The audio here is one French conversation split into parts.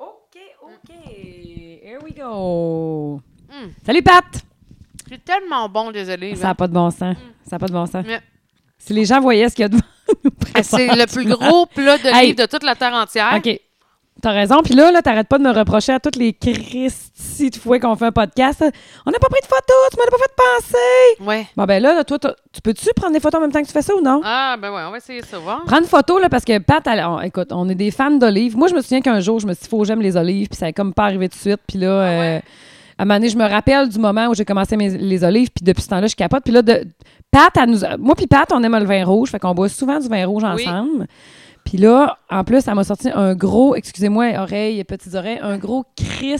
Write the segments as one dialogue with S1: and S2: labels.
S1: OK. Here we go. Salut, Mm. Pat!
S2: Hmm. Je suis tellement bon, désolé.
S1: Ça n'a pas de bon sens. Ça n'a pas de bon sens.
S2: Ouais.
S1: Si les gens voyaient ce qu'il y a devant nous,
S2: C'est le plus gros plat de
S1: Hey.
S2: livres de toute la terre entière.
S1: OK. T'as raison. Puis là, là t'arrêtes pas de me reprocher à toutes les Christies de fouet qu'on fait un podcast. On n'a pas pris de photos, tu m'en as pas fait penser.
S2: Ouais.
S1: Bon, ben là, là, toi, t'as- tu peux-tu prendre des photos en même temps que tu fais ça ou non?
S2: Ah, ben ouais, on va essayer ça, voir.
S1: Prendre photo, là, parce que Pat, elle- on- écoute, on est des fans d'olives. Moi, je me souviens qu'un jour, je me suis dit, faut que j'aime les olives, puis ça n'est comme pas arrivé tout de suite. Puis là, euh, à un moment donné, je me rappelle du moment où j'ai commencé mes- les olives, puis depuis ce temps-là, je capote. Puis là, de, Pat, elle nous, a- moi, puis Pat, on aime le vin rouge, fait qu'on boit souvent du vin rouge
S2: Oui.
S1: ensemble. Puis là, en plus, elle m'a sorti un gros, excusez-moi, oreilles, petites oreilles, un gros cris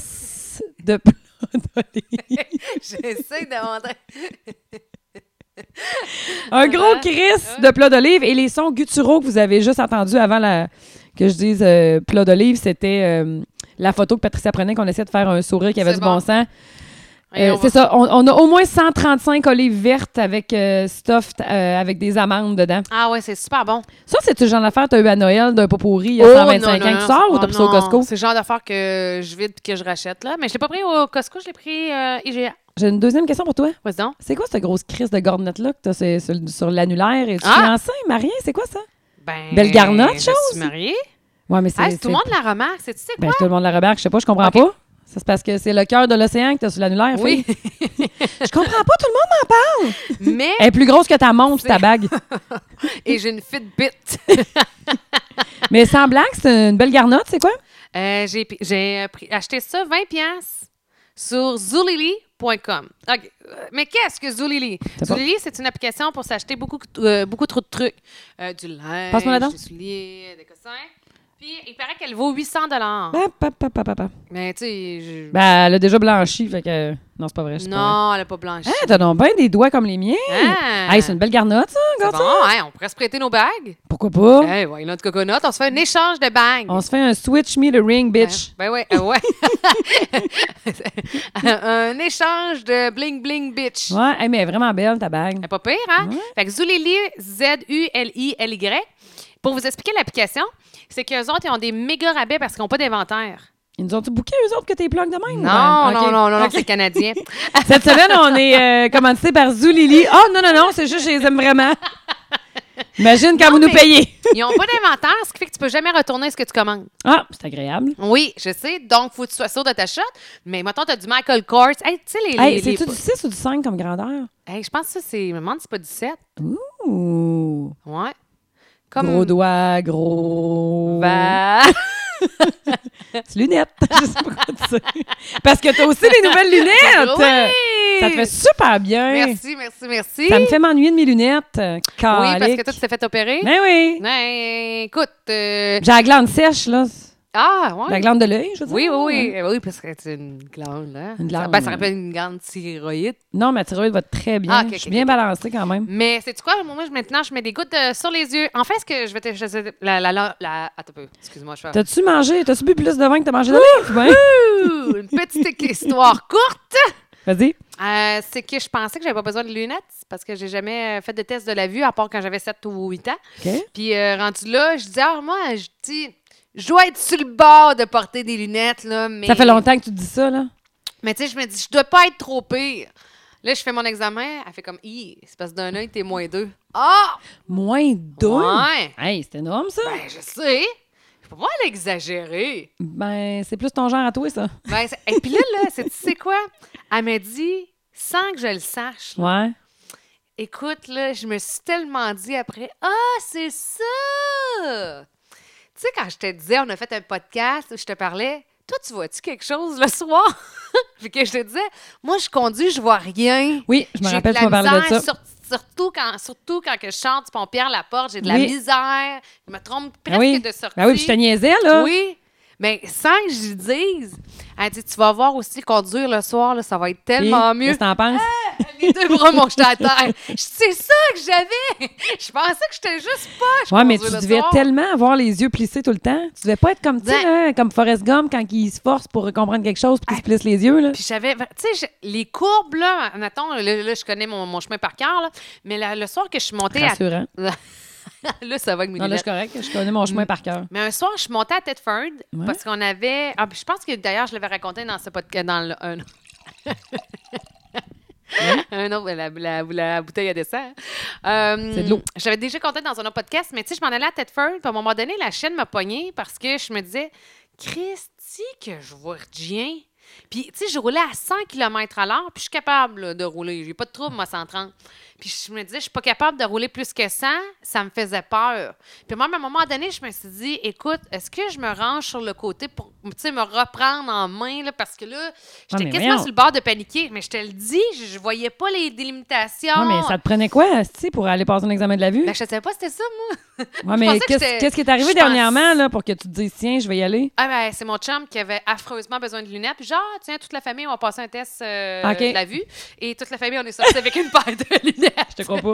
S1: de plat d'olives.
S2: J'essaie de montrer.
S1: Un gros
S2: Ouais.
S1: Chris de plat d'olive et les sons gutturaux que vous avez juste entendus avant la, que je dise euh, plat d'olive, c'était euh, la photo que Patricia prenait qu'on essayait de faire un sourire qui avait
S2: C'est
S1: du bon,
S2: bon.
S1: sens. Euh, c'est ça, on, on a au moins 135 olives vertes avec euh, stuffed, euh, avec des amandes dedans.
S2: Ah ouais, c'est super bon. Oh,
S1: Ça, c'est-tu le genre d'affaire que t'as eu à Noël d'un pot pourri il y a 125 ans que tu sors ou t'as pris ça au Costco?
S2: C'est le genre d'affaire que je vide et que je rachète, là. Mais je l'ai pas pris au Costco, je l'ai pris euh, IGA.
S1: J'ai une deuxième question pour toi.
S2: Vas-y donc.
S1: C'est quoi cette grosse crise de gornette-là que t'as sur, sur- sur l'annulaire et tu
S2: Ah!
S1: fiancé, Marien? C'est quoi ça?
S2: Ben.
S1: Belle garnotte,
S2: je
S1: chose.
S2: suis mariée.
S1: Ouais, mais c'est.
S2: Ah, si tout
S1: c'est-
S2: le monde la remarque, c'est tu sais
S1: Ben,
S2: quoi?
S1: tout le monde la remarque, je sais pas, je comprends
S2: Ah! Ok.
S1: pas. Ça, c'est parce que c'est le cœur de l'océan que t'as sur l'annulaire,
S2: oui.
S1: fille. Je comprends pas, tout le monde m'en parle.
S2: Mais.
S1: Elle est plus grosse que ta montre, ta
S2: Eh. C'est-
S1: bague.
S2: Et j'ai une Fitbit.
S1: Mais sans blague, c'est une belle garnotte, c'est quoi?
S2: Euh, j'ai pi- j'ai euh, pris- acheté ça 20 pièces sur zulily.com. Ok, euh, Mais qu'est-ce que Zulily?
S1: C'est pas-
S2: Zulily, c'est une application pour s'acheter beaucoup, euh, beaucoup trop de trucs. Euh, du linge,
S1: Passe-moi la dent.
S2: des souliers, des cossins. Puis il paraît qu'elle vaut 800 dollars.
S1: Pa, pa, pa, pa, pa, pa.
S2: Mais tu sais, je-
S1: Ben, elle a déjà blanchi, fait que. Non, c'est pas vrai. c'est pas vrai.
S2: non, elle n'a pas blanchi.
S1: Hein, t'as donc bien des doigts comme les miens.
S2: Ah!
S1: Hey, c'est une belle garnotte, ça,
S2: C'est
S1: regarde
S2: bon,
S1: ça.
S2: hein, on pourrait se prêter nos bagues.
S1: Pourquoi pas?
S2: Hey, ouais, notre coconut, on se fait un échange de bagues.
S1: Oh. On se fait un switch me the ring, bitch.
S2: Ben ouais, euh, ouais. un échange de bling bling bitch.
S1: Ouais, hey, mais elle est vraiment belle, ta bague.
S2: Elle est pas pire, hein? Fait que Zulily, Z-U-L-I-L-Y. Pour vous expliquer l'application, c'est qu'eux autres, ils ont des méga rabais parce qu'ils n'ont pas d'inventaire.
S1: Ils nous ont-tu bouqué, eux autres, que t'es plug de même?
S2: Non,
S1: Ouais,
S2: non,
S1: ok.
S2: non, non, non,
S1: Ok.
S2: c'est canadien.
S1: Cette semaine, on est euh, commencé par Zulili. Oh non, non, non, c'est juste, je les aime vraiment. Imagine quand vous nous
S2: mais-
S1: payez.
S2: Ils n'ont pas d'inventaire, ce qui fait que tu peux jamais retourner ce que tu commandes.
S1: Ah, c'est agréable.
S2: Oui, je sais. Donc, faut que tu sois sûr de ta shot. Mais mettons, tu as du Michael Kors. Hey, tu sais, les.
S1: Hey,
S2: les- les-
S1: c'est-tu du 6 ou du 5 comme grandeur?
S2: Hey, je pense que ça, c'est. Je me demande si c'est pas du 7.
S1: Ouh.
S2: Ouais. Comme.
S1: Gros doigt, gros.
S2: Ben,
S1: C'est Lunettes. je sais pas quoi dire. Parce que t'as aussi des nouvelles lunettes.
S2: oui!
S1: Ça te fait super bien.
S2: Merci, merci, merci.
S1: Ça me fait m'ennuyer de mes lunettes.
S2: Oui, parce que
S1: Calique.
S2: toi, tu t'es fait opérer.
S1: Ben oui.
S2: Ben, écoute. euh,
S1: J'ai la glande sèche, là.
S2: Ah, ouais.
S1: La glande de l'œil, je veux dire.
S2: Oui, oui, oui. Eh Oui, parce que c'est une glande, là.
S1: Une
S2: Ça-
S1: glande.
S2: Ben, ça rappelle une glande thyroïde.
S1: Non, ma thyroïde va très bien.
S2: Ah, ok,
S1: je suis
S2: ok,
S1: bien
S2: ok.
S1: balancée quand même.
S2: Mais c'est quoi? Moi, je- maintenant, je mets des gouttes euh, sur les yeux. En fait, ce que je vais te. je sais- la, la, la, la- Attends un peu. Excuse-moi, je fais.
S1: T'as-tu mangé? T'as-tu bu plus de vin que t'as mangé d'olive? Ben,
S2: Ouh, Une petite histoire courte.
S1: Vas-y.
S2: Euh, c'est que je pensais que j'avais pas besoin de lunettes parce que j'ai jamais euh, fait de test de la vue à part quand j'avais 7 ou 8 ans.
S1: OK.
S2: Puis euh, rendu là, je dis ah moi, je dis je dois être sur le bord de porter des lunettes là, mais
S1: Ça fait longtemps que tu dis ça, là.
S2: Mais tu sais, je me dis je dois pas être trop pire. Là, je fais mon examen, elle fait comme i, c'est parce que d'un œil t'es moins deux. Ah
S1: Moins deux?
S2: Ouais.
S1: Hey, c'est énorme, ça.
S2: ben je sais. Faut pas l'exagérer.
S1: Ben, c'est plus ton genre à toi, ça.
S2: Ben, c'est- et puis là là, c'est tu sais quoi Elle m'a dit sans que je le sache. là,
S1: Ouais.
S2: Écoute, là, je me suis tellement dit après, ah, c'est ça! Tu sais, quand je te disais, on a fait un podcast où je te parlais, toi, tu vois-tu quelque chose le soir? Puis que je te disais, moi, je conduis, je vois rien.
S1: Oui, je me
S2: J'ai
S1: rappelle,
S2: de
S1: tu m'as
S2: la
S1: parlé de
S2: misère,
S1: ça.
S2: sur- surtout, quand, surtout quand que je chante du Pierre la porte, j'ai de la
S1: Oui.
S2: misère. Je me trompe presque
S1: Ben oui.
S2: de sortie.
S1: Ben oui, puis je te niaisais, là.
S2: Oui. Mais sans que je dise, elle dit, tu vas voir aussi conduire le soir, là, ça va être
S1: Puis,
S2: tellement mieux. Ah,
S1: Qu'est-ce que t'en penses?
S2: Les deux bras m'ont jeté à terre. Je- C'est ça que j'avais. Je pensais que j'étais juste poche.
S1: ouais,
S2: qu'on
S1: mais
S2: veut
S1: tu
S2: le
S1: devais
S2: soir. Ben-
S1: tellement avoir les yeux plissés tout le temps. Tu devais pas être comme, tu sais, là, comme Forrest Gump quand il se force pour comprendre quelque chose puis qu'il se plisse les yeux, là.
S2: Ah, Puis j'avais, ben, tu sais, je- les courbes, là, mettons, là, là, je connais mon, mon chemin par cœur, là, mais la- le soir que je suis montée à
S1: Rassurant.
S2: là, ça va avec mes
S1: Non, là, je
S2: lunettes.
S1: suis correct. Je connais mon
S2: Mm.
S1: chemin par cœur.
S2: Mais un soir, je suis montée à Tedford
S1: Ouais.
S2: parce qu'on avait. Ah, puis je pense que d'ailleurs, je l'avais raconté dans ce podcast. Dans le- un... un autre, Euh, la, la- la bouteille à dessert. Euh,
S1: C'est de l'eau.
S2: J'avais déjà compté dans un autre podcast, mais tu sais, je m'en allais à Tedford. Puis à un moment donné, la chaîne m'a pognée parce que je me disais, Christy, que je vois rien. Puis, tu sais, je roulais à 100 km à l'heure, puis je suis capable là, de rouler. J'ai pas de trouble, moi, 130. Puis je me disais, je suis pas capable de rouler plus que 100. Ça me faisait peur. Puis même, à un moment donné, je me suis dit, écoute, est-ce que je me range sur le côté pour, tu sais, me reprendre en main, là, parce que là, j'étais
S1: Ah, mais
S2: quasiment
S1: voyons.
S2: sur le bord de paniquer. Mais je te le dis, je, je voyais pas les délimitations.
S1: Ouais, mais ça te prenait quoi, tu pour aller passer un examen de la vue?
S2: Ben, je savais pas, c'était ça, moi.
S1: Ouais, mais
S2: pensais que j'étais-
S1: qu'est-ce qu'est-ce qui est arrivé
S2: je pense-
S1: dernièrement, là, pour que tu te dises, tiens, je vais y aller?
S2: Ah ben, c'est mon chum qui avait affreusement besoin de lunettes. Puis genre, tiens, toute la famille, on va passer un test euh,
S1: Ok.
S2: de la vue. Et toute la famille, on est sortis avec une paire de lunettes.
S1: Je te crois pas.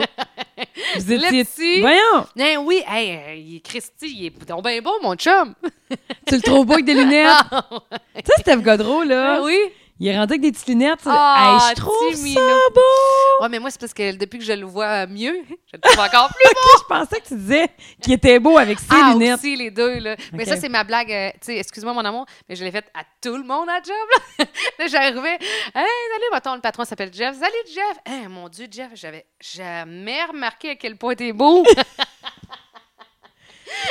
S1: Vous
S2: Le petit-
S1: étiez. Voyons!
S2: Mais oui, hey, euh, il est Christy, il est donc bien beau, mon chum.
S1: Tu le trouves beau avec des lunettes? Tu sais, Steph Godreau, là,
S2: Ah, Ben oui.
S1: il est rendu avec des petites lunettes.
S2: Ah,
S1: Ah Hey, je trouve
S2: petit
S1: ça
S2: minou.
S1: beau!
S2: Ouais, mais moi, c'est parce que depuis que je le vois mieux, je le trouve encore plus beau.
S1: Je pensais que tu disais qu'il était beau avec ses
S2: Ah,
S1: lunettes.
S2: aussi, les deux, là. Mais
S1: Ok.
S2: ça, c'est ma blague. euh, tu sais, excuse-moi, mon amour, mais je l'ai faite à tout le monde à job, là. là, j'arrivais. Hey, salut, mettons, le patron s'appelle Jeff. Salut, Jeff. Hey, mon Dieu, Jeff, j'avais jamais remarqué à quel point t'es beau.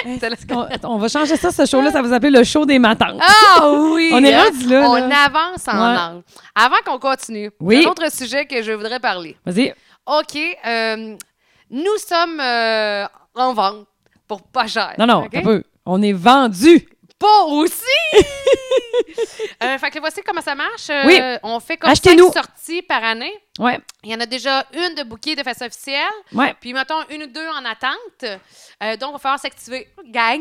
S1: Hey,
S2: T'as la-
S1: est-ce qu'on- On va changer ça, ce show-là, ça va s'appeler le show des matantes.
S2: Ah oui!
S1: On est
S2: hein?
S1: rendu là,
S2: On
S1: là.
S2: avance en
S1: Ouais.
S2: âge. Avant qu'on continue,
S1: Oui.
S2: c'est un autre sujet que je voudrais parler.
S1: Vas-y.
S2: OK, euh, nous sommes euh, en vente pour pas cher.
S1: Non, non,
S2: OK?
S1: un peu. On est vendu.
S2: Pas aussi! Euh, fait que voici comment ça marche. Euh,
S1: Oui.
S2: On fait comme cinq
S1: Achetez-nous.
S2: sorties par année.
S1: Ouais,
S2: Il y en a déjà une de bouquet de façon officielle,
S1: ouais.
S2: puis mettons une ou deux en attente. Euh, donc, il va falloir s'activer, gang,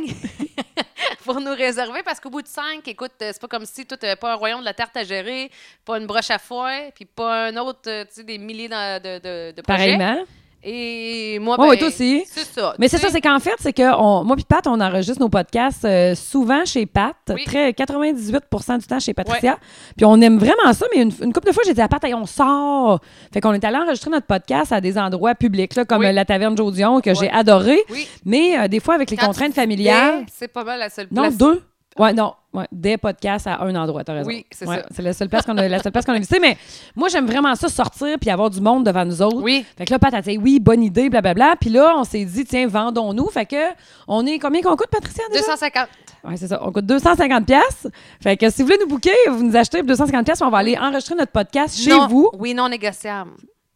S2: pour nous réserver parce qu'au bout de cinq, écoute, euh, c'est pas comme si tout n'avait pas un royaume de la tarte à gérer, pas une broche à foin, puis pas un autre, euh, tu sais, des milliers d'en- de, de, de projets.
S1: Pareillement.
S2: Et moi,
S1: Ouais,
S2: ben,
S1: ouais, toi aussi.
S2: C'est ça.
S1: Mais
S2: tu
S1: c'est ça,
S2: sais.
S1: c'est qu'en fait, c'est que on- moi puis Pat, on enregistre nos podcasts euh, souvent chez Pat,
S2: Oui.
S1: très 98 du temps chez Patricia. Puis on aime vraiment ça, mais une, une couple de fois, j'ai dit à Pat, Hey, on sort. Fait qu'on est allé enregistrer notre podcast à des endroits publics, là, comme
S2: Oui.
S1: euh, la taverne Jodion, que
S2: Ouais.
S1: j'ai adoré.
S2: Oui.
S1: Mais euh, des fois, avec les
S2: Quand
S1: contraintes
S2: tu disais,
S1: familiales.
S2: C'est pas mal la seule
S1: Non,
S2: place.
S1: deux. Ouais, non. ouais, des podcasts à un endroit, t'as raison.
S2: Oui, c'est
S1: Ouais,
S2: ça.
S1: C'est la seule place qu'on a, la seule place qu'on a visitée. Mais moi, j'aime vraiment ça, sortir puis avoir du monde devant nous autres.
S2: Oui.
S1: Fait que là, Pat a dit oui, bonne idée, blablabla. Puis là, on s'est dit, tiens, vendons-nous. Fait que, on est combien qu'on coûte, Patricia? Déjà?
S2: 250.
S1: Ouais, c'est ça. On coûte 250$. piastres. Fait que si vous voulez nous booker, vous nous achetez pour 250$, piastres, on va aller enregistrer notre podcast chez
S2: Non,
S1: vous.
S2: Oui, non négociable.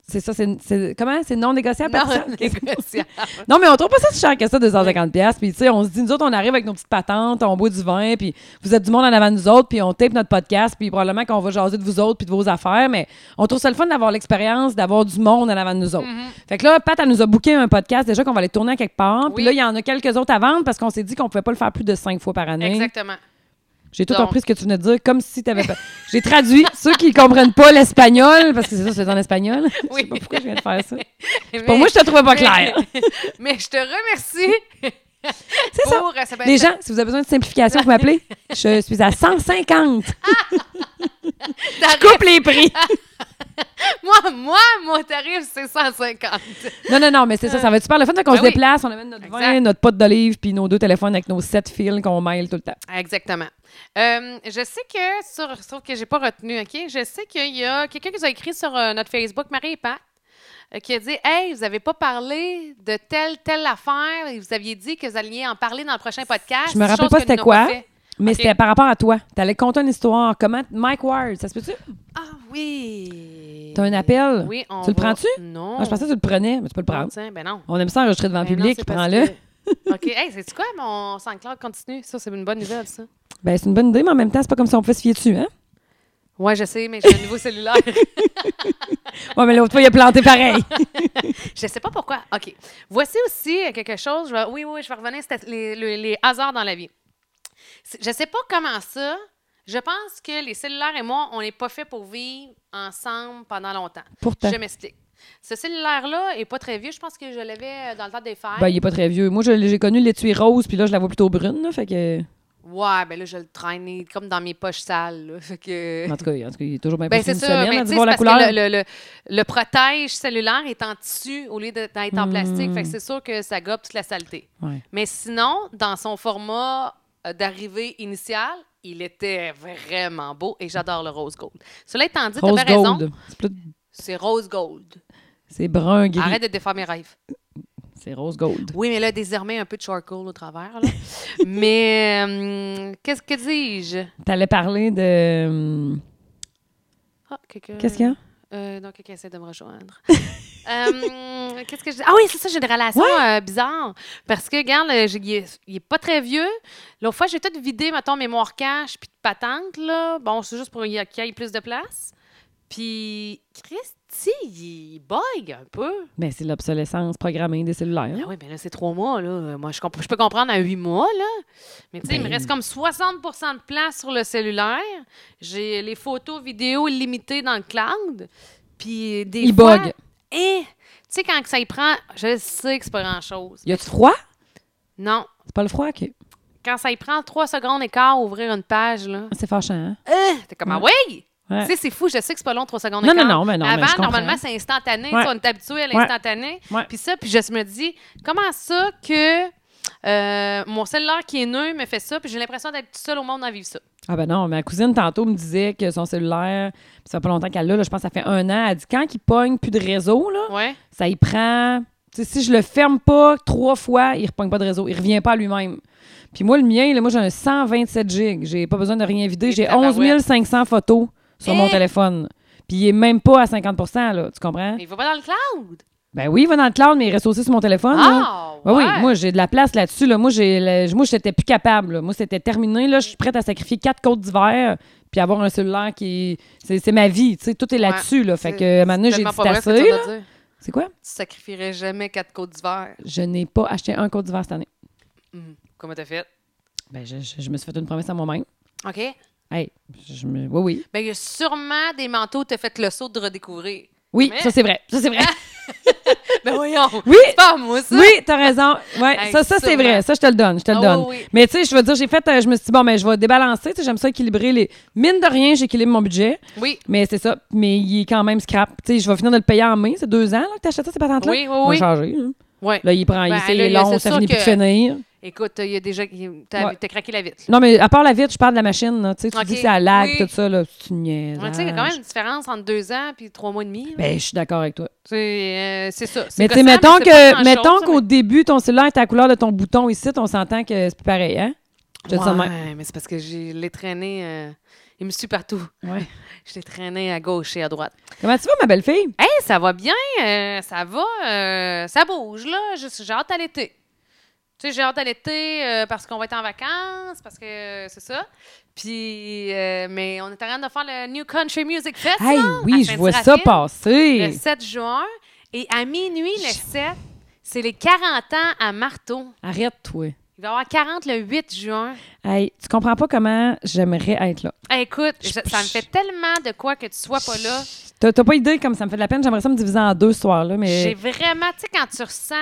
S1: C'est ça, c'est. c'est- Comment? C'est non négociable,
S2: Non
S1: Patricia?
S2: négociable.
S1: Non, mais on trouve pas ça si cher que ça, 250$. piastres. Puis, tu sais, on se dit, nous autres, on arrive avec nos petites patentes, on boit du vin, puis vous êtes du monde en avant de nous autres, puis on tape notre podcast, puis probablement qu'on va jaser de vous autres, puis de vos affaires, mais on trouve ça le fun d'avoir l'expérience, d'avoir du monde en avant de nous autres. Fait que là, Pat, elle nous a booké un podcast déjà qu'on va aller tourner à quelque part, puis
S2: Mm-hmm. Oui.
S1: là, il y en a quelques autres à vendre parce qu'on s'est dit qu'on pouvait pas le faire plus de cinq fois par année.
S2: Exactement.
S1: J'ai tout
S2: Donc.
S1: compris ce que tu venais de dire, comme si tu avais pas. J'ai traduit ceux qui comprennent pas l'espagnol, parce que c'est ça, c'est en espagnol. je
S2: Oui.
S1: sais pas pourquoi je viens de faire ça.
S2: Mais-
S1: Pour moi, je te trouvais pas clair.
S2: Mais je te remercie.
S1: C'est ça.
S2: pour, euh, ça peut
S1: Les
S2: être-
S1: gens, si vous avez besoin de simplification, vous m'appelez. Je suis à 150.
S2: T'arrives-
S1: Coupe les prix.
S2: Moi, moi, mon tarif, c'est 150.
S1: Non, non, non, mais c'est ça. Ça va être super le fun. Fait qu'on
S2: Ben
S1: se
S2: oui.
S1: déplace, on amène notre
S2: Exact.
S1: vin, notre pote d'olive, puis nos deux téléphones avec nos sept fils qu'on mail tout le temps.
S2: Ah, Exactement. Euh, je sais que, sur, sauf que j'ai pas retenu, OK? Je sais qu'il y a quelqu'un qui nous a écrit sur euh, notre Facebook, Marie et Pat, euh, qui a dit Hey, vous avez pas parlé de telle, telle affaire et vous aviez dit que vous alliez en parler dans le prochain podcast.
S1: Je me rappelle
S2: Chose
S1: pas
S2: que
S1: c'était
S2: nous n'avons
S1: quoi.
S2: fait.
S1: Mais
S2: Ok.
S1: c'était par rapport à toi. T'allais compter une histoire. Comment. Mike Ward, ça se peut-tu?
S2: Ah oui.
S1: T'as un appel?
S2: Eh Oui, on
S1: Tu le
S2: va-
S1: prends-tu?
S2: Non.
S1: Ah, je pensais que tu le prenais, mais tu peux le prendre.
S2: Tiens, Ben non.
S1: On aime ça enregistrer devant le
S2: Ben non,
S1: public.
S2: c'est parce
S1: Prends-le.
S2: que- OK. Hey, c'est quoi mon SoundCloud continue? Ça, c'est une bonne nouvelle, ça.
S1: Ben, c'est une bonne idée, mais en même temps, c'est pas comme si on pouvait se fier dessus, hein?
S2: Ouais, je sais, mais j'ai un nouveau cellulaire.
S1: Ouais, mais l'autre fois, il a planté pareil.
S2: je sais pas pourquoi. OK. Voici aussi euh, quelque chose. je vais- Oui, oui, je vais revenir. C'était les, le- les hasards dans la vie. C'est- Je sais pas comment ça. Je pense que les cellulaires et moi, on n'est pas fait pour vivre ensemble pendant longtemps.
S1: Pourtant.
S2: Je m'explique. Ce cellulaire-là est pas très vieux. Je pense que je l'avais euh, dans le temps des fêtes.
S1: Ben, il est pas très vieux. Moi, je l'ai- j'ai connu l'étui rose, puis là, je la vois plutôt brune, là, fait que...
S2: Ouais, ben là, je le traîne comme dans mes poches sales. là. Fait que.
S1: En tout cas, en tout cas, il est toujours bien
S2: Ben,
S1: passé une
S2: c'est ça.
S1: semaine
S2: Mais
S1: à
S2: tu
S1: se
S2: sais,
S1: voir
S2: c'est
S1: la
S2: parce
S1: couleur.
S2: que le, le- le- le protège cellulaire est en tissu au lieu de- d'être en plastique.
S1: Mm.
S2: Fait que c'est sûr que ça gobe toute la saleté.
S1: Ouais.
S2: Mais sinon, dans son format euh, d'arrivée initiale, il était vraiment beau et j'adore le rose gold. Cela étant dit, t'as
S1: Rose
S2: bien raison,
S1: gold. C'est plus-
S2: c'est rose gold.
S1: C'est brun gris.
S2: Arrête de défaire mes rêves.
S1: C'est rose gold.
S2: Oui, mais là, désormais, un peu de charcoal au travers. là. mais euh, qu'est-ce que dis-je?
S1: T'allais parler de.
S2: Euh.
S1: hum,
S2: Ah, quelqu'un-
S1: Qu'est-ce qu'il y a?
S2: Euh, donc, quelqu'un essaie de me rejoindre. Euh, Qu'est-ce que je dis? Ah oui, c'est ça, j'ai une relation euh, bizarre. Parce que, regarde, euh, j'ai- il est, il est pas très vieux. L'autre fois, j'ai tout vidé, mettons, mémoire cache puis de patente, là. Bon, c'est juste pour qu'il y ait- qu'il y ait plus de place. Puis, Christy, il bug un peu.
S1: Ben, c'est l'obsolescence programmée des
S2: Ah
S1: cellulaires.
S2: oui, mais là, c'est trois mois, là. Euh, Moi, je, comp- je peux comprendre à huit mois, là. Mais tu sais, il me
S1: Ben.
S2: reste comme 60 de place sur le cellulaire. J'ai les photos, vidéos limitées dans le cloud. Puis des
S1: Il
S2: fois...
S1: bug.
S2: Et, tu sais, quand que ça y prend, je sais que c'est pas grand-chose.
S1: Y a-tu froid?
S2: Non.
S1: C'est pas le froid, ok.
S2: Quand ça y prend trois secondes et quart à ouvrir une page, là,
S1: C'est fâchant, hein?
S2: euh, t'es comme, ah oui!
S1: Ouais.
S2: Tu sais, c'est fou, je sais que c'est pas long, trois secondes
S1: Non,
S2: et quart.
S1: non, non, mais non, mais
S2: Avant,
S1: je comprends.
S2: normalement, c'est instantané.
S1: Ouais.
S2: tu sais, on est habitué à l'instantané.
S1: Ouais.
S2: Puis ça, puis je me dis, comment ça que euh, mon cellulaire qui est neuf me fait ça, puis j'ai l'impression d'être tout seul au monde à vivre ça.
S1: Ah ben non, ma cousine tantôt me disait que son cellulaire, puis ça fait pas longtemps qu'elle l'a, là, je pense que ça fait un an, elle dit quand il pogne plus de réseau, là,
S2: Ouais.
S1: ça y prend. Tu sais, si je le ferme pas trois fois, il repogne pas de réseau. Il revient pas à lui-même. Puis moi, le mien, là, moi, j'ai un 127 gigs. J'ai pas besoin de rien vider.
S2: Et
S1: J'ai
S2: tabarouette. Eh!
S1: 11 500 photos sur mon
S2: Et-
S1: téléphone. Puis il est même pas à 50 là, tu comprends?
S2: Mais il va pas dans le cloud.
S1: Ben oui, il va dans le cloud, mais il reste aussi sur mon téléphone. là.
S2: Ah!
S1: Bah Oui, oui,
S2: ouais.
S1: moi j'ai de la place là-dessus. Là. Moi, j'ai le- moi, j'étais plus capable. là. Moi, c'était terminé. Là, je suis prête à sacrifier quatre côtes d'hiver puis avoir un cellulaire qui. C'est, c'est ma vie, tu sais, tout est là-dessus. Là. Fait
S2: C'est-
S1: que euh, maintenant, j'ai dit
S2: tellement pas vrai ce que
S1: assez.
S2: tu
S1: là.
S2: viens de dire.
S1: C'est quoi?
S2: Tu sacrifierais jamais quatre côtes d'hiver.
S1: Je n'ai pas acheté un côte d'hiver cette année.
S2: Hum, Comment t'as fait?
S1: Ben, je, je- je me suis fait une promesse à moi-même.
S2: OK.
S1: Hey, je me- oui, oui.
S2: Ben, il y a sûrement des manteaux que t'as fait le saut de redécouvrir.
S1: Oui,
S2: Mais-
S1: ça c'est vrai. Ça c'est vrai.
S2: Ben voyons!
S1: Oui!
S2: C'est pas à moi, ça!
S1: Oui, t'as raison. Ouais,
S2: Hey,
S1: ça, ça c'est
S2: sûrement.
S1: vrai. Ça, je te le donne. Je te le
S2: Ah,
S1: donne.
S2: oui, oui.
S1: Mais tu sais, je veux dire, j'ai fait. euh, je me suis dit, bon, mais je vais débalancer. Tu sais, J'aime ça équilibrer les. Mine de rien, j'équilibre mon budget.
S2: Oui.
S1: Mais c'est ça. Mais il est quand même scrap. Tu sais, je vais finir de le payer en mai. C'est deux ans là, que t'achètes ça, ces patentes-là.
S2: Oui, oui,
S1: On va
S2: oui.
S1: changer. hein.
S2: Ouais.
S1: Là, il prend, il
S2: Ben,
S1: sait, il
S2: là,
S1: est
S2: il y a-
S1: long,
S2: c'est
S1: ça
S2: sûr
S1: finit plus de
S2: que-
S1: finir.
S2: Écoute, il y a déjà. T'as
S1: Ouais.
S2: t'as craqué la vitre.
S1: Non, mais à part la vitre, je parle de la machine. là. Tu sais, tu
S2: Ok.
S1: dis c'est à lag,
S2: Oui.
S1: tout ça, là. Tu niaises.
S2: Ouais, tu sais, il y a quand même une différence entre deux ans puis trois mois et demi. là.
S1: Ben, je suis d'accord avec toi.
S2: C'est euh, c'est ça. c'est
S1: Mais tu sais,
S2: gossant,
S1: mettons
S2: mais c'est pas
S1: que,
S2: grand-chose,
S1: mettons
S2: ça,
S1: qu'au début, ton cellulaire est à la couleur de ton bouton ici, on s'entend que c'est plus pareil, hein? Je te
S2: mais-
S1: dis ça de même.
S2: Ouais, mais c'est parce que j'ai l'ai traîné. euh, il me suit partout.
S1: Ouais.
S2: Je l'ai traîné à gauche et à droite.
S1: Comment tu vas, ma belle-fille?
S2: Hé, ça va bien. euh, ça va. euh, ça bouge, là. Je- J'ai hâte à l'été. Tu sais, j'ai hâte à l'été euh, parce qu'on va être en vacances, parce que euh, c'est ça. Puis, euh, mais on est en train de faire le New Country Music Fest.
S1: Hey,
S2: là, Ah, à
S1: oui, je vois ça
S2: Sainte-Séraphine. le
S1: passer.
S2: 7 juin. Et à minuit, le
S1: Je-
S2: 7, c'est les 40 ans à Marteau.
S1: Arrête-toi.
S2: Il va y avoir 40 le 8 juin.
S1: Hey, tu comprends pas comment j'aimerais être là.
S2: Hey, écoute, je-
S1: Je-
S2: ça me fait tellement de quoi que tu sois pas là.
S1: T'as t'as pas idée comme ça me fait de la peine. J'aimerais ça me diviser en deux ce soir-là,
S2: J'ai
S1: mais.
S2: vraiment, tu sais, quand tu ressens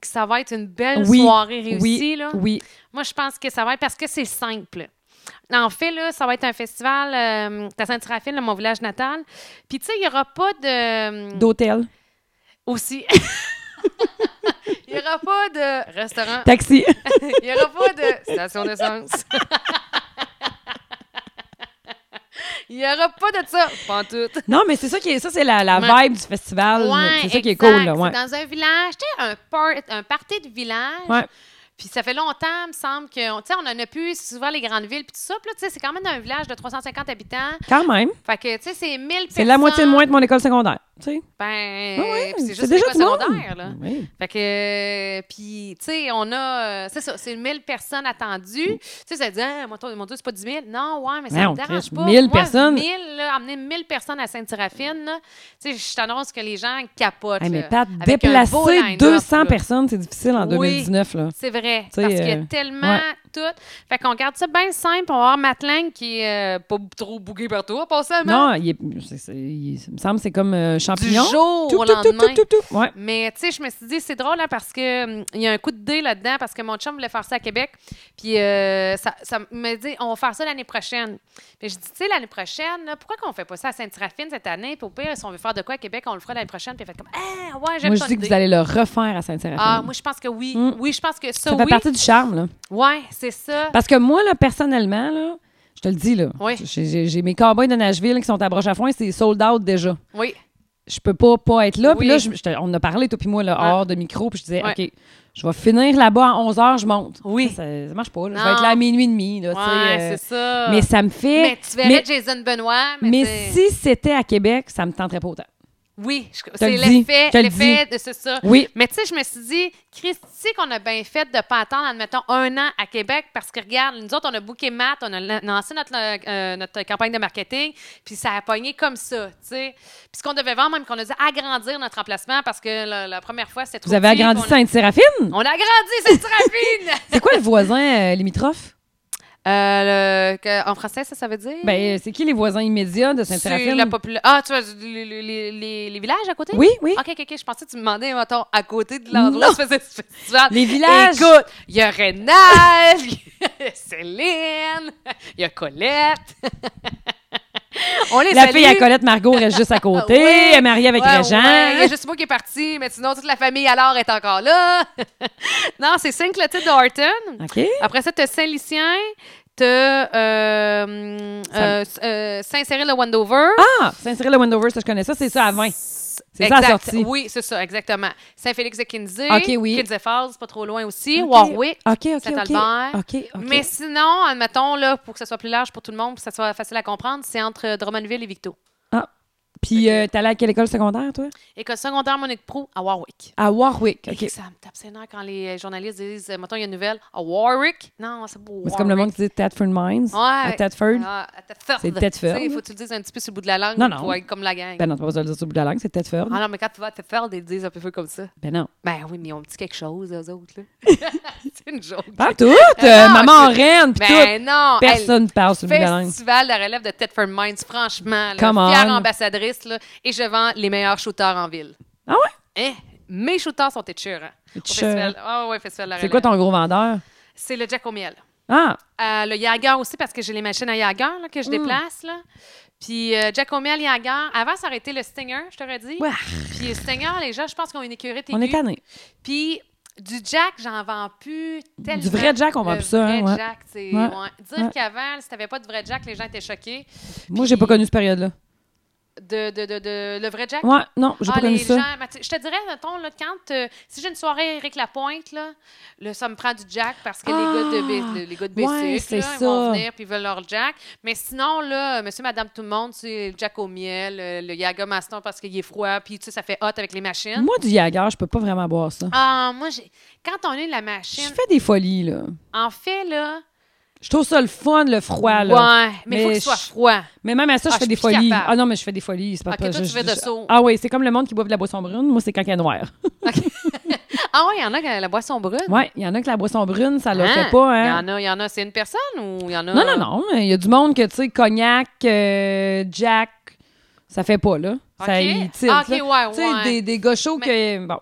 S2: que ça va être une belle
S1: Oui,
S2: soirée réussie,
S1: oui,
S2: là,
S1: oui.
S2: moi, je pense que ça va être parce que c'est simple. En fait, là, ça va être un festival euh, à Sainte-Séraphine, dans mon village natal. Puis, tu sais, il n'y aura pas de...
S1: D'hôtel,
S2: Aussi... Il n'y aura pas de restaurant.
S1: taxi.
S2: Il n'y aura pas de station d'essence. Il n'y aura pas de ça, pantoute.
S1: non, mais c'est ça qui est. Ça, c'est la, la
S2: Ouais.
S1: vibe du festival.
S2: Ouais,
S1: Ah, c'est ça qui est
S2: exact.
S1: cool, là. Ouais.
S2: C'est dans un village, tu sais, un, par- un party de village.
S1: Ouais.
S2: Puis ça fait longtemps, me semble, que, tu sais, on en a plus souvent les grandes villes, puis tout ça. Puis là, tu sais, c'est quand même un village de 350 habitants.
S1: Quand même.
S2: Fait que, tu sais, c'est 1000 personnes.
S1: C'est la moitié de moins de mon école secondaire. Tu sais?
S2: Ben,
S1: Ouais, ouais,
S2: puis c'est juste
S1: déjà
S2: l'école
S1: du monde.
S2: secondaire, là.
S1: Oui.
S2: Fait que, euh, puis, tu sais, on a, euh, c'est ça, c'est 1000 personnes attendues. Tu sais, ça dit, Ah, mon, Dieu- mon Dieu, c'est pas 10 000. Non, ouais, mais ça
S1: Non,
S2: me dérange
S1: Chris,
S2: pas.
S1: 1000
S2: Moi,
S1: personnes.
S2: 1000, là, amener 1000 personnes à Sainte-Séraphine, là, tu sais, je t'annonce que les gens capotent.
S1: Hey, mais
S2: là,
S1: Pat,
S2: euh, avec un beau
S1: déplacer
S2: line-up,
S1: 200
S2: là.
S1: personnes, c'est difficile en
S2: Oui.
S1: 2019, là.
S2: C'est vrai,
S1: Tu sais,
S2: parce qu'il y
S1: euh,
S2: a tellement
S1: ouais.
S2: tout. Fait qu'on garde ça bien simple. On va avoir Matlang qui est euh, pas b- trop bougué par toi, passablement.
S1: Non, il, est- c'est- c'est- il- ça me semble que c'est comme euh,
S2: hein, Du
S1: champignon.
S2: jour
S1: Tout,
S2: au
S1: tout, tout,
S2: lendemain.
S1: tout, tout, tout. Ouais.
S2: Mais tu sais, je me suis dit, c'est drôle hein, parce que hum, il y a un coup de dé là-dedans parce que mon chum voulait faire ça à Québec. Puis euh, ça, ça me dit, on va faire ça l'année prochaine. Mais je dis, tu sais, l'année prochaine, là, pourquoi qu'on fait pas ça à Sainte-Raphine cette année? Puis au pire, si on veut faire de quoi à Québec, on le fera l'année prochaine. Puis il fait comme, ah, ouais, j'aime
S1: Moi, je
S2: ton
S1: dis que
S2: idée.
S1: vous allez le refaire à Saint-Séraphine.
S2: Ah, moi, je pense que oui.
S1: Mm.
S2: Oui, je pense que ça,
S1: ça fait
S2: oui.
S1: partie du charme, là.
S2: Ouais, c'est ça.
S1: Parce que moi, là, personnellement, là, je te le dis, là,
S2: Oui.
S1: j'ai- j'ai j'ai mes cowboys de Nashville qui sont à broche à foin, c'est sold out déjà.
S2: Oui.
S1: Je peux pas pas être là. Puis
S2: Oui.
S1: là, je- je te- on en a parlé, toi puis moi, là,
S2: Ouais.
S1: hors de micro, puis je disais,
S2: Ouais.
S1: OK, je vais finir là-bas à 11 h, je monte.
S2: Oui.
S1: Ça, ça- ça marche pas, là. Je
S2: Non.
S1: vais être là à minuit et demi, là, tu sais,
S2: Ouais,
S1: euh,
S2: c'est ça.
S1: Mais ça me fait...
S2: Mais tu verrais
S1: mais-
S2: Jason Benoit. Mais,
S1: mais
S2: t'sais-
S1: si c'était à Québec, ça me tenterait pas autant.
S2: Oui, je-
S1: te
S2: c'est
S1: le dis,
S2: l'effet,
S1: je te le
S2: l'effet de c'est ça.
S1: Oui.
S2: Mais tu sais, je me suis dit, Christy, qu'on a bien fait de pas attendre, admettons, un an à Québec, parce que regarde, nous autres, on a booké Matt, on a la- lancé notre, euh, notre campagne de marketing, puis ça a pogné comme ça, tu sais. Puis ce qu'on devait vendre, même qu'on a dû agrandir notre emplacement, parce que la, la première fois, c'était trop
S1: Vous avez
S2: petit,
S1: agrandi
S2: puis on a-
S1: Sainte-Séraphine?
S2: On a agrandi cette rapide!
S1: C'est quoi le voisin euh, limitrophe?
S2: Euh, le- que- en français, ça, ça veut dire?
S1: Ben, c'est qui les voisins immédiats de
S2: Sur
S1: Sainte-Séraphine?
S2: la popula- Ah, tu vois, les, les- les- les villages à côté?
S1: Oui, oui.
S2: OK, OK, OK. Je pensais que tu me demandais, mettons, à côté de l'endroit où se faisait ce festival.
S1: Les villages.
S2: Écoute, il y a Rénal, il y a Céline, il y a Colette. On les
S1: La
S2: salue. Ah
S1: fille à Colette Margot reste juste à côté,
S2: Oui.
S1: elle est mariée avec
S2: Ouais,
S1: Régent.
S2: ouais, Il y a juste moi qui est parti, mais sinon, toute la famille alors est encore là. non, c'est Sainte-Clotilde de Horton.
S1: OK.
S2: Après ça, t'as Saint-Lucien, t'as euh, euh, euh, Saint-Cyril-le-Wendover.
S1: Ah, Saint-Cyril-le-Wendover, ça je connais ça, c'est ça à 20. C'est ça la
S2: Exact.
S1: sortie.
S2: Oui, c'est ça, exactement. Saint-Félix de Kinsey.
S1: Ok, oui.
S2: Kinsey Falls, pas trop loin aussi.
S1: OK.
S2: Warwick.
S1: OK, OK, OK.
S2: Saint-Albert.
S1: OK, OK.
S2: Mais sinon, admettons, là, pour que ça soit plus large pour tout le monde, pour que ça soit facile à comprendre, c'est entre Drummondville et Victo.
S1: Ah. Puis, euh, t'allais à quelle école secondaire, toi?
S2: École secondaire Monique Pro à Warwick.
S1: À Warwick.
S2: Et
S1: OK.
S2: Ça me tape ses nerfs quand les journalistes disent, euh, mettons, il y a une nouvelle à Warwick. Non, c'est beau.
S1: Mais C'est comme le monde qui dit Thetford Mines. À Thetford.
S2: Ah, à Thetford.
S1: C'est Thetford.
S2: Tu sais, Il faut que tu le dises un petit peu sur le bout de la langue
S1: Non, non.
S2: pour être comme la gang.
S1: Ben non, t'as pas besoin de le dire sur le bout de la langue, c'est Thetford.
S2: Ah non, mais quand tu vas à Thetford, ils te disent un peu comme ça.
S1: Ben non.
S2: Ben oui, mais on me dit quelque chose, eux autres, là. c'est une joke.
S1: Pas toutes! euh,
S2: Ben non,
S1: maman
S2: c'est-
S1: reine, puis
S2: Ben non!
S1: tout! Personne parle sur le
S2: hey,
S1: bout de la langue.
S2: Festival de la relève de Thetford Mines, franchement. Là,
S1: Come on.
S2: Fière ambassadrice, là, et je vends les meilleurs shooters en ville.
S1: Ah ouais?
S2: Hein? Mes shooters sont échurants. Au
S1: Échurants.
S2: festival- Ah ouais, festival de la
S1: C'est
S2: relève.
S1: quoi ton gros vendeur?
S2: C'est le Jack O'Miel.
S1: Ah!
S2: Euh, le Jager aussi, parce que j'ai les machines à Jager là,
S1: Hmm.
S2: que je déplace. Là. Puis euh, Jack O'Miel, Jager. Avant, ça aurait été le Stinger, je t'aurais dit.
S1: Ouais.
S2: Puis le Stinger, les gens, je pense qu'on ont une écurie
S1: On est
S2: aiguë.
S1: tanné.
S2: Puis du Jack, j'en vends plus tellement.
S1: Du vrai Jack, on vend
S2: va
S1: plus ça, hein, ouais.
S2: Jack, c'est-
S1: Ouais.
S2: ouais. Dire
S1: Ouais.
S2: qu'avant, si t'avais pas de vrai Jack, les gens étaient choqués.
S1: Moi, j'ai pas connu cette période-là.
S2: De, de, de, de- le vrai Jack.
S1: Ouais, non, j'ai
S2: Ah,
S1: pas
S2: les
S1: connu ça.
S2: gens- ben, tu- je te dirais, mettons, là, quand, euh, si j'ai une soirée Eric Lapointe, là, là, ça me prend du Jack parce que
S1: Ah!
S2: les gars de, B- le- les gars de
S1: Ouais,
S2: Bessic,
S1: c'est
S2: là, ils vont
S1: ça.
S2: venir puis ils veulent leur Jack. Mais sinon, là, monsieur, madame, tout le monde, tu sais, le Jack au miel, euh, le Yaga Maston parce qu'il est froid, puis tu sais, ça fait hot avec les machines.
S1: Moi, du Jaguar, je peux pas vraiment boire ça.
S2: Ah, moi, j'ai- quand on est la
S1: Je
S2: machine,
S1: fais des folies, là.
S2: en fait, là,
S1: Je trouve ça le fun, le froid, là.
S2: Ouais, mais il faut
S1: Mais
S2: qu'il soit
S1: je-
S2: froid.
S1: Mais même à ça,
S2: Ah,
S1: je fais
S2: je
S1: des
S2: suis plus
S1: folies.
S2: capable.
S1: Ah non, mais je fais des folies. C'est pas
S2: Ok,
S1: pas-
S2: toi,
S1: je-
S2: tu fais
S1: je-
S2: de
S1: je-
S2: saut.
S1: Ah oui, c'est comme le monde qui boit de la boisson brune. Moi, c'est quand elle est noire.
S2: Ah ouais, il y en a qui ont la boisson brune.
S1: Ouais, il y en a que la boisson brune, ça le
S2: Hein?
S1: fait pas,
S2: Il y
S1: hein.
S2: en a, il y en a. C'est une personne ou il y en a.
S1: Non, non, non. Il y a du monde que, tu sais, cognac, euh, jack, ça fait pas, là. Ça,
S2: Ok.
S1: ils tirent,
S2: Ah, ok,
S1: ça.
S2: ouais,
S1: Tu sais,
S2: ouais.
S1: des, des gauchos que... Bon,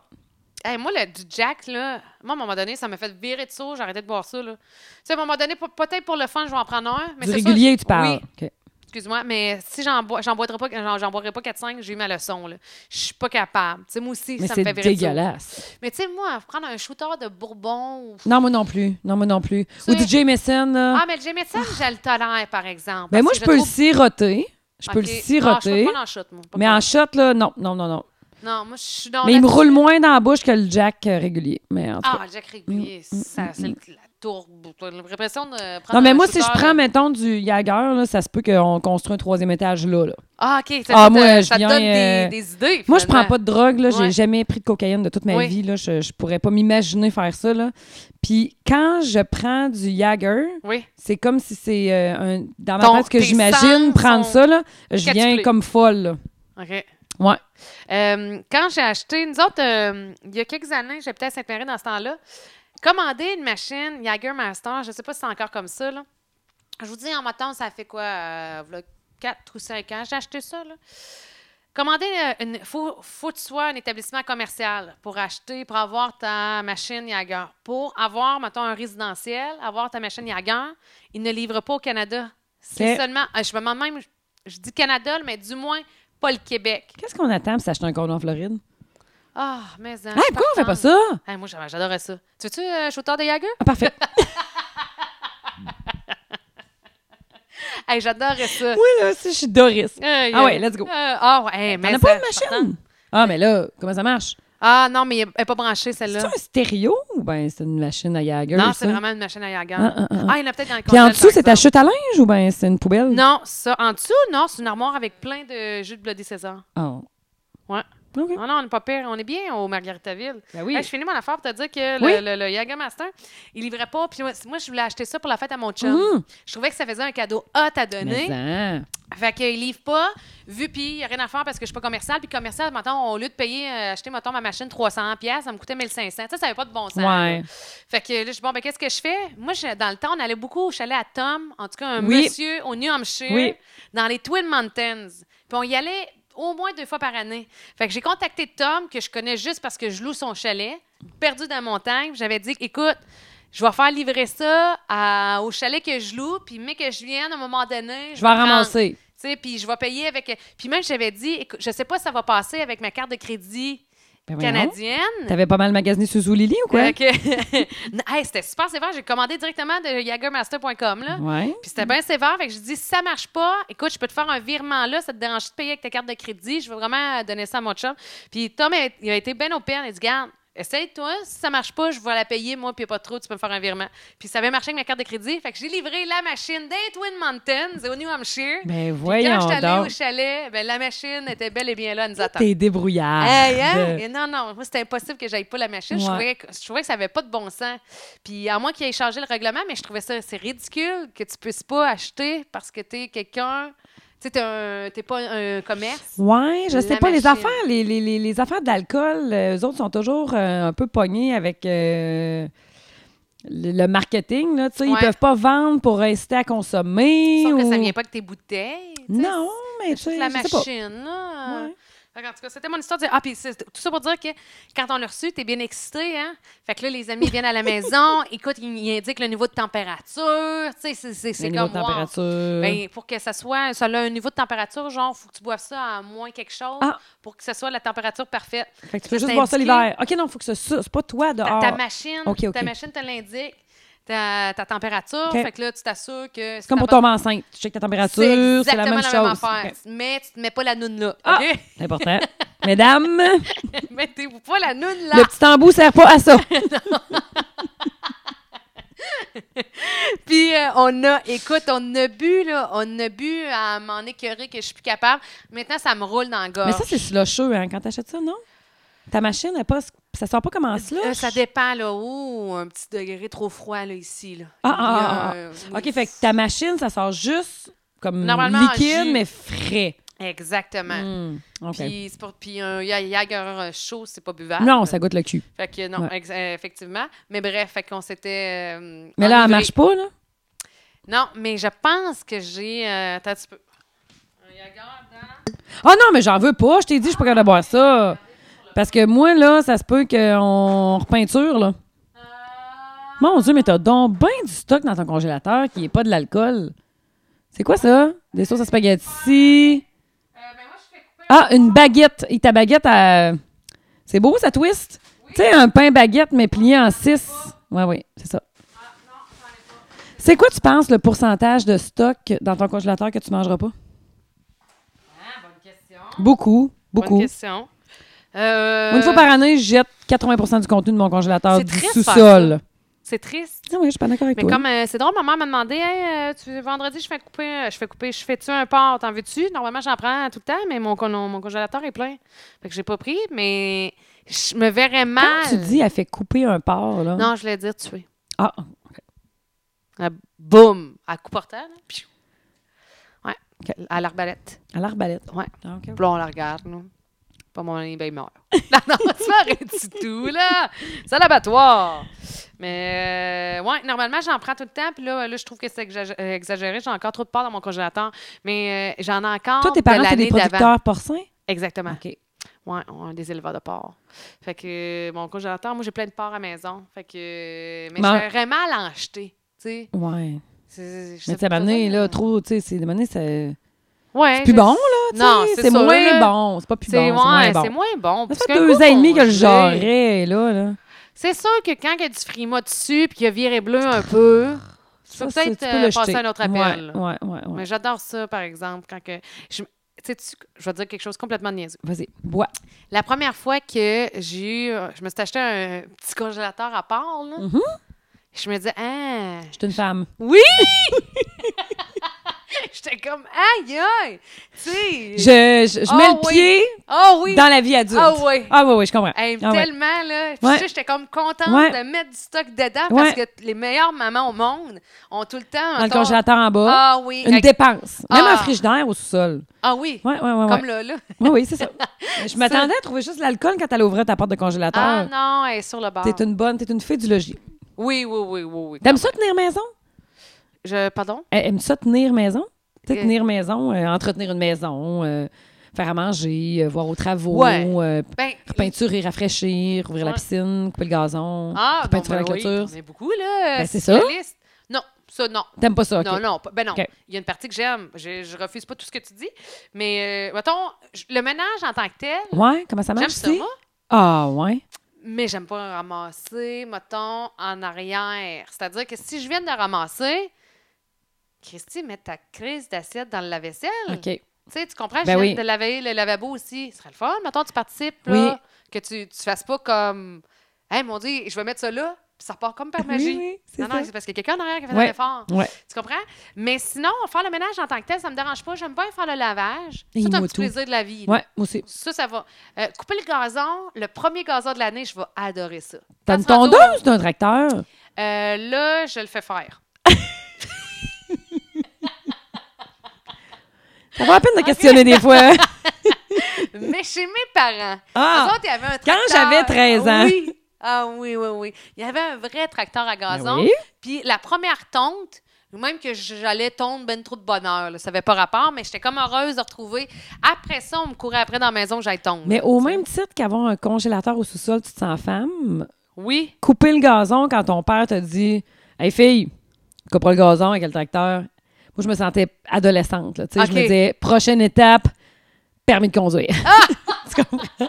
S2: Hey, moi, le, du Jack, là, moi, à un moment donné, ça m'a fait virer de saut. J'arrêtais de boire ça. Là. Tu sais, à un moment donné, pe- peut-être pour le fun, je vais en prendre un. Mais
S1: du
S2: c'est sûr-
S1: régulier, tu parles.
S2: Oui,
S1: Ok.
S2: excuse-moi, mais si j'en bois, j'en boirais pas, j'en, j'en boirais pas 4-5, j'ai eu ma leçon. Là. Je suis pas capable. Tu sais, moi aussi,
S1: Mais
S2: ça me
S1: c'est
S2: fait virer de saut.
S1: dégueulasse.
S2: Mais tu sais, moi, prendre un shooter de bourbon ou.
S1: Non, moi non plus. Non, moi non plus. Ou
S2: C'est-
S1: du Jameson, là.
S2: Ah, mais le Jameson, je le tolère, par exemple.
S1: Ben
S2: parce
S1: moi,
S2: que
S1: je peux le
S2: trouve-
S1: siroter. Je peux le
S2: Ok. Ah, je peux
S1: siroter.
S2: pas en shot, moi. Pas
S1: Mais en shot, là, non, non, non, non.
S2: Non, moi, je suis dans
S1: mais il me
S2: là-dessus.
S1: roule moins dans la bouche que le Jack euh, régulier. Mais en tout
S2: Ah,
S1: cas.
S2: le Jack
S1: Mm,
S2: régulier, ça, c'est le- la tourbe. J'ai l'impression de prendre.
S1: Non, mais
S2: un
S1: moi, si je
S2: shooter,
S1: prends,
S2: là.
S1: mettons, du Jaguar, là, ça se peut qu'on construise un troisième étage là. là.
S2: Ah, OK. Ça,
S1: Ah,
S2: ça te-
S1: moi,
S2: ça,
S1: je
S2: te
S1: viens,
S2: donne
S1: euh,
S2: des, des idées.
S1: Moi, je prends
S2: finalement.
S1: pas de drogue, là. J'ai
S2: Ouais.
S1: jamais pris de cocaïne de toute ma
S2: Oui.
S1: vie, là. Je, je pourrais pas m'imaginer faire ça, là. Puis quand je prends du Jaguar,
S2: Oui.
S1: c'est comme si c'est euh, un... dans ma
S2: Ton-
S1: tête ce que
S2: tes
S1: j'imagine
S2: sens
S1: prendre
S2: sont
S1: ça, là. Je viens
S2: quadruplés.
S1: comme folle, là.
S2: OK.
S1: Ouais.
S2: Euh, quand j'ai acheté, nous autres, euh, il y a quelques années, j'habitais à Sainte-Marie dans ce temps-là. Commander une machine, Jagermaster, je sais pas si c'est encore comme ça, là. Je vous dis, en matin, ça fait quoi, euh, 4 ou 5 ans, j'ai acheté ça, là. Commander, euh, une, faut, faut que tu sois un établissement commercial pour acheter, pour avoir ta machine Jager. Pour avoir, mettons, un résidentiel, avoir ta machine Jager, ils ne livrent pas au Canada. C'est
S1: Ok.
S2: seulement, euh, je me demande même, je, je dis Canada, mais du moins pas le Québec.
S1: Qu'est-ce qu'on attend pour s'acheter un condo en Floride?
S2: Ah, mais... hein,
S1: Hey,
S2: je
S1: pourquoi on fait pas
S2: partante.
S1: ça?
S2: Hey, moi, j'adorais- j'adorais ça. Tu veux-tu euh, shooter de Jager?
S1: Ah, parfait.
S2: Hey, j'adorais ça.
S1: Moi, là, si je suis Doris.
S2: Euh,
S1: Ah
S2: euh,
S1: ouais, let's go. Ben,
S2: euh, Ah ouais, hey,
S1: T'en
S2: mais
S1: as
S2: ça,
S1: pas de
S2: je suis partante.
S1: machine? Ah, mais là, comment ça marche?
S2: Ah non, mais elle n'est pas branchée,
S1: C'est
S2: celle-là.
S1: un stéréo ou bien c'est une machine à Jagger?
S2: Non, c'est
S1: ça?
S2: vraiment une machine à Jager.
S1: Ah,
S2: Ah,
S1: ah, ah.
S2: il y en a peut-être dans le
S1: Puis en
S2: congèle,
S1: dessous,
S2: par
S1: c'est ta
S2: exemple.
S1: chute à linge ou bien c'est une poubelle?
S2: Non, ça, en dessous, non, c'est une armoire avec plein de jus de Bloody César.
S1: Oh.
S2: Ouais.
S1: OK.
S2: Non, non, on n'est pas pire. On est bien au Margaritaville.
S1: Ben oui.
S2: Hey, je finis mon affaire pour te dire que le,
S1: Oui.
S2: le, le Jager Master, il livrait pas. Puis moi, moi, je voulais acheter ça pour la fête à mon chum.
S1: Mhm.
S2: Je trouvais que ça faisait un cadeau hot à donner.
S1: Mais ça.
S2: Fait qu'il livre pas, vu puis il n'y a rien à faire parce que je suis pas commercial. Puis commercial, mettons, au lieu de payer, euh, acheter, mettons, ma machine 300$, piastres, ça me coûtait 1500$. Ça, ça n'avait pas de bon sens.
S1: Ouais.
S2: là. Fait que là, je dis, bon, ben qu'est-ce que je fais? Moi, je- dans le temps, on allait beaucoup au chalet à Tom, en tout cas, un
S1: Oui.
S2: monsieur au New Hampshire,
S1: Oui.
S2: dans les Twin Mountains. Puis on y allait au moins deux fois par année. Fait que j'ai contacté Tom, que je connais juste parce que je loue son chalet, perdu dans la montagne. Puis J'avais dit, écoute, je vais faire livrer ça à- au chalet que je loue, puis mais que je vienne à un moment donné,
S1: Je vais en
S2: prendre.
S1: ramasser.
S2: Tu sais, puis je vais payer avec. Puis même, j'avais dit, écoute, je sais pas si ça va passer avec ma carte de crédit
S1: Ben voyons.
S2: canadienne.
S1: T'avais pas mal magasiné sous Lily ou quoi?
S2: Fait que- Non, hey, c'était super sévère. J'ai commandé directement de yagermaster.com, là.
S1: Ouais.
S2: Puis c'était bien sévère. Fait que je dis, si ça marche pas, écoute, je peux te faire un virement là. Ça te dérange de payer avec ta carte de crédit. Je veux vraiment euh, donner ça à mon chum. Puis Tom, il a- il a été bien open. Il a dit, garde. Essaye-toi, si ça marche pas, je vais la payer, moi, puis pas trop, tu peux me faire un virement. Puis ça avait marché avec ma carte de crédit, fait que j'ai livré la machine des Twin Mountains au New Hampshire.
S1: Ben
S2: Puis
S1: voyons
S2: Quand je suis allée au
S1: donc.
S2: chalet, ben, la machine était bel et bien là, elle nous attend.
S1: T'es débrouillard.
S2: Hey, hein? Et non, non, moi, c'était impossible que j'aille pas la machine. Je,
S1: Ouais.
S2: trouvais que, je trouvais que ça avait pas de bon sens. Puis, à moins qu'il ait changé le règlement, mais je trouvais ça, c'est ridicule que tu puisses pas acheter parce que tu es quelqu'un. Tu sais, t'es un- t'es pas un commerce.
S1: Ouais, je
S2: La
S1: sais pas. Les
S2: machine.
S1: affaires, les, les, les, les affaires d'alcool, euh, eux autres sont toujours euh, un peu pognés avec euh, le, le marketing. Là, tu sais Ils
S2: Ouais.
S1: peuvent pas vendre pour inciter à consommer.
S2: Sauf que ça
S1: ou-
S2: vient pas que tes bouteilles. tu sais,
S1: Non, mais tu
S2: c'est
S1: sais,
S2: la
S1: je sais pas.
S2: machine, là.
S1: Ouais.
S2: Fait que, en tout cas, c'était mon histoire. de- Ah, puis c'est- tout ça pour dire que quand on l'a reçu, t'es bien excité, hein? Fait que là, les amis viennent à la maison, écoute, ils, ils indiquent le niveau de température, tu sais, c'est- c'est c'est
S1: Le
S2: comme...
S1: niveau de
S2: wow.
S1: température.
S2: Ben, pour que ça soit... Ça a un niveau de température, genre, faut que tu boives ça à moins quelque chose
S1: Ah.
S2: pour que ça soit la température parfaite.
S1: fait que tu
S2: c'est
S1: peux juste boire ça
S2: indiqué.
S1: l'hiver. OK, non, faut que ce soit. C'est pas toi
S2: Ta,
S1: dehors.
S2: ta machine,
S1: Ah. Ok, ok.
S2: ta machine te l'indique, ta, ta température,
S1: Ok.
S2: fait que là, tu t'assures que...
S1: C'est comme pour tomber enceinte. Tu checkes ta température, c'est la
S2: exactement
S1: même chose.
S2: affaire.
S1: Ok.
S2: Mais tu te mets pas la noune là,
S1: Ah!
S2: OK?
S1: C'est important. Mesdames,
S2: Mettez-vous pas la noune là.
S1: le petit embout sert pas à ça.
S2: Puis euh, on a, écoute, on a bu, là, on a bu à m'en écœurer que je suis plus capable. Maintenant, ça me roule dans le gorge.
S1: Mais ça, c'est slusheux, hein, quand t'achètes ça, non? Ta machine, elle passe, ça sort pas comme en slush?
S2: Euh, ça dépend, là. Oh, un petit degré trop froid, là, ici, là.
S1: Ah, ah, ah,
S2: Il y a, euh,
S1: OK, fait que ta machine, ça sort juste comme
S2: Normalement, en
S1: liquide,
S2: jus.
S1: mais frais.
S2: Exactement.
S1: Hmm, OK.
S2: Puis, euh, c'est pour- puis un ya- Jager chaud, c'est pas buvable.
S1: non, ça goûte le cul.
S2: Fait que non,
S1: Ouais.
S2: ex- euh, effectivement. Mais bref, fait qu'on s'était. euh,
S1: Mais là, elle
S2: enivrés.
S1: marche pas, là?
S2: Non, mais je pense que j'ai. euh, attends un petit peu. Un Jager dans.
S1: Oh non, mais j'en veux pas. Je t'ai dit, je suis pas capable de boire ça. Parce que moi, là, ça se peut qu'on repeinture, là.
S2: Ah.
S1: Mon Dieu, mais t'as donc bien du stock dans ton congélateur qui est pas de l'alcool. C'est quoi ça? Des sauces à spaghetti.
S2: Euh, ben, moi, je fais couper
S1: Ah, une baguette. Et ta baguette, elle- c'est beau, ça twist? Tu sais, un pain baguette, mais plié en six. Oui, oui, c'est ça. C'est quoi, tu penses, le pourcentage de stock dans ton congélateur que tu mangeras pas?
S2: Ah, bonne question.
S1: Beaucoup,
S2: Bonne
S1: beaucoup.
S2: question. Euh,
S1: Une fois par année, je jette 80 du contenu de mon congélateur
S2: C'est
S1: du
S2: triste,
S1: sous-sol.
S2: C'est triste.
S1: Ah oui, je suis pas d'accord avec
S2: Mais
S1: toi.
S2: comme euh, c'est drôle, ma mère m'a demandé Hey, euh, tu, vendredi, je fais couper, euh, je fais couper, je fais-tu un porc, t'en veux-tu? Normalement, j'en prends tout le temps, mais mon, con- mon congélateur est plein. Fait que j'ai pas pris, mais je me verrais mal.
S1: Quand tu dis, hein? elle fait couper un porc, là.
S2: Non, je voulais dire tuer.
S1: Ah,
S2: Ah, boum! À coup portant, là. Piou. Ouais.
S1: Ok.
S2: À l'arbalète.
S1: à l'arbalète.
S2: Ouais.
S1: Ah, ok, ok.
S2: Puis là, on la regarde, nous. Pas mon ami, ben, il meurt. Non, non, tu m'arrêtes du tout, là. C'est à l'abattoir. Mais, euh, ouais, normalement, j'en prends tout le temps. Puis là, là je trouve que c'est exagé- euh, exagéré. J'ai encore trop de part dans mon congélateur. Mais euh, j'en ai encore.
S1: Toi, tes
S2: de
S1: parents, t'es
S2: l'année
S1: des
S2: d'avant.
S1: producteurs porcins?
S2: Exactement.
S1: OK.
S2: Ouais, on a des éleveurs de porc. Fait que euh, mon congélateur, moi, j'ai plein de porcs à la maison. Fait que. euh, Mais
S1: Mais-
S2: j'aurais vraiment à l'enjeter. Tu sais.
S1: Ouais.
S2: C'est- je sais
S1: Mais tu sais, à un
S2: pas
S1: moment donné,
S2: comment-
S1: là, trop, tu sais, c'est à un moment donné, c'est
S2: Ouais,
S1: c'est plus
S2: je-
S1: bon, là. tu sais,
S2: Non, c'est
S1: c'est
S2: ça,
S1: moins
S2: là.
S1: bon. C'est pas plus bon,
S2: C'est
S1: c'est
S2: ouais,
S1: moins bon.
S2: c'est moins bon.
S1: Ça
S2: parce
S1: fait
S2: qu'un
S1: deux
S2: coup
S1: ans et demi que je
S2: congelé,
S1: jarrais, là. là.
S2: C'est sûr que quand il y a du frima dessus puis qu'il y a viré bleu un peu, tu
S1: Ça,
S2: peux
S1: c'est-
S2: peut-être
S1: tu peux
S2: euh,
S1: le
S2: passer
S1: jeter.
S2: à un autre appel.
S1: Ouais, ouais, ouais. ouais.
S2: Mais j'adore ça, par exemple, quand que. Je, tu sais, je vais te dire quelque chose de complètement niaiseux.
S1: Vas-y, bois.
S2: La première fois que j'ai eu. Je me suis acheté un petit congélateur à part, là.
S1: Mhm.
S2: Je me disais, ah,
S1: Je suis une femme.
S2: oui! J'étais comme, aïe, aïe! Tu sais.
S1: Je, je, je
S2: Ah
S1: mets le
S2: oui.
S1: pied
S2: oh oui!
S1: dans la vie adulte.
S2: Ah oui.
S1: Ah oui, oui, je comprends.
S2: Elle aime
S1: Ah ouais.
S2: tellement, là. Tu
S1: Ouais.
S2: sais, j'étais comme contente
S1: Ouais.
S2: de mettre du stock dedans parce
S1: Ouais.
S2: que les meilleures mamans au monde ont tout le temps.
S1: Dans le
S2: mettons,
S1: congélateur en bas.
S2: Ah oui.
S1: Oh, Une
S2: avec-
S1: dépense. Même
S2: Ah.
S1: un frigidaire au sous-sol.
S2: Ah oui.
S1: Ouais, ouais, ouais.
S2: Comme
S1: ouais.
S2: là, là.
S1: Oui, oui, c'est ça. Je m'attendais à trouver juste l'alcool quand elle ouvrait ta porte de
S2: Ah
S1: congélateur.
S2: non, elle est sur le bord.
S1: T'es une bonne, t'es une fée du logis.
S2: Oui, oui, oui, oui, oui.
S1: T'aimes ça tenir maison?
S2: Je... Pardon?
S1: Elle aime ça tenir maison? Tu sais,
S2: Euh.
S1: tenir maison, euh, entretenir une maison, euh, faire à manger, euh, voir aux travaux,
S2: Ouais.
S1: euh,
S2: Ben.
S1: repeinturer, rafraîchir, ouvrir
S2: Ouais.
S1: la piscine, couper le gazon,
S2: Ah, bon,
S1: repeinturer
S2: ben
S1: la
S2: oui,
S1: clôture.
S2: on est beaucoup, là.
S1: Ben, c'est ça.
S2: spécialistes. Non, ça, non.
S1: T'aimes pas ça, OK?
S2: Non, non, pas- ben non.
S1: OK.
S2: Il y a une partie que j'aime. Je, je refuse pas tout ce que tu dis. Mais, euh, mettons, j- le ménage en tant que tel,
S1: Ouais, comment ça
S2: j'aime
S1: marche
S2: ça,
S1: ici?
S2: moi.
S1: Ah, ouais.
S2: mais j'aime pas ramasser, mettons, en arrière. C'est-à-dire que si je viens de ramasser, Christy, mets ta crise d'assiette dans le lave-vaisselle.
S1: OK.
S2: Tu sais, tu comprends?
S1: Ben
S2: je viens
S1: oui.
S2: de laver le lavabo aussi. Ce serait le fun. Mettons, tu participes, là,
S1: Oui.
S2: que tu, tu fasses pas comme « Hey, mon Dieu, je vais mettre ça là », puis ça repart comme par magie.
S1: Oui, oui, c'est
S2: Non, non,
S1: ça.
S2: c'est parce qu'il y a quelqu'un en arrière qui fait
S1: Ouais.
S2: un effort.
S1: Ouais.
S2: Tu comprends? Mais sinon, faire le ménage en tant que tel, ça me dérange pas. J'aime bien faire le lavage.
S1: Et
S2: C'est un
S1: moi
S2: petit
S1: tout.
S2: plaisir de la vie. là.
S1: Ouais, moi aussi.
S2: Ça, ça va. Euh, couper le gazon, le premier gazon de l'année, je vais adorer ça.
S1: T'as
S2: Quand
S1: une
S2: tu vas au-
S1: tondeuse d'un tracteur?
S2: Euh, là, je le fais faire.
S1: Ça vaut la peine de questionner des fois.
S2: Mais chez mes parents,
S1: Ah!
S2: eux autres, il y avait un
S1: Quand
S2: tracteur.
S1: j'avais 13 ans.
S2: Oui. Ah oui, oui, oui. Il y avait un vrai tracteur à gazon.
S1: Ben oui.
S2: Puis la première tonte, même que j'allais tondre ben trop de bonheur, là, ça n'avait pas rapport, mais j'étais comme heureuse de retrouver. Après ça, on me courait après dans la maison, j'allais tondre.
S1: Mais au
S2: Tu sais.
S1: même titre qu'avoir un congélateur au sous-sol, tu te sens femme,
S2: Oui.
S1: couper le gazon quand ton père te dit Hey fille, coupe pas le gazon avec le tracteur. Moi, je me sentais adolescente. Là, tu sais, Je
S2: Ok.
S1: me disais Prochaine étape, permis de conduire. tu comprends?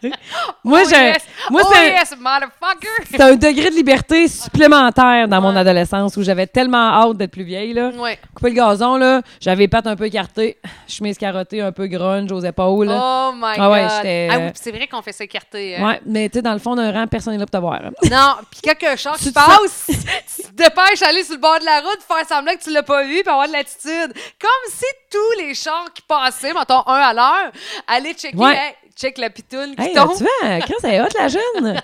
S1: Tu sais? moi,
S2: Ah! oh,
S1: j'ai-
S2: yes.
S1: moi,
S2: oh,
S1: c'est un-
S2: yes, motherfucker!
S1: c'est un degré de liberté supplémentaire dans mon adolescence où j'avais tellement hâte d'être plus vieille. Là.
S2: Ouais.
S1: Couper le gazon, là, j'avais les pattes un peu écartées, chemise carottée, un peu grunge aux épaules.
S2: Oh my
S1: Ah ouais,
S2: God.
S1: j'étais-
S2: ah oui, puis c'est vrai qu'on fait s'écarter. hein.
S1: Ouais, mais tu sais, dans le fond d'un rang, personne n'est là pour te voir.
S2: Non, puis quand il y a un char qui
S1: Tu te
S2: passe, tu te dépêches d'aller sur le bord de la route, faire semblant que tu l'as pas vu, puis avoir de l'attitude. Comme si tous les chars qui passaient, mettons un à l'heure, allaient checker,
S1: Ouais.
S2: hey, check la pitoune qui
S1: Hey,
S2: tombe.
S1: tu vois, Chris, elle est hot, la jeune.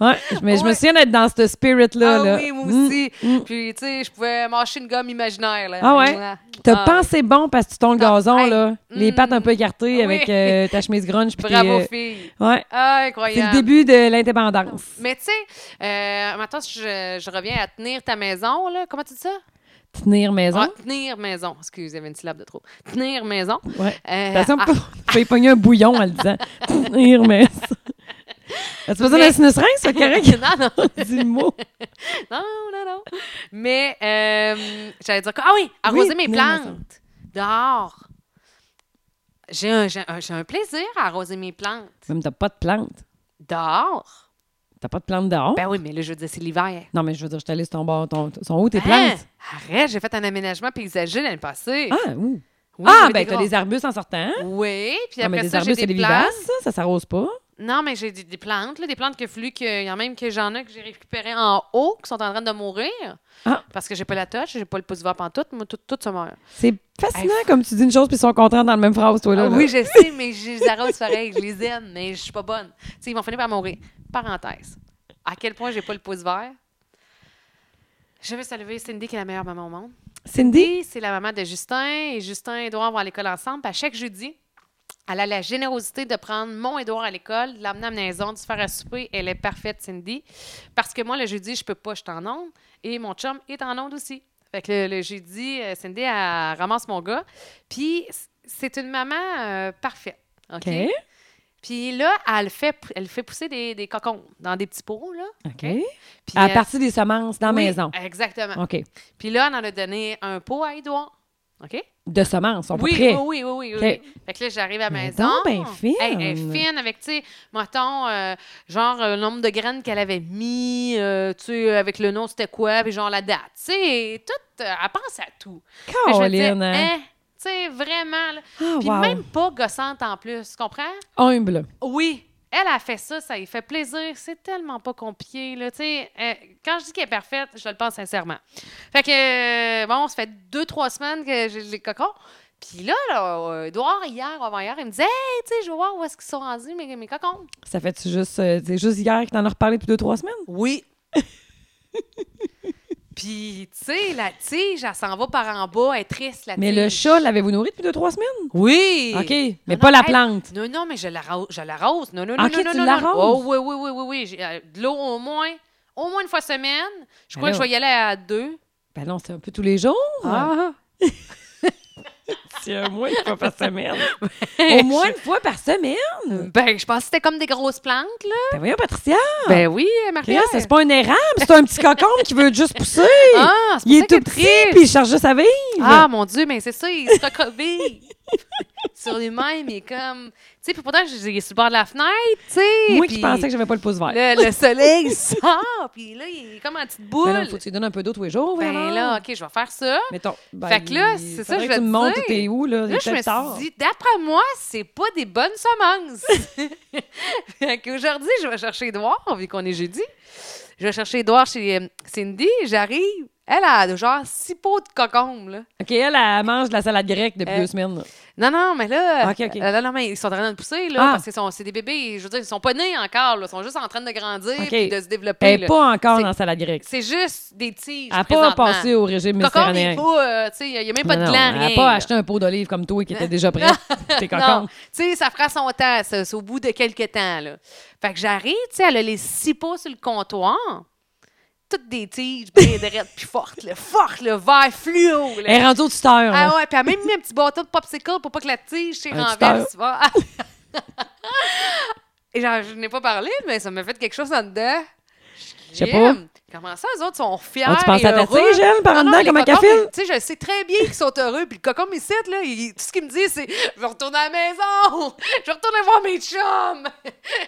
S1: Ouais, je me, je me
S2: Ouais.
S1: souviens d'être dans ce spirit-là.
S2: ah
S1: là.
S2: oui, moi
S1: Mm.
S2: aussi. Puis, tu sais, je pouvais mâcher une gomme imaginaire. Là.
S1: Ah ouais? T'as
S2: Ah
S1: pensé bon parce que tu tombes le gazon,
S2: hey,
S1: là. Les
S2: mm.
S1: pattes un peu écartées
S2: Oui.
S1: avec euh, ta chemise grunge. puis
S2: Bravo,
S1: tes, euh,
S2: fille.
S1: Ouais,
S2: Ah,
S1: c'est
S2: incroyable.
S1: le début de l'indépendance.
S2: Mais tu sais, euh, maintenant, si je, je reviens à tenir ta maison, là. Comment tu dis ça?
S1: Tenir maison.
S2: Ah, tenir maison. Excusez, il y avait une syllabe de trop. Tenir maison.
S1: Ouais.
S2: Euh,
S1: Attention,
S2: à-
S1: on fait pogner un bouillon en le disant. Tenir maison. As-tu besoin
S2: Mais-
S1: d'un sinus rein, c'est correct?
S2: non, non.
S1: Dis le mot.
S2: Non, non, non. Mais euh, j'allais dire quoi? Ah oui, arroser mes
S1: tenir maison.
S2: plantes dehors. J'ai un, j'ai un- j'ai un plaisir à arroser mes plantes
S1: Même t'as pas de plante.
S2: dehors.
S1: T'as pas de plante dehors?
S2: Ben oui, mais là, je veux dire, c'est l'hiver.
S1: Non, mais je veux dire, je t'allais sur ton bord. Ton, sont où tes
S2: Hein?
S1: plantes?
S2: Arrête, j'ai fait un aménagement paysager l'année passée.
S1: Ah, ouh.
S2: Oui,
S1: ah,
S2: j'avais
S1: ben,
S2: des
S1: t'as
S2: Ben- gros-
S1: des arbustes en sortant.
S2: Oui, puis
S1: Ah, mais
S2: après
S1: des
S2: ça, j'ai
S1: arbustes, c'est
S2: des,
S1: des
S2: plantes.
S1: vivaces, ça, ça s'arrose pas.
S2: Non, mais j'ai des, des plantes, là, des plantes que flux, qu'il y en a même que j'en ai que j'ai récupérées en haut, qui sont en train de mourir.
S1: Ah.
S2: Parce que j'ai pas la touche, j'ai pas le pouce vert pantoute, moi, tout, tout se meurt.
S1: C'est fascinant comme tu dis une chose puis ils sont contents dans la même phrase, toi, là.
S2: Ah
S1: là.
S2: oui, je sais, mais je les arrose pareil. Je les aime, mais je suis pas bonne. Tu sais, ils vont finir par mourir. Parenthèse. À quel point j'ai pas le pouce vert? Je vais saluer Cindy, qui est la meilleure maman au monde.
S1: Cindy?
S2: Cindy, c'est la maman de Justin, et Justin et Edouard vont à l'école ensemble. Puis À chaque jeudi, Elle a la générosité de prendre mon Édouard à l'école, de l'emmener à la maison, de se faire à souper. Elle est parfaite, Cindy. Parce que moi, le jeudi, je peux pas, je suis en onde. Et mon chum est en onde aussi. Fait que le, le jeudi, euh, Cindy, elle ramasse mon gars. Puis, c- c'est une maman euh, parfaite. OK?
S1: OK.
S2: Puis là, elle fait, elle fait pousser des, des cocons dans des petits pots, là.
S1: OK.
S2: Puis
S1: À
S2: elle-
S1: partir des semences dans la
S2: Oui,
S1: maison.
S2: Exactement.
S1: OK.
S2: Puis là, on en a donné un pot à Édouard. OK?
S1: De semences, on peut
S2: Oui, oui,
S1: prêt.
S2: oui, oui, oui,
S1: Prêt.
S2: oui. Fait que là, j'arrive à la
S1: Mais
S2: maison.
S1: donc, ben fine.
S2: Hey, elle est fine avec, tu sais, mettons, euh, genre, euh, le nombre de graines qu'elle avait mis, euh, tu sais, avec le nom, c'était quoi, puis genre la date. Tu sais, tout, euh, elle pense à tout. Puis je me disais,
S1: Caroline, hein?
S2: hein, tu sais, vraiment. là.
S1: Ah,
S2: Puis
S1: wow.
S2: même pas gossante en plus, tu comprends?
S1: Humble.
S2: Oui. Elle a fait ça, ça lui fait plaisir. C'est tellement pas compliqué. Là. Tu sais, euh, quand je dis qu'elle est parfaite, je le pense sincèrement. Fait que, euh, bon, ça fait deux, trois semaines que j'ai les cocons. Puis là, là euh, Edouard, hier, avant-hier, il me disait Hey, tu sais, je veux voir où est-ce qu'ils sont rendus, mes, mes cocons.
S1: Ça fait juste, euh, c'est juste hier que t'en as reparlé depuis deux, trois semaines?
S2: Oui. Puis, tu sais, la tige, elle s'en va par en bas, elle est triste, la
S1: Mais
S2: tige.
S1: le chat, l'avez-vous nourri depuis deux, trois semaines?
S2: Oui.
S1: OK. Mais
S2: non,
S1: pas la
S2: hey,
S1: plante.
S2: Non, non, mais je l'arrose. Je l'arrose. Non, non, non,
S1: Ok,
S2: non, non,
S1: tu
S2: non, non.
S1: l'arroses?
S2: Oh, oui, oui, oui, oui, oui. J'ai, euh, de l'eau au moins. Au moins une fois semaine. Je
S1: Ben là.
S2: crois que je vais y aller à deux.
S1: Ben non, c'est un peu tous les jours.
S2: Ah!
S1: C'est un mois, une fois par semaine. Au moins une fois par semaine.
S2: Ben, je pense que c'était comme des grosses plantes, là.
S1: Ben voyons, Patricia.
S2: Ben oui, marie
S1: Chris, c'est pas un érable, c'est un petit cocon qui veut juste pousser.
S2: Ah, c'est
S1: Il
S2: pour ça
S1: est
S2: qu'elle
S1: tout
S2: est
S1: petit, puis il cherche juste à vivre.
S2: Ah, mon Dieu, mais c'est ça, il se recobille. Sur lui-même, il est comme... Tu sais, puis pourtant, j'ai sur le bord de la fenêtre, tu sais.
S1: Moi
S2: puis
S1: qui pensais que j'avais pas le pouce vert.
S2: Le, le soleil sort, puis là, il est comme en petite boule.
S1: Ben là, faut que tu lui donnes un peu d'eau tous les jours,
S2: ben
S1: voyons.
S2: là, OK, je vais faire ça.
S1: Mettons. ben,
S2: Fait que là,
S1: il
S2: c'est ça
S1: faudrait
S2: que je
S1: tu me
S2: veux
S1: montres
S2: dire.
S1: où t'es où, là. il
S2: Là,
S1: est
S2: je
S1: peut-être
S2: me
S1: tard.
S2: suis dit, d'après moi, c'est pas des bonnes semences. fait qu'aujourd'hui, je vais chercher Edouard, vu qu'on est jeudi. Je vais chercher Edouard chez euh, Cindy, j'arrive. Elle a genre six pots de cocombes, là.
S1: OK, elle, elle mange de la salade grecque depuis
S2: Euh,
S1: deux semaines. là.
S2: Non, non, mais là,
S1: Ah, Ok, ok.
S2: euh, là, non, mais ils sont en train de pousser, là,
S1: Ah.
S2: parce que sont- c'est des bébés. Je veux dire, ils sont pas nés encore, là. Ils sont juste en train de grandir
S1: Ok.
S2: et de se développer,
S1: Elle
S2: là.
S1: n'est pas encore
S2: c'est-
S1: dans la salade grecque.
S2: C'est juste des tiges,
S1: Elle n'a pas
S2: présentement.
S1: passé au régime
S2: Cocombe, il est
S1: méditerranéen.
S2: pas, euh, tu sais, il n'y a même pas
S1: Non,
S2: de
S1: non,
S2: gland,
S1: elle
S2: rien.
S1: n'a pas
S2: là.
S1: acheté un pot d'olive comme toi qui était déjà prêt. T'es
S2: Non,
S1: coquin.
S2: tu sais, ça fera son temps, ça, c'est au bout de quelques temps. Là. Fait que j'arrive, tu sais, elle a les six pots sur le comptoir. Toutes des tiges bien drettes, puis fortes, là, fortes, le vert fluo.
S1: Elle
S2: Là.
S1: est rendue au tuteur. là.
S2: Ah ouais, puis elle a même mis un petit bâton de popsicle pour pas que la tige s'y
S1: Un
S2: renverse. tu vois. Ah. Et genre, je n'ai pas parlé, mais ça m'a fait quelque chose en dedans.
S1: Je sais pas.
S2: Crime. Comment ça, eux autres sont fiers
S1: Oh, tu penses
S2: et
S1: à ta
S2: heureux?
S1: tige, elle, par en
S2: Non, non,
S1: dedans,
S2: les
S1: comme un
S2: cocons,
S1: cafile?
S2: mais, Tu sais, je sais très bien qu'ils sont heureux. Puis le cocon, ici, là, il- tout ce qu'il me dit, c'est « Je vais retourner à la maison! Je vais retourner voir mes chums!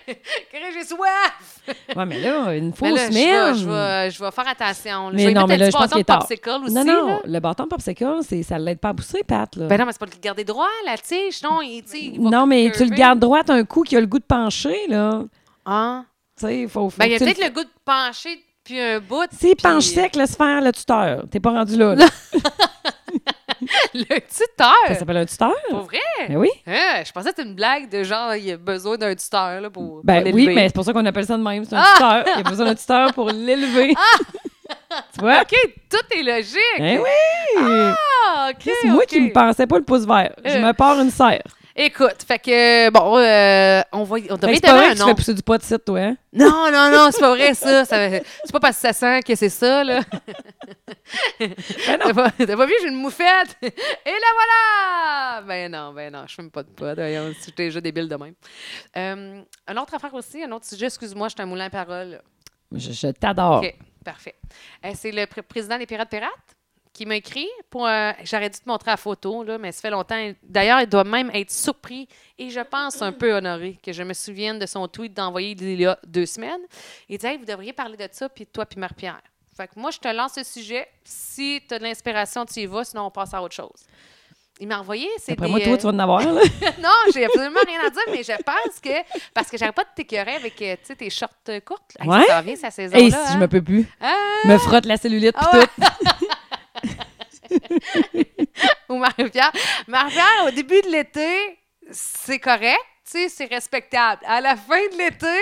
S2: Crée, j'ai soif!
S1: Ouais, mais là, une »
S2: Mais
S1: fausse
S2: là, je vais- je
S1: semaine.
S2: vais, je vais faire attention. là.
S1: Mais
S2: je vais
S1: non,
S2: mettre
S1: mais
S2: un
S1: là,
S2: petit
S1: je pense
S2: bâton
S1: qu'il
S2: de
S1: est tard.
S2: popsicle aussi.
S1: Non,
S2: là.
S1: non, le bâton de popsicle, c'est- ça ne l'aide pas à pousser, Pat. là.
S2: Ben non, mais c'est pas de le garder droit, la tige. Non, il, tu sais, il va
S1: Non, mais tu le
S2: curver.
S1: gardes droit un coup qui a le goût de pencher, là.
S2: Hein?
S1: Tu sais, il faut, faut
S2: Ben, il
S1: que
S2: y a
S1: tu le-
S2: peut-être le goût de pencher depuis un bout.
S1: Si
S2: puis-
S1: penche sec, laisse faire le tuteur. T'es pas rendu là. là.
S2: Le
S1: Ça
S2: tuteur!
S1: s'appelle un tuteur?
S2: Pour vrai?
S1: Ben oui.
S2: Hein, je pensais que c'était une blague de genre, il a besoin d'un tuteur là, pour,
S1: Ben
S2: pour l'élever. Ah!
S1: oui, mais c'est pour ça qu'on appelle ça de même. C'est un tuteur. Il y a besoin d'un tuteur pour l'élever. tu vois?
S2: Ah! OK, tout est logique.
S1: Ben oui!
S2: Ah, OK,
S1: Ça, c'est moi
S2: OK.
S1: qui me pensais pas le pouce vert. Je
S2: Euh.
S1: me pars une serre.
S2: Écoute, fait que, bon, euh, on, va, on
S1: Fait
S2: devrait
S1: que Ben, c'est pas vrai
S2: donner un
S1: que tu fais
S2: nom.
S1: pousser du pot de site, toi, hein?
S2: Non, non, non, c'est pas vrai, ça. ça c'est pas parce que ça sent que c'est ça, là.
S1: Ben non.
S2: T'as pas, t'as pas vu, j'ai une moufette! Et la voilà! Ben non, ben non, je fume pas de pot. D'ailleurs, si j'étais déjà débile de même. Euh, un autre affaire aussi, un autre sujet, excuse-moi, je suis un moulin à parole.
S1: Je, je t'adore.
S2: OK, parfait. Euh, c'est le pr- président des Pirates Pirates qui m'a écrit pour. un- J'aurais dû te montrer la photo, là, mais ça fait longtemps. D'ailleurs, il doit même être surpris et je pense un peu honoré que je me souvienne de son tweet d'envoyer il y a deux semaines. Il dit Hey, Vous devriez parler de ça, puis toi, puis Marie-Pierre. Fait que moi, je te lance ce sujet. Si tu as de l'inspiration, tu y vas, sinon on passe à autre chose. Il m'a envoyé. c'est
S1: Après
S2: des,
S1: moi, toi,
S2: euh,
S1: tu vas en avoir, là.
S2: non, j'ai absolument rien à dire, mais je pense que. Parce que j'arrive pas de t'écœurer avec euh, tu sais, tes shorts euh, courtes. Hey,
S1: Ouais.
S2: Ça s'en vient, hein? sa saison.
S1: Hey, si je me peux plus.
S2: Euh,
S1: Me frotte la cellulite pis
S2: Ah ouais.
S1: tout.
S2: ou Marie-Pierre. Marie-Pierre, au début de l'été, c'est correct, tu sais, c'est respectable. À la fin de l'été,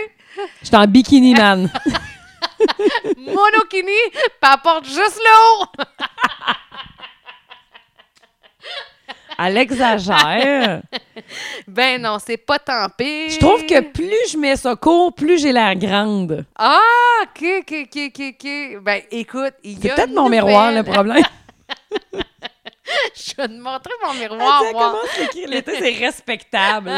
S1: J'étais en bikini, man.
S2: monokini, puis apporte juste le haut.
S1: Elle exagère.
S2: Ben non, c'est pas tant pis.
S1: je trouve que plus je mets ça court, plus j'ai l'air grande.
S2: Ah, ok, ok, ok, ok, ok. Ben écoute, il y
S1: C'est
S2: a.
S1: peut-être
S2: une
S1: mon miroir le
S2: nouvelle.
S1: problème.
S2: Je vais te montrer mon
S1: Comment
S2: miroir,
S1: ça
S2: moi.
S1: commence l'écrire l'été, c'est respectable.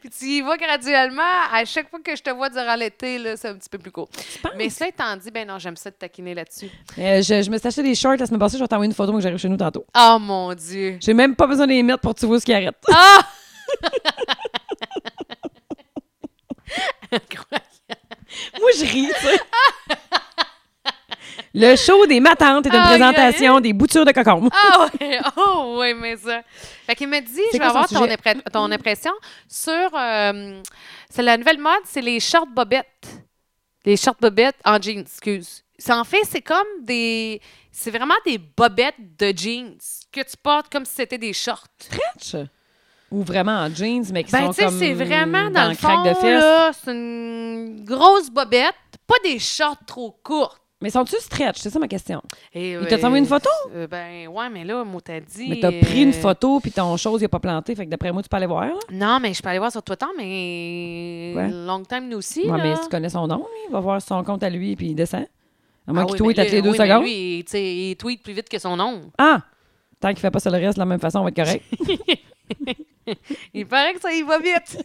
S2: Puis tu y vas graduellement. À chaque fois que je te vois durant l'été, là, c'est un petit peu plus court. Mais ça étant dit, ben non, j'aime ça te taquiner là-dessus.
S1: Euh, je, je me suis acheté des shorts la semaine passée, je vais t'envoyer une photo quand j'arrive chez nous tantôt.
S2: Oh mon Dieu.
S1: J'ai même pas besoin de les mettre pour que tu vois ce qui arrête.
S2: Ah! Incroyable.
S1: Moi, je ris, tu sais. Le show des matantes est une
S2: Aïe,
S1: présentation des boutures de cocon.
S2: Ah oui, oh oui, mais ça. Fait qu'il me dit, je
S1: C'est quoi
S2: vais
S1: son
S2: avoir ton,
S1: sujet?
S2: impre- ton impression sur... euh, c'est la nouvelle mode, c'est les shorts bobettes. Les shorts bobettes en jeans, excuse. C'est- En fait, c'est comme des... C'est vraiment des bobettes de jeans que tu portes comme si c'était des shorts.
S1: Stretch? Ou vraiment en jeans, mais qui
S2: Ben,
S1: sont
S2: tu sais,
S1: comme
S2: c'est vraiment dans, le
S1: crack
S2: fond,
S1: de fesses.
S2: là, c'est une grosse bobette, pas des shorts trop courtes.
S1: Mais sont-tu stretch? C'est ça ma question.
S2: Et,
S1: Il t'a envoyé une photo?
S2: Euh, ben, ouais, mais là, moi, t'as dit...
S1: Mais t'as pris une
S2: euh,
S1: photo, puis ton chose, il a pas planté. Fait que d'après moi, tu peux aller voir. Là.
S2: Non, mais je peux aller voir sur Twitter, mais
S1: Ouais.
S2: long time nous aussi.
S1: Ouais,
S2: là.
S1: mais si tu connais son nom, il va voir son compte à lui, puis il descend. À moins
S2: Ah
S1: qu'il
S2: oui,
S1: tweet
S2: mais
S1: à les
S2: lui-
S1: deux
S2: oui, mais
S1: secondes.
S2: Lui, il, tu sais, il tweet plus vite que son nom.
S1: Ah! Tant qu'il fait pas ça le reste de la même façon, on va être correct.
S2: Il paraît que ça y va vite.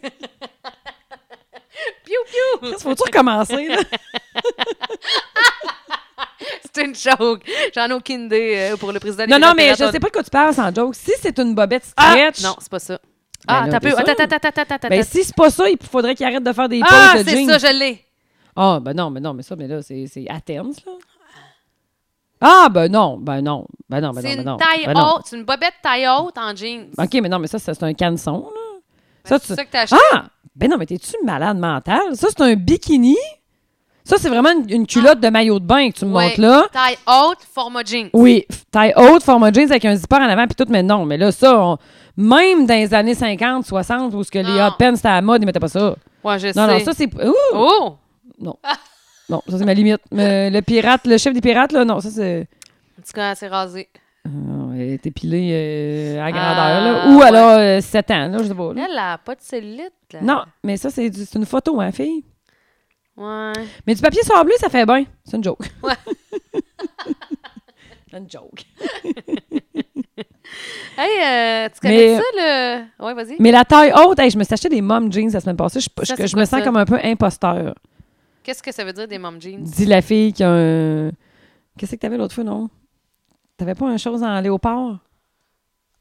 S2: piou, piou!
S1: Chris, Faut-tu recommencer? Là?
S2: C'est une joke. J'en ai aucune idée euh, pour le président
S1: Non, non, mais je sais pas de quoi tu parles sans joke. Si c'est une bobette
S2: Ah!
S1: stretch,
S2: Non, c'est pas ça.
S1: Ben
S2: Ah,
S1: là,
S2: t'as
S1: t'es
S2: peu. Attends,
S1: sûre?
S2: attends, attends, attends, attends.
S1: ben si c'est pas ça, il faudrait qu'il arrête de faire des
S2: ah,
S1: pauses de
S2: c'est
S1: jeans.
S2: ça, je l'ai.
S1: Ah, ben non, mais non, mais ça, mais là, c'est c'est Athens, là. Ah, ben non, ben non, ben non, ben non,
S2: C'est
S1: ben
S2: une
S1: non.
S2: taille
S1: ben non.
S2: haute. C'est une bobette taille haute en jeans.
S1: OK, mais non, mais ça, ça, c'est un canson, là.
S2: Ben,
S1: Ça,
S2: c'est
S1: tu...
S2: ça que t'as acheté.
S1: Ah! Ben non, mais t'es-tu malade mental? Ça, c'est un bikini. Ça, c'est vraiment une, une culotte de maillot de bain que tu me
S2: Ouais.
S1: montres là.
S2: Taille haute, format jeans.
S1: Oui, f- taille haute, format jeans avec un zipper en avant, puis tout, mais non. Mais là, ça, on- même dans les années 50, 60, où ce que les
S2: Non.
S1: hot pants, c'était à la mode, ils mettaient pas ça.
S2: Ouais, je sais.
S1: Non, non, ça, c'est... Ouh!
S2: Oh!
S1: Non. Non, ça, c'est ma limite. Mais le pirate, le chef des pirates, là, non, ça, c'est...
S2: En tout cas, c'est rasé.
S1: Ah, Elle est épilée euh, à grandeur,
S2: Ah,
S1: là. Ou elle
S2: ouais.
S1: a euh, 7 ans, là, je sais pas. là.
S2: Elle a pas de cellulite. Là.
S1: Non, mais ça, c'est du- c'est une photo, hein, fille?
S2: Ouais.
S1: Mais du papier sablé, ça fait bien. C'est une joke. c'est une joke.
S2: Hey, euh, tu connais
S1: Mais-
S2: ça, le. Ouais, vas-y.
S1: Mais la taille haute, hey, je me suis acheté des mom jeans la semaine passée. Je, je-
S2: Ça,
S1: que
S2: c'est
S1: je
S2: quoi
S1: me sens
S2: ça?
S1: comme un peu imposteur.
S2: Qu'est-ce que ça veut dire des mom jeans?
S1: Dit la fille qui a un... Qu'est-ce que t'avais l'autre fois, non? T'avais pas une chose en léopard?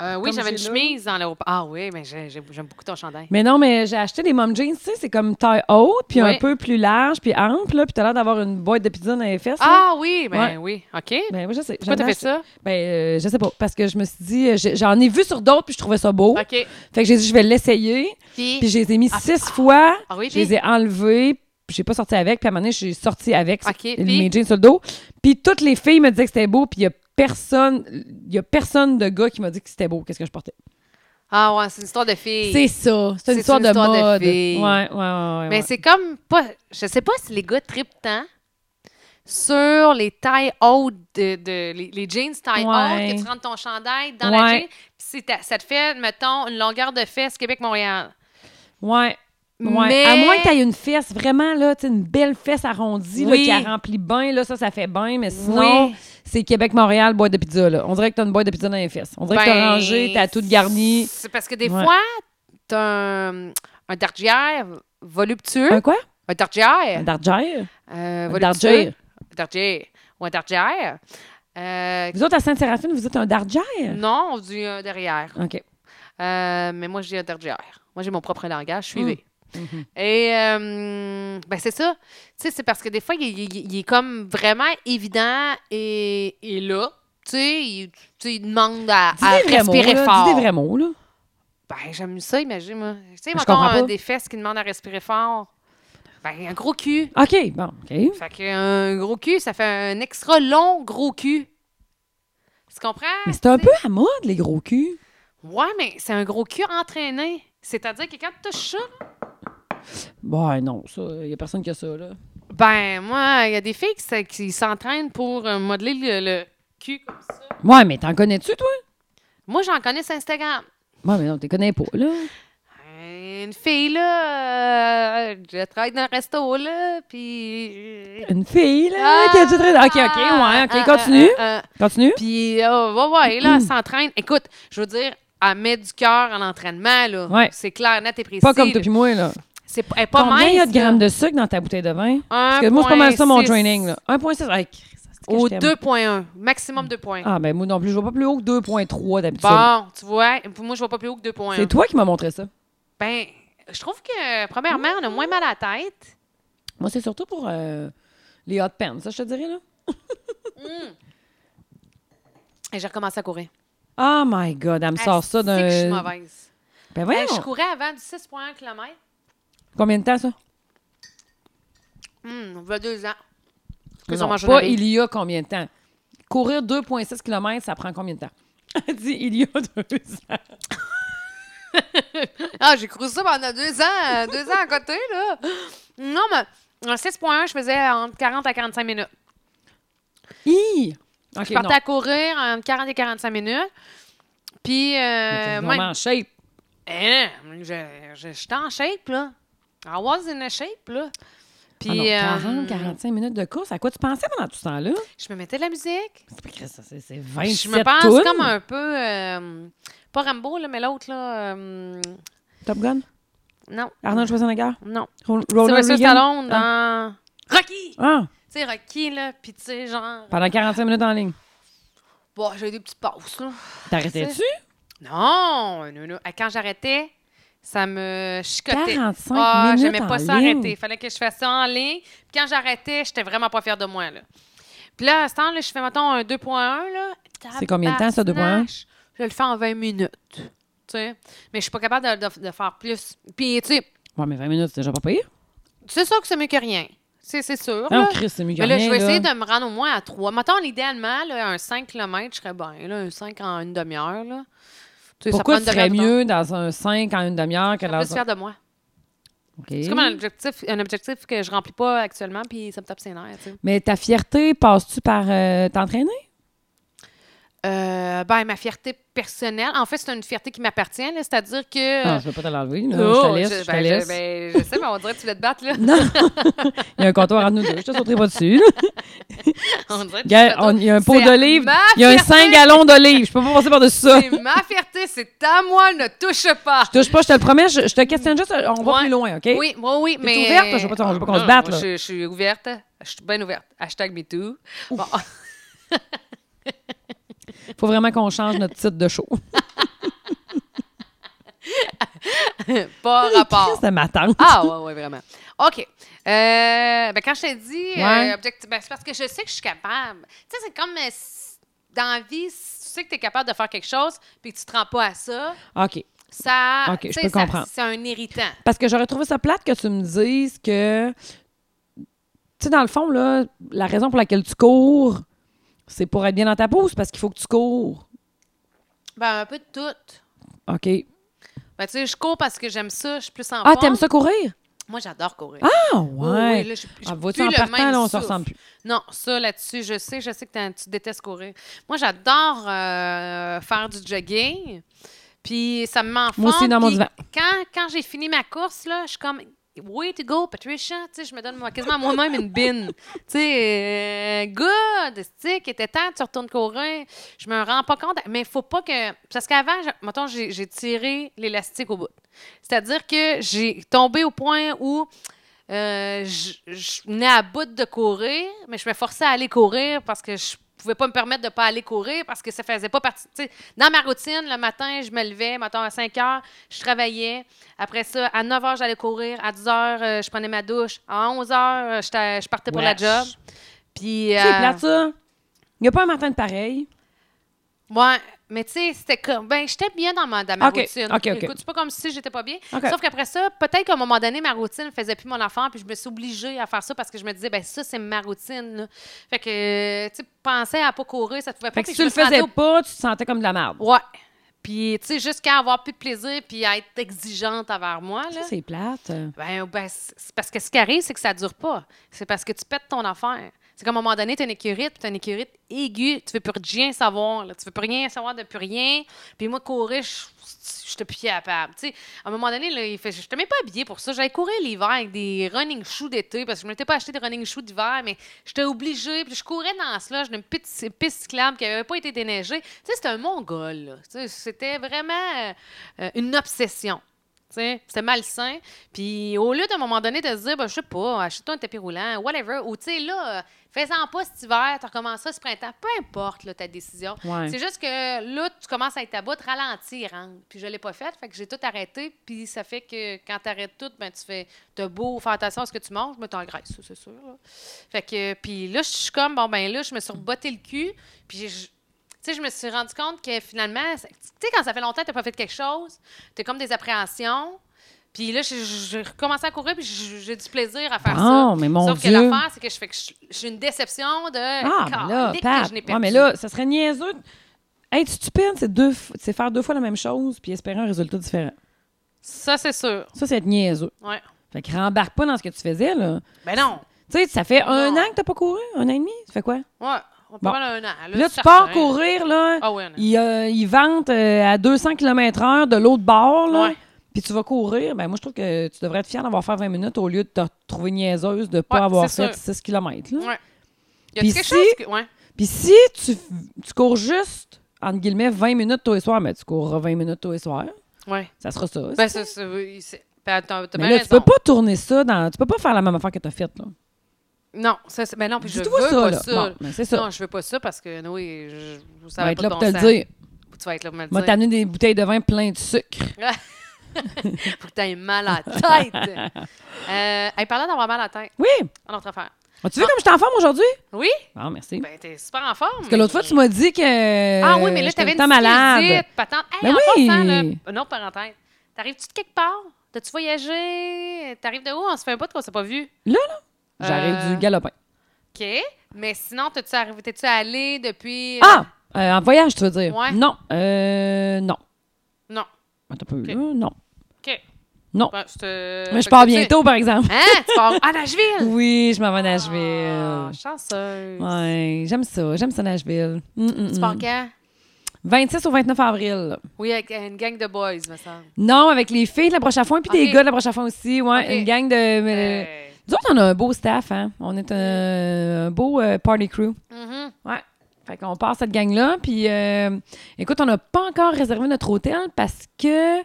S2: Euh, oui,
S1: Comme
S2: j'avais une
S1: j'ai là.
S2: chemise dans le. Ah oui, mais j'ai- j'ai- j'aime beaucoup ton chandail.
S1: Mais non, mais j'ai acheté des mom jeans, tu sais, c'est comme taille haute, puis un
S2: Ouais.
S1: peu plus large, puis ample, là, puis t'as l'air d'avoir une boîte de pizza dans les fesses. là.
S2: Ah oui,
S1: Ouais.
S2: ben oui. OK.
S1: Ben, moi, je sais. J'en
S2: Pourquoi t'as
S1: ai acheté-
S2: fait ça?
S1: Ben, euh, je sais pas. Parce que je me suis dit, euh, j'ai- j'en ai vu sur d'autres, puis je trouvais ça beau.
S2: OK.
S1: Fait que j'ai dit, je vais l'essayer.
S2: Puis.
S1: Oh! Puis je les ai mis six fois.
S2: Ah oui,
S1: je les
S2: puis?
S1: ai enlevés. puis J'ai pas sorti avec. Puis à un moment donné, j'ai sorti avec
S2: Ok,
S1: mes
S2: puis?
S1: jeans sur le dos. Puis toutes les filles me disaient que c'était beau. Puis il y a personne, il y a personne de gars qui m'a dit que c'était beau. Qu'est-ce que je portais?
S2: Ah ouais, c'est une histoire de fille.
S1: C'est ça. C'est
S2: C'est
S1: une histoire
S2: une
S1: de
S2: histoire de
S1: mode.
S2: filles.
S1: ouais, ouais, ouais. ouais,
S2: Mais
S1: ouais.
S2: Ben, c'est comme pas. Je sais pas si les gars tripent tant sur les tailles hautes, de, de- les, les jeans taille
S1: Ouais.
S2: haute, que tu rentres ton chandail dans la
S1: Ouais.
S2: jean, puis c'est ta- ça te fait, mettons, une longueur de fesse Québec-Montréal.
S1: Ouais. Ouais.
S2: Mais-
S1: À moins que tu aies une fesse vraiment, là, tu sais, une belle fesse arrondie là,
S2: Oui.
S1: qui a rempli bien, là, ça, ça fait bien. Mais sinon, c'est Québec-Montréal, boîte de pizza. Là. On dirait que tu as une boîte de pizza dans les fesses. On dirait que tu
S2: Ben,
S1: as rangé, tu as tout garni.
S2: C'est parce que des
S1: Ouais.
S2: fois, t'as un, un dardière voluptueux.
S1: Un quoi?
S2: Un dardière.
S1: Un dardière?
S2: euh,
S1: un
S2: voluptueux.
S1: dardière.
S2: Dardière. Ou un dardière. Euh,
S1: Vous autres, à Sainte-Séraphine, vous êtes un dardière?
S2: non, on dit un derrière.
S1: OK.
S2: Euh, mais moi, je dis un derrière. Moi, j'ai mon propre langage. Suivez.
S1: Mmh.
S2: Et euh, ben c'est ça. Tu sais, c'est parce que des fois, il, il- il- il est comme vraiment évident et, et là. Tu sais, il, tu sais, il demande à,
S1: Dis
S2: à
S1: des vrais
S2: respirer
S1: mots, là.
S2: fort.
S1: Dis des vrais mots, là.
S2: Ben, j'aime ça, imagine, moi. Tu sais,
S1: Mais je
S2: encore
S1: comprends
S2: un
S1: pas.
S2: des fesses qui demande à respirer fort. Ben, un gros cul.
S1: OK, bon, OK.
S2: Fait qu'un gros cul, ça fait un extra long gros cul. Tu comprends?
S1: Mais c'est un peu à mode, les gros culs.
S2: Ouais, mais c'est un gros cul entraîné. C'est-à-dire que quand tu touches ça,
S1: Ben non, ça, il n'y a personne qui a ça, là.
S2: ben, moi, il y a des filles qui s- qui s'entraînent pour euh, modeler le, le cul comme ça.
S1: Ouais, mais t'en connais-tu, toi?
S2: Moi, j'en connais sur Instagram. Ben,
S1: Ouais, mais non, tu connais pas, là.
S2: Une fille, là, euh, je travaille dans un resto, là, puis... euh,
S1: Une fille, là, qui a du trait- Ah, OK, OK, ouais, OK, continue.
S2: Ah, ah, ah.
S1: Continue.
S2: Puis, euh, ouais, ouais, là, elle s'entraîne. Écoute, je veux dire, elle met du cœur en entraînement, là.
S1: Ouais.
S2: C'est clair, net et précis.
S1: Pas comme toi
S2: là.
S1: puis moi, là.
S2: C'est elle est pas
S1: Combien il y a de
S2: mince, là.
S1: grammes de sucre dans ta bouteille de vin? Parce que moi, c'est pas
S2: 1,6.
S1: mal ça, mon training, là. 1,6. Ah, Christ, ça, c'est que
S2: Au
S1: je t'aime.
S2: 2.1, maximum 2.1.
S1: Ah, ben moi non plus, je vois pas plus haut que 2,3 d'habitude.
S2: Bon, tu vois, pour moi, je vois pas plus haut que 2.1.
S1: C'est toi qui m'as montré ça.
S2: Ben, je trouve que, premièrement, on a moins mal à la tête.
S1: Moi, c'est surtout pour euh, les hot pants, ça, je te dirais, là.
S2: Et j'ai recommencé à courir.
S1: Oh my God, elle me sort ça
S2: Asti que Je suis
S1: d'un...
S2: mauvaise.
S1: Ben
S2: Hey,
S1: voyons,
S2: je courais avant du 6.1 km.
S1: combien de temps, ça?
S2: Hum, il y a deux ans. Que sur
S1: Non,
S2: ma
S1: pas
S2: journée.
S1: il y a combien de temps. Courir 2,6 km, ça prend combien de temps? Elle dit, il y a deux ans.
S2: Ah, j'ai couru ça pendant deux ans, euh, deux ans à côté, là. Non, mais en 6.1, je faisais entre 40 à 45 minutes.
S1: Hi! OK,
S2: je partais
S1: non.
S2: à courir entre 40 et 45 minutes. Puis, euh,
S1: T'es
S2: même,
S1: vraiment en shape.
S2: Hein, je, je, j'étais en shape, là. I was in a shape, là.
S1: Ah non,
S2: Puis, euh,
S1: 40, 45 minutes de course, à quoi tu pensais pendant tout ce temps-là?
S2: je me mettais de la musique.
S1: C'est pas Christ, ça, c'est c'est
S2: Puis
S1: 27
S2: Je me pense
S1: tounes.
S2: comme un peu. euh, pas Rambo, là, mais l'autre, là. euh,
S1: Top Gun?
S2: non.
S1: Arnold Schwarzenegger?
S2: Non.
S1: Ro-
S2: C'est
S1: Roller
S2: Monsieur
S1: Reagan?
S2: Stallone
S1: Ah.
S2: dans. Rocky!
S1: Ah,
S2: Tu sais, Rocky, là. Puis, tu sais, genre.
S1: pendant 45 minutes en ligne.
S2: Bon, j'ai eu des petites pauses, là.
S1: T'arrêtais-tu?
S2: Non, non, non. Quand j'arrêtais, ça me chicotait.
S1: 45
S2: Ah,
S1: minutes
S2: j'aimais pas
S1: en
S2: ça
S1: ligne.
S2: arrêter. Fallait que je fasse ça en ligne. Puis quand j'arrêtais, j'étais vraiment pas fière de moi, là. Puis là, à ce temps-là, je fais, mettons, un 2.1, là.
S1: C'est combien de temps, ça, 2.1?
S2: Tabarnache. Je le fais en 20 minutes, tu sais. Mais je suis pas capable de, de- de faire plus. Puis, tu sais,
S1: Ouais, mais 20 minutes, c'est déjà pas pire.
S2: c'est sûr que c'est mieux que rien. C'est c'est sûr,
S1: Non,
S2: là.
S1: Chris, c'est mieux que
S2: Mais là, je
S1: rien,
S2: vais essayer
S1: là.
S2: de me rendre au moins à 3. Mettons, idéalement, là, un 5 km, je serais bien. Là, un 5 en une demi-heure. là. Tu sais, ça
S1: Pourquoi
S2: prend
S1: tu
S2: une
S1: serais
S2: demi-heure de temps.
S1: mieux dans un 5 en une demi-heure que
S2: Je serais plus
S1: dans un...
S2: fière de moi.
S1: OK.
S2: C'est comme un objectif, un objectif que je remplis pas actuellement, puis ça me tape ses nerfs. tu sais.
S1: Mais ta fierté, passes-tu par euh, t'entraîner?
S2: Euh, ben, ma fierté personnelle, en fait, c'est une fierté qui m'appartient, là, c'est-à-dire que.
S1: Ah. Non, je veux pas te l'enlever. là.
S2: Euh, Oh,
S1: je te laisse, je, te
S2: ben,
S1: laisse.
S2: ben, je sais, mais on dirait que tu voulais te battre, là.
S1: Il y a un comptoir entre nous deux. Je te sauterai pas dessus. là.
S2: On dirait que tu
S1: Regarde,
S2: fais
S1: on-
S2: tout.
S1: il y a un pot
S2: C'est
S1: d'olive.
S2: ma
S1: Il y a un
S2: fierté.
S1: 5 gallons d'olive. Je peux pas passer par-dessus ça.
S2: C'est ma fierté, c'est à moi, ne touche pas.
S1: Touche pas, je te le promets. Je, je te questionne juste. On va
S2: Ouais.
S1: plus loin, OK?
S2: Oui, oui, oui, mais.
S1: ouverte, là? Je veux pas- je veux pas qu'on se
S2: Non,
S1: batte,
S2: moi,
S1: là.
S2: Je, je suis ouverte. Je suis bien ouverte. Hashtag MeToo. Bon.
S1: Faut vraiment qu'on change notre titre de show.
S2: pas rapport.
S1: Christ de ma tante.
S2: Ah, ouais, ouais, vraiment. OK. Euh, ben, quand je t'ai dit, euh,
S1: Ouais.
S2: objectif- ben, c'est parce que je sais que je suis capable. Tu sais, c'est comme euh, si- dans la vie, si tu sais que tu es capable de faire quelque chose puis que tu te rends pas à ça,
S1: OK.
S2: ça.
S1: Ok, je
S2: tu sais,
S1: peux
S2: ça-
S1: comprendre.
S2: C'est un irritant.
S1: Parce que j'aurais trouvé ça plate que tu me dises que. Tu sais, dans le fond, là, la raison pour laquelle tu cours, c'est pour être bien dans ta peau, c'est parce qu'il faut que tu cours.
S2: Ben, un peu de tout.
S1: OK.
S2: Ben, tu sais, je cours parce que j'aime ça, je suis plus en
S1: Ah,
S2: forme.
S1: t'aimes ça courir?
S2: Moi, j'adore courir.
S1: Ah,
S2: Oui, oui,
S1: ouais.
S2: là, j'ai- j'ai
S1: Ah, vois-tu,
S2: plus
S1: en
S2: le
S1: partant,
S2: même
S1: là, on se
S2: souffle.
S1: ressemble plus.
S2: Non, ça là-dessus, je sais, je sais que t'en- tu détestes courir. Moi, j'adore euh, faire du jogging. Puis ça me met en
S1: Moi aussi,
S2: forme,
S1: dans mon
S2: puis
S1: divan.
S2: Quand, quand j'ai fini ma course, là, je suis comme Way to go, Patricia. Tu sais, je me donne moi- quasiment moi-même une bine. tu sais, euh, good, stick, était temps, tu retournes courir. Je me rends pas compte, mais faut pas que. Parce qu'avant, je- mettons, j'ai j'ai tiré l'élastique au bout. C'est-à-dire que j'ai tombé au point où euh, je je venais à bout de courir, mais je me forçais à aller courir parce que je pouvais pas me permettre de pas aller courir parce que ça faisait pas partie. tu sais, dans ma routine, le matin, je me levais, mettons, à 5 heures, je travaillais. Après ça, à 9 heures, j'allais courir. À 10 heures, euh, je prenais ma douche. À 11 heures, euh, j'étais- je partais pour la
S1: Wesh.
S2: job. Puis.
S1: C'est
S2: euh,
S1: plate, ça. Il n'y a pas un matin de pareil.
S2: Ouais, mais tu sais, c'était comme. Ben, j'étais bien dans ma, dans ma
S1: Ok,
S2: routine.
S1: ok, ok.
S2: Écoute, c'est pas comme si j'étais pas bien.
S1: Ok.
S2: Sauf qu'après ça, peut-être qu'à un moment donné, ma routine faisait plus mon enfant, puis je me suis obligée à faire ça parce que je me disais, ben, ça, c'est ma routine. là. Fait que, euh, tu sais, penser à pas courir, ça te pouvait pas.
S1: Fait que
S2: Puis
S1: si tu
S2: je
S1: le
S2: me suis rendue
S1: faisais
S2: au-
S1: pas, tu te sentais comme de la merde.
S2: Ouais. Puis, tu sais, jusqu'à avoir plus de plaisir, puis à être exigeante envers moi, là.
S1: Ça, c'est plate.
S2: Ben, ben, c'est c'est parce que ce qui arrive, c'est que ça dure pas. C'est parce que tu pètes ton affaire. C'est comme à un moment donné, tu as une écurite, puis tu as une écurite aiguë, tu veux plus rien savoir, là. tu veux plus rien savoir de plus rien. Puis moi, courir, je je suis plus capable. Tu sais, à un moment donné, là, il fait, je te mets pas habillée pour ça. J'allais courir l'hiver avec des running shoes d'été parce que je ne m'étais pas acheté des running shoes d'hiver, mais j'étais obligée. Puis je courais dans cela, d'une petite piste cyclable qui n'avait pas été déneigée. Tu sais, c'était un Mongol. là. Tu sais, c'était vraiment euh, une obsession. Tu sais, C'était malsain. Puis au lieu d'un moment donné de se dire, ben, je sais pas, achète-toi un tapis roulant, whatever, ou tu sais, là, euh, fais-en pas cet hiver, tu recommences ça ce printemps, peu importe là, ta décision.
S1: Ouais.
S2: C'est juste que là, tu commences à être à bout, te ralentir. hein. Puis je l'ai pas fait, fait que j'ai tout arrêté. Puis ça fait que quand tu arrêtes tout, ben, tu fais, t'as beau faire attention à ce que tu manges, mais t'engraisses, ça, c'est sûr. là. Fait que, puis là, je suis comme, bon, ben là, je me suis rebotté le cul. Puis j'ai- je- tu sais, je me suis rendu compte que finalement, ça- tu sais, quand ça fait longtemps que tu pas fait quelque chose, tu as comme des appréhensions. Puis là, j'ai- j'ai recommencé à courir, puis j'ai j'ai du plaisir à faire
S1: Bon,
S2: ça.
S1: mais mon
S2: Sauf que
S1: Dieu.
S2: l'affaire, c'est que je fais que je- j'ai une déception de.
S1: Ah,
S2: Car-
S1: mais là,
S2: dès que
S1: Pat,
S2: je n'ai
S1: ouais,
S2: perdu.
S1: mais là, ça serait niaiseux. Être stupide, c'est deux, f- c'est faire deux fois la même chose puis espérer un résultat différent.
S2: Ça, c'est sûr.
S1: Ça, c'est être niaiseux.
S2: Ouais.
S1: Fait que rembarque pas dans ce que tu faisais, là.
S2: Ben non.
S1: Tu sais, ça fait un
S2: Non.
S1: an que t'as pas couru, un an et demi. Ça fait quoi?
S2: Ouais. On
S1: Bon.
S2: parle d'un an. Là,
S1: là,
S2: c'est
S1: tu pars
S2: certain.
S1: courir, là.
S2: Ah oui, un an.
S1: Ils, euh, ils vantent euh, à 200 km/h de l'autre bord, là.
S2: Ouais.
S1: Puis tu vas courir. Ben, moi, je trouve que tu devrais être fière d'avoir fait 20 minutes au lieu de te trouver niaiseuse de pas
S2: Ouais,
S1: avoir
S2: c'est
S1: fait
S2: sûr.
S1: 6 km.
S2: Ouais. Y a
S1: Puis
S2: quelque
S1: si-
S2: chose que. Ouais.
S1: Puis si tu, tu cours juste, entre guillemets, 20 minutes tous les soirs, mais tu courras 20 minutes tous les soirs,
S2: Ouais.
S1: ça sera ça.
S2: Ben, ça, ça. oui, c'est- Ben, t'as t'as
S1: mais
S2: bien
S1: là, tu peux
S2: raison.
S1: pas tourner ça dans. Tu peux pas faire la même affaire que t'as faite, là.
S2: Non, ça, c'est- ben non, puis je veux
S1: Dis-toi ça,
S2: pas
S1: là.
S2: ça.
S1: Bon, ben, c'est ça.
S2: Non, je veux pas ça parce que, oui, je, ça
S1: Ça va
S2: va pas
S1: être là
S2: de
S1: pour
S2: bon
S1: te le
S2: sens.
S1: dire.
S2: Tu vas être là pour me le
S1: Moi,
S2: dire.
S1: t'amener des bouteilles de vin plein de sucre.
S2: Faut que t'aies mal à la tête. euh, hey, parlant d'avoir mal à la tête,
S1: Oui!
S2: un autre affaire.
S1: As-tu vu comme je t'en forme aujourd'hui?
S2: Oui?
S1: Ah, merci.
S2: Ben, t'es super en forme.
S1: Parce que l'autre fois, tu m'as dit que.
S2: Ah oui, mais là,
S1: Euh, j'étais
S2: t'avais
S1: tout
S2: une
S1: le temps malade.
S2: petite patente. Hey,
S1: Ben
S2: en
S1: oui.
S2: passant, là, une autre parenthèse. T'arrives-tu de quelque part? T'as-tu voyagé? T'arrives de où? On se fait un bout qu'on s'est pas vu.
S1: J'arrive
S2: Euh,
S1: du galopin.
S2: OK. Mais sinon, t'es-tu arrivé- t'es-tu allé depuis.
S1: Ah! Euh, en voyage, tu veux dire?
S2: Ouais.
S1: Non. Euh, non.
S2: Non.
S1: Attends un peu, là. Non.
S2: OK.
S1: Non.
S2: Ben, c'est, euh,
S1: mais
S2: fait
S1: je
S2: que
S1: pars
S2: tu sais-
S1: bientôt, par exemple.
S2: Hein? Tu pars à Nashville?
S1: Oui, je m'en vais à
S2: Ah,
S1: Nashville.
S2: chanceuse.
S1: Euh. Ouais, j'aime ça. J'aime ça, Nashville. Mm, mm,
S2: Tu
S1: mm.
S2: pars quand?
S1: 26 au 29 avril.
S2: Oui, avec une gang de boys, me semble.
S1: Non, avec les filles de la prochaine fois, puis
S2: Ok.
S1: des gars de la prochaine fois aussi. Ouais,
S2: Ok.
S1: une gang de. euh,
S2: Euh,
S1: Nous autres, on a un beau staff, hein. On est un, un beau euh, party crew.
S2: mhm.
S1: Ouais. Fait qu'on part cette gang-là. Puis, euh, écoute, on n'a pas encore réservé notre hôtel parce que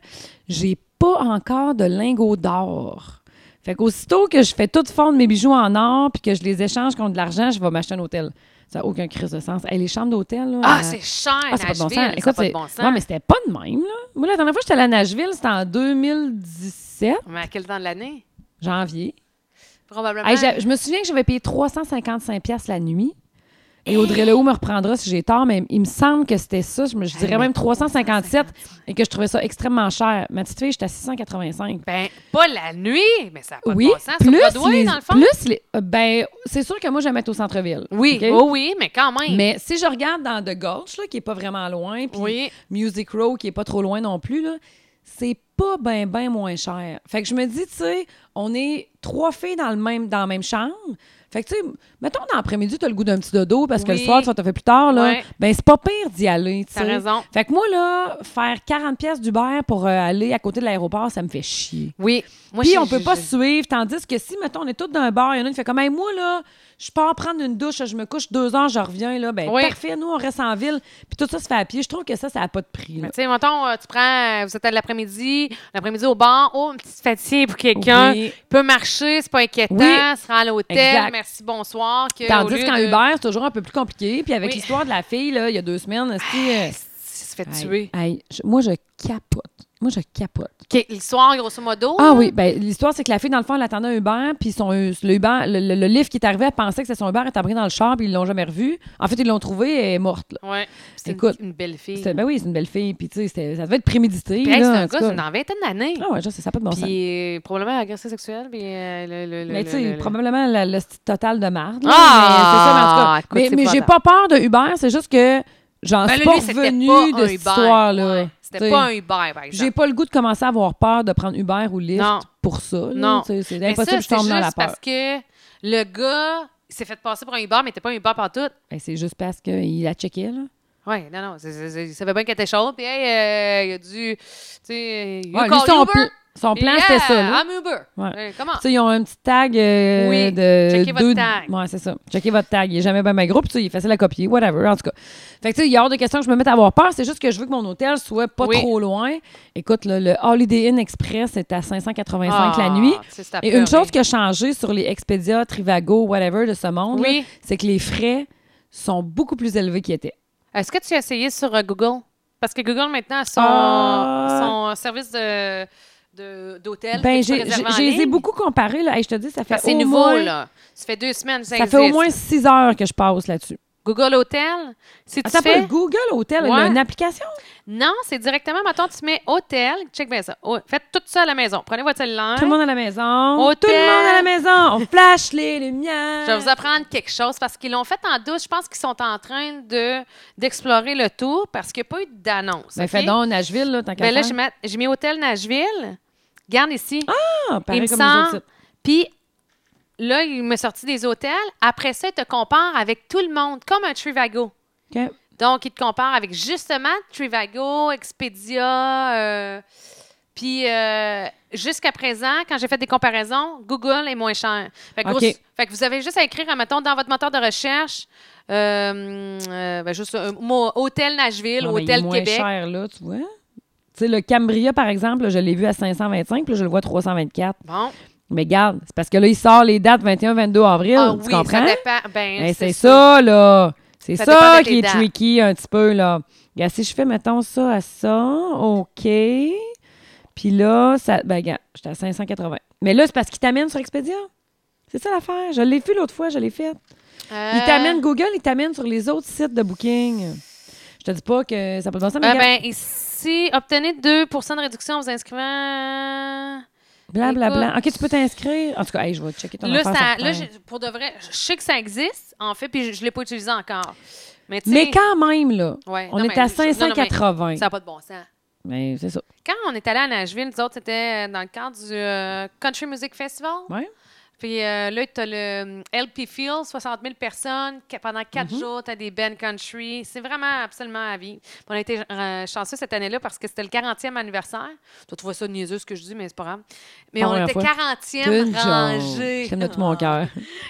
S1: j'ai pas encore de lingots d'or. Fait qu'aussitôt que je fais tout fondre mes bijoux en or puis que je les échange contre de l'argent, je vais m'acheter un hôtel. Ça n'a aucun crise de sens. Hey, les chambres d'hôtel, là.
S2: Ah,
S1: euh,
S2: c'est cher,
S1: ah, c'est pas de
S2: Nashville.
S1: bon
S2: ça
S1: sens.
S2: a
S1: Écoute,
S2: pas de
S1: c'est-
S2: bon sens.
S1: Ouais, mais c'était pas de même, là. Moi, la dernière fois que j'étais allée à Nashville, c'était en 2017,
S2: Mais à quel temps de l'année?
S1: janvier.
S2: Probablement.
S1: Hey, j'ai- je me souviens que j'avais payé 355 piastres la nuit. Et Audrey Lehoux me reprendra si j'ai tort, mais il me semble que c'était ça. Je, me- je
S2: Hey,
S1: dirais
S2: mais
S1: même 357 et que je trouvais ça extrêmement cher. Ma petite fille, j'étais à 685.
S2: Ben, pas la nuit, mais ça n'a pas
S1: oui,
S2: de bon sens.
S1: plus
S2: Sur Broadway,
S1: les-
S2: dans le fond.
S1: plus les- euh, ben, c'est sûr que moi, j'aime être au centre-ville.
S2: Oui,
S1: OK?
S2: oh oui, mais quand même.
S1: Mais si je regarde dans The Gulch, là, qui est pas vraiment loin, puis
S2: Oui.
S1: Music Row, qui est pas trop loin non plus, là, c'est pas ben ben moins cher. Fait que je me dis, tu sais, on est trois filles dans, le même, dans la même chambre. Fait que, tu sais, mettons, dans l'après-midi, t'as le goût d'un petit dodo parce que
S2: Oui.
S1: le soir, tu vas te faire plus tard, là.
S2: Ouais.
S1: Ben, c'est pas pire d'y aller, tu
S2: T'as
S1: sais.
S2: raison.
S1: Fait que moi, là, faire 40 pièces d'Uber pour euh, aller à côté de l'aéroport, ça me fait chier.
S2: Oui. Moi,
S1: Puis
S2: j'ai-
S1: on peut
S2: j'ai-
S1: pas
S2: j'ai-
S1: suivre, tandis que si, mettons, on est tous dans un bar, il y en a une qui fait comme, Hey, moi, là, je pars prendre une douche, je me couche deux heures, je reviens, là, ben
S2: Oui.
S1: parfait, nous, on reste en ville, puis tout ça se fait à pied. Je trouve que ça, ça n'a pas de prix. là.
S2: Mais Tu sais, mettons, euh, tu prends, euh, vous êtes à l'après-midi, l'après-midi au bar, oh, une petite fatigue pour quelqu'un,
S1: Oui.
S2: peut marcher, c'est pas inquiétant,
S1: Oui.
S2: se rend à l'hôtel,
S1: Exact.
S2: merci, bonsoir. Que, au
S1: Tandis
S2: lieu
S1: qu'en
S2: de-
S1: Uber, c'est toujours un peu plus compliqué, puis avec
S2: Oui.
S1: l'histoire de la fille, là, il y a deux semaines,
S2: Ah,
S1: est
S2: se fait
S1: euh,
S2: tuer.
S1: moi, je capote. Moi, je capote.
S2: OK, le soir, grosso modo.
S1: Ah oui, ben l'histoire, c'est que la fille, dans le fond, elle attendait un Uber, puis son, euh, le, Uber, le, le- le livre qui est arrivé, elle pensait que c'était son Uber, elle est abri dans le char, puis ils l'ont jamais revu. En fait, ils l'ont trouvé, elle est morte. là.
S2: Ouais. C'est une,
S1: Écoute,
S2: une belle fille.
S1: C'était- Ben oui, c'est une belle fille. Puis, tu sais, c'était- ça devait être prémédité.
S2: Puis, hey, c'est
S1: là,
S2: un
S1: en tout
S2: gars,
S1: cas.
S2: c'est dans vingtaine d'années.
S1: Ah ouais, je sais, ça n'a pas de bon sens.
S2: Puis, euh, probablement agressé sexuel. Puis, euh, le, le, le-
S1: Mais
S2: le-
S1: tu sais,
S2: le-
S1: probablement la- le style total de marde. là,
S2: Ah!
S1: mais c'est ça, mais en tout cas.
S2: Écoute,
S1: Mais, mais
S2: c'est
S1: j'ai
S2: pas
S1: pas peur de Uber, c'est juste que j'en
S2: Ben
S1: suis
S2: là,
S1: pas
S2: lui, c'était
S1: revenue
S2: pas
S1: de
S2: un
S1: cette
S2: Uber.
S1: histoire-là.
S2: Ouais.
S1: Tu
S2: C'était
S1: sais,
S2: pas un Uber, par
S1: J'ai
S2: exemple.
S1: pas le goût de commencer à avoir peur de prendre Uber ou Lyft
S2: Non.
S1: pour ça. là.
S2: Non.
S1: Tu sais, C'est
S2: Mais ça,
S1: impossible, je
S2: c'est
S1: tombe dans la
S2: juste
S1: peur.
S2: parce que le gars Il s'est fait passer pour un Uber, mais t'es pas un Uber partout.
S1: Ben, c'est juste parce qu'il a checké, là.
S2: Oui, non, non. c'est- c'est- c'est- Il savait bien qu'elle était chaude. Puis, hey, euh, il a dû. Tu sais, you
S1: Ouais, lui,
S2: call
S1: son,
S2: Uber?
S1: pla- son plan,
S2: Yeah,
S1: c'était ça, là.
S2: I'm Uber.
S1: Ouais.
S2: Euh, comment?
S1: Tu sais, ils ont un petit tag euh,
S2: Oui,
S1: de.
S2: checkez votre
S1: deux-
S2: tag.
S1: Ouais, c'est ça. Checkez votre tag. Il est jamais bien magro, puis tu sais, il est facile à copier, whatever, en tout cas. Fait que, tu sais, il y a hors de question que je me mette à avoir peur. C'est juste que je veux que mon hôtel soit pas
S2: Oui.
S1: trop loin. Écoute, là, le Holiday Inn Express est à 585 la
S2: Ah,
S1: nuit.
S2: tu sais, c'est à
S1: Et
S2: pleurer.
S1: une chose qui a changé sur les Expedia, Trivago, whatever de ce monde,
S2: Oui.
S1: là, c'est que les frais sont beaucoup plus élevés qu'ils étaient.
S2: Est-ce que tu as essayé sur euh, Google? Parce que Google, maintenant, a son,
S1: Ah.
S2: son service de- de- d'hôtel.
S1: Ben,
S2: que tu
S1: j'ai-
S2: peux
S1: j'ai
S2: réserver en
S1: j'ai- j'ai
S2: ligne.
S1: beaucoup comparé. Là. Hey, je te dis, ça fait
S2: Parce que C'est
S1: au
S2: nouveau,
S1: moins-
S2: là. Ça fait deux semaines, ça,
S1: Ça fait
S2: existe.
S1: au moins six heures que je passe là-dessus.
S2: Google Hôtel, si tu
S1: Attends, pas,
S2: fais...
S1: le Google Hotel, il y a
S2: Ouais.
S1: une application?
S2: Non, c'est directement, maintenant tu mets hôtel, check bien ça. Oh, faites tout ça à la maison. Prenez votre cellulaire.
S1: Tout le monde à la maison.
S2: Hôtel.
S1: Tout le monde à la maison. On flash les lumières.
S2: Je vais vous apprendre quelque chose parce qu'ils l'ont fait en douce. Je pense qu'ils sont en train de d'explorer le tour parce qu'il n'y a pas eu d'annonce.
S1: Ben,
S2: OK?
S1: fais donc Nashville, là, tant qu'à
S2: Ben là,
S1: faire.
S2: j'ai ma- j'ai mis Hôtel Nashville. Garde ici.
S1: Ah,
S2: il
S1: pareil
S2: me
S1: comme les autres
S2: sort.
S1: sites.
S2: Puis là, il me sortit des hôtels. Après ça, il te compare avec tout le monde, comme un Trivago.
S1: OK.
S2: Donc, il te compare avec justement Trivago, Expedia. euh, puis euh, jusqu'à présent, quand j'ai fait des comparaisons, Google est moins cher. Fait que,
S1: OK.
S2: grosse- fait que vous avez juste à écrire, euh, mettons, dans votre moteur de recherche, euh, euh, ben, juste un mot Hôtel Nashville,
S1: Non, mais il est
S2: Hôtel
S1: moins
S2: Québec.
S1: cher, là, tu vois. Tu sais, le Cambria, par exemple, là, je l'ai vu à 525, puis là, je le vois à 324.
S2: Bon.
S1: Mais regarde, c'est parce que là, il sort les dates 21-22 avril.
S2: Ah
S1: tu
S2: oui, ça
S1: comprends?
S2: dépend. Ben,
S1: Ben, c'est
S2: sûr.
S1: ça, là. C'est
S2: Ça
S1: ça,
S2: dépend de tes
S1: qui est
S2: dates.
S1: tricky un petit peu, là. Regarde, si je fais, mettons, ça à ça, OK. Puis là, ça. Ben, regarde, j'étais à 580. Mais là, c'est parce qu'il t'amène sur Expedia. C'est ça l'affaire. Je l'ai vu l'autre fois, je l'ai fait. Il
S2: Euh,
S1: t'amène, Google, il t'amène sur les autres sites de booking. Je te dis pas que ça peut de bon sens, mais
S2: Ah
S1: regarde,
S2: ben, ici, obtenez 2 de réduction en vous inscrivant.
S1: blablabla.
S2: ben, écoute.
S1: OK, tu peux t'inscrire. En tout cas, hey, je vais checker ton
S2: Là,
S1: affaire,
S2: ça-
S1: ça
S2: là,
S1: repère.
S2: j'ai- pour de vrai, je sais que ça existe, en fait, puis je ne l'ai pas utilisé encore. Mais, tu
S1: Mais
S2: sais-
S1: quand même, là,
S2: Ouais,
S1: on
S2: non,
S1: est
S2: mais
S1: à
S2: je- non, non, mais
S1: 580.
S2: Ça n'a pas de bon sens.
S1: Mais Ben, c'est ça.
S2: Quand on est allé à Nashville, nous autres, c'était dans le cadre du euh, Country Music Festival.
S1: Ouais.
S2: Puis euh, là, tu as le euh, LP Field, 60 000 personnes. qu- Pendant quatre
S1: Mm-hmm.
S2: jours, tu as des bands country. C'est vraiment absolument à vie. Puis On a été euh, chanceux cette année-là parce que c'était le 40e anniversaire. Tu vas trouver ça niaiseux ce que je dis, mais c'est pas grave. Mais
S1: Pas
S2: on
S1: la
S2: était
S1: première
S2: 40e
S1: Good job.
S2: rangée.
S1: Je t'aime de tout
S2: Ah.
S1: mon cœur.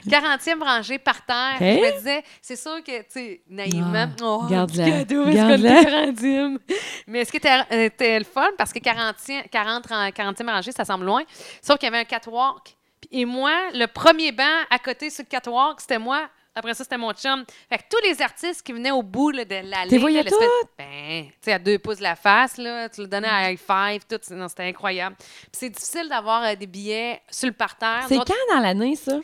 S2: 40e rangée par terre.
S1: Hein?
S2: Je me disais, c'est sûr que, tu sais, naïvement,
S1: Ah,
S2: oh, petit
S1: garde-la,
S2: cadeau, parce qu'on
S1: garde-la.
S2: était 40e. Mais ce qui était, euh, était le fun, parce que 40e, 40, ran- 40e rangée, ça semble loin, sauf qu'il y avait un catwalk. Puis- Et moi, le premier banc à côté sur le catwalk, c'était moi. Après ça, c'était mon chum. Fait que tous les artistes qui venaient au bout là, de l'allée...
S1: T'es voyais
S2: là, l'espèce- Ben, tu sais, à deux pouces de la face, là, tu le donnais à
S1: Mm.
S2: high five, tout. c'est- non, C'était incroyable. Puis c'est difficile d'avoir euh, des billets sur le parterre.
S1: C'est
S2: Nous autres-
S1: quand dans l'année, ça?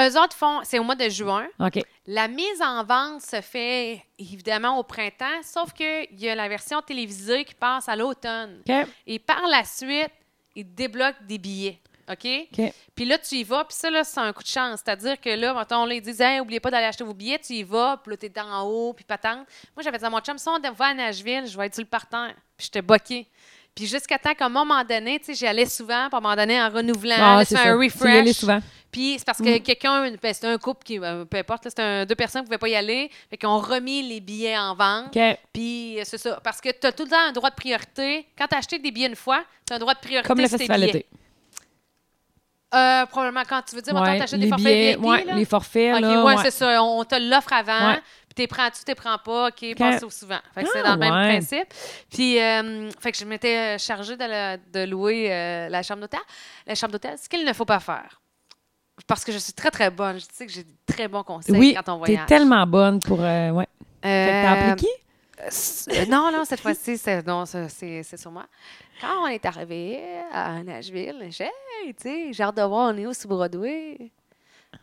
S2: Eux autres font... C'est au mois de juin.
S1: OK.
S2: La mise en vente se fait évidemment au printemps, sauf qu'il y a la version télévisée qui passe à l'automne.
S1: OK.
S2: Et par la suite, ils débloquent des billets. OK?
S1: OK.
S2: Puis là, tu y vas, puis ça, là, c'est un coup de chance. C'est-à-dire que là, mettons, là, ils disent, hey, oubliez pas d'aller acheter vos billets, tu y vas, puis là, t'es en haut, puis patente. Moi, j'avais dit à mon chum, si on va à Nashville, je vais être sur le partant, puis j'étais boqué. Puis jusqu'à temps qu'à un moment donné, tu sais, j'y allais souvent, puis à un moment donné, en renouvelant, là, tu fais un
S1: Ah, Tu y allais
S2: refresh.
S1: souvent.
S2: Puis c'est parce
S1: Mm.
S2: que quelqu'un, ben, c'était un couple qui, euh, peu importe, là, c'était un- deux personnes qui ne pouvaient pas y aller, fait qu'on remis les billets en vente.
S1: OK.
S2: Puis euh, c'est ça, parce que tu as tout le temps un droit de priorité. Quand tu as acheté des billets une fois, tu as un droit de priorité
S1: Comme le
S2: sur tes
S1: festival
S2: billets.
S1: d'été.
S2: Euh, probablement quand tu veux dire, mettons,
S1: Ouais,
S2: tu achètes des
S1: les
S2: forfaits
S1: billets,
S2: VIP,
S1: ouais,
S2: là.
S1: les forfaits,
S2: OK,
S1: là.
S2: ouais,
S1: ouais.
S2: c'est ça. On on te l'offre avant.
S1: Ouais.
S2: Puis t'es prends, tu t'es prends pas. OK, passe au souvent. Fait que c'est
S1: Ah,
S2: dans le même
S1: ouais.
S2: principe. Puis, euh, fait que je m'étais euh, chargée de, la- de louer euh, la chambre d'hôtel. La chambre d'hôtel, ce qu'il ne faut pas faire. Parce que je suis très, très bonne. Je sais que j'ai des très bons conseils
S1: Oui,
S2: quand on
S1: t'es
S2: voyage.
S1: tellement bonne pour... euh, ouais. Fait que t'as appliqué?
S2: Euh, s- euh, non, non, cette fois-ci, c'est, non, ça, c'est, c'est sur moi. Quand on est arrivé à Nashville, j'ai, hey, tu sais, j'ai hâte de voir, on est où sur Broadway?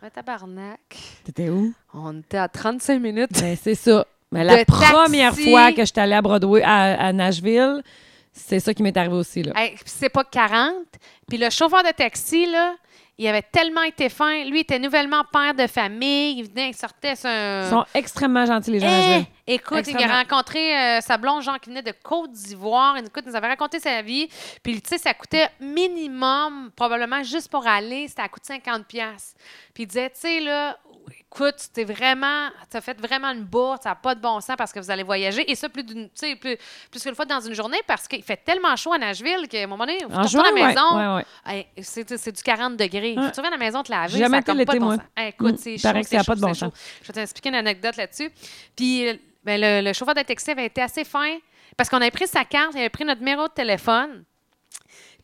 S2: Un tabarnak.
S1: T'étais où?
S2: On était à 35 minutes.
S1: Ben, c'est ça. Mais la
S2: De
S1: première
S2: taxi.
S1: fois que je suis allée à Broadway, à, à Nashville, c'est ça qui m'est arrivé aussi, là.
S2: Hey, puis c'est pas 40. Puis le chauffeur de taxi, là, Il avait tellement été fin. Lui, il était nouvellement père de famille. Il venait, il sortait sur un.
S1: Ils sont extrêmement gentils, les gens
S2: euh, Eh!
S1: à Gel.
S2: Écoute, il
S1: Extrêmement.
S2: a rencontré euh, sa blonde, Jean, qui venait de Côte d'Ivoire. Et Écoute, il nous avait raconté sa vie. Puis, tu sais, ça coûtait minimum, probablement juste pour aller, ça coûte 50 pièces. Puis, il disait, tu sais, là, écoute, tu t'es vraiment, tu as fait vraiment une bourre, ça n'a pas de bon sens parce que vous allez voyager. Et ça, plus d'une, tu sais, plus, plus qu'une fois dans une journée parce qu'il fait tellement chaud à Nashville qu'à un moment donné, faut
S1: En
S2: retourner à la
S1: juin, ouais,
S2: maison.
S1: ouais, ouais.
S2: Hey, c'est c'est du 40 degrés. Faut
S1: Ouais.
S2: que Tu reviens à la maison te laver.
S1: Ah. J'ai jamais
S2: ça a
S1: été
S2: comme
S1: l'été,
S2: pas de bon
S1: moi.
S2: sens. Hey, écoute,
S1: Mm.
S2: c'est chaud.
S1: Paraît que
S2: c'est
S1: ça a pas
S2: chaud,
S1: de bon
S2: c'est chaud.
S1: sens.
S2: Je vais t'expliquer une anecdote là-dessus. Puis euh, ben, le, le chauffeur de taxi avait été assez fin parce qu'on avait pris sa carte, il avait pris notre numéro de téléphone.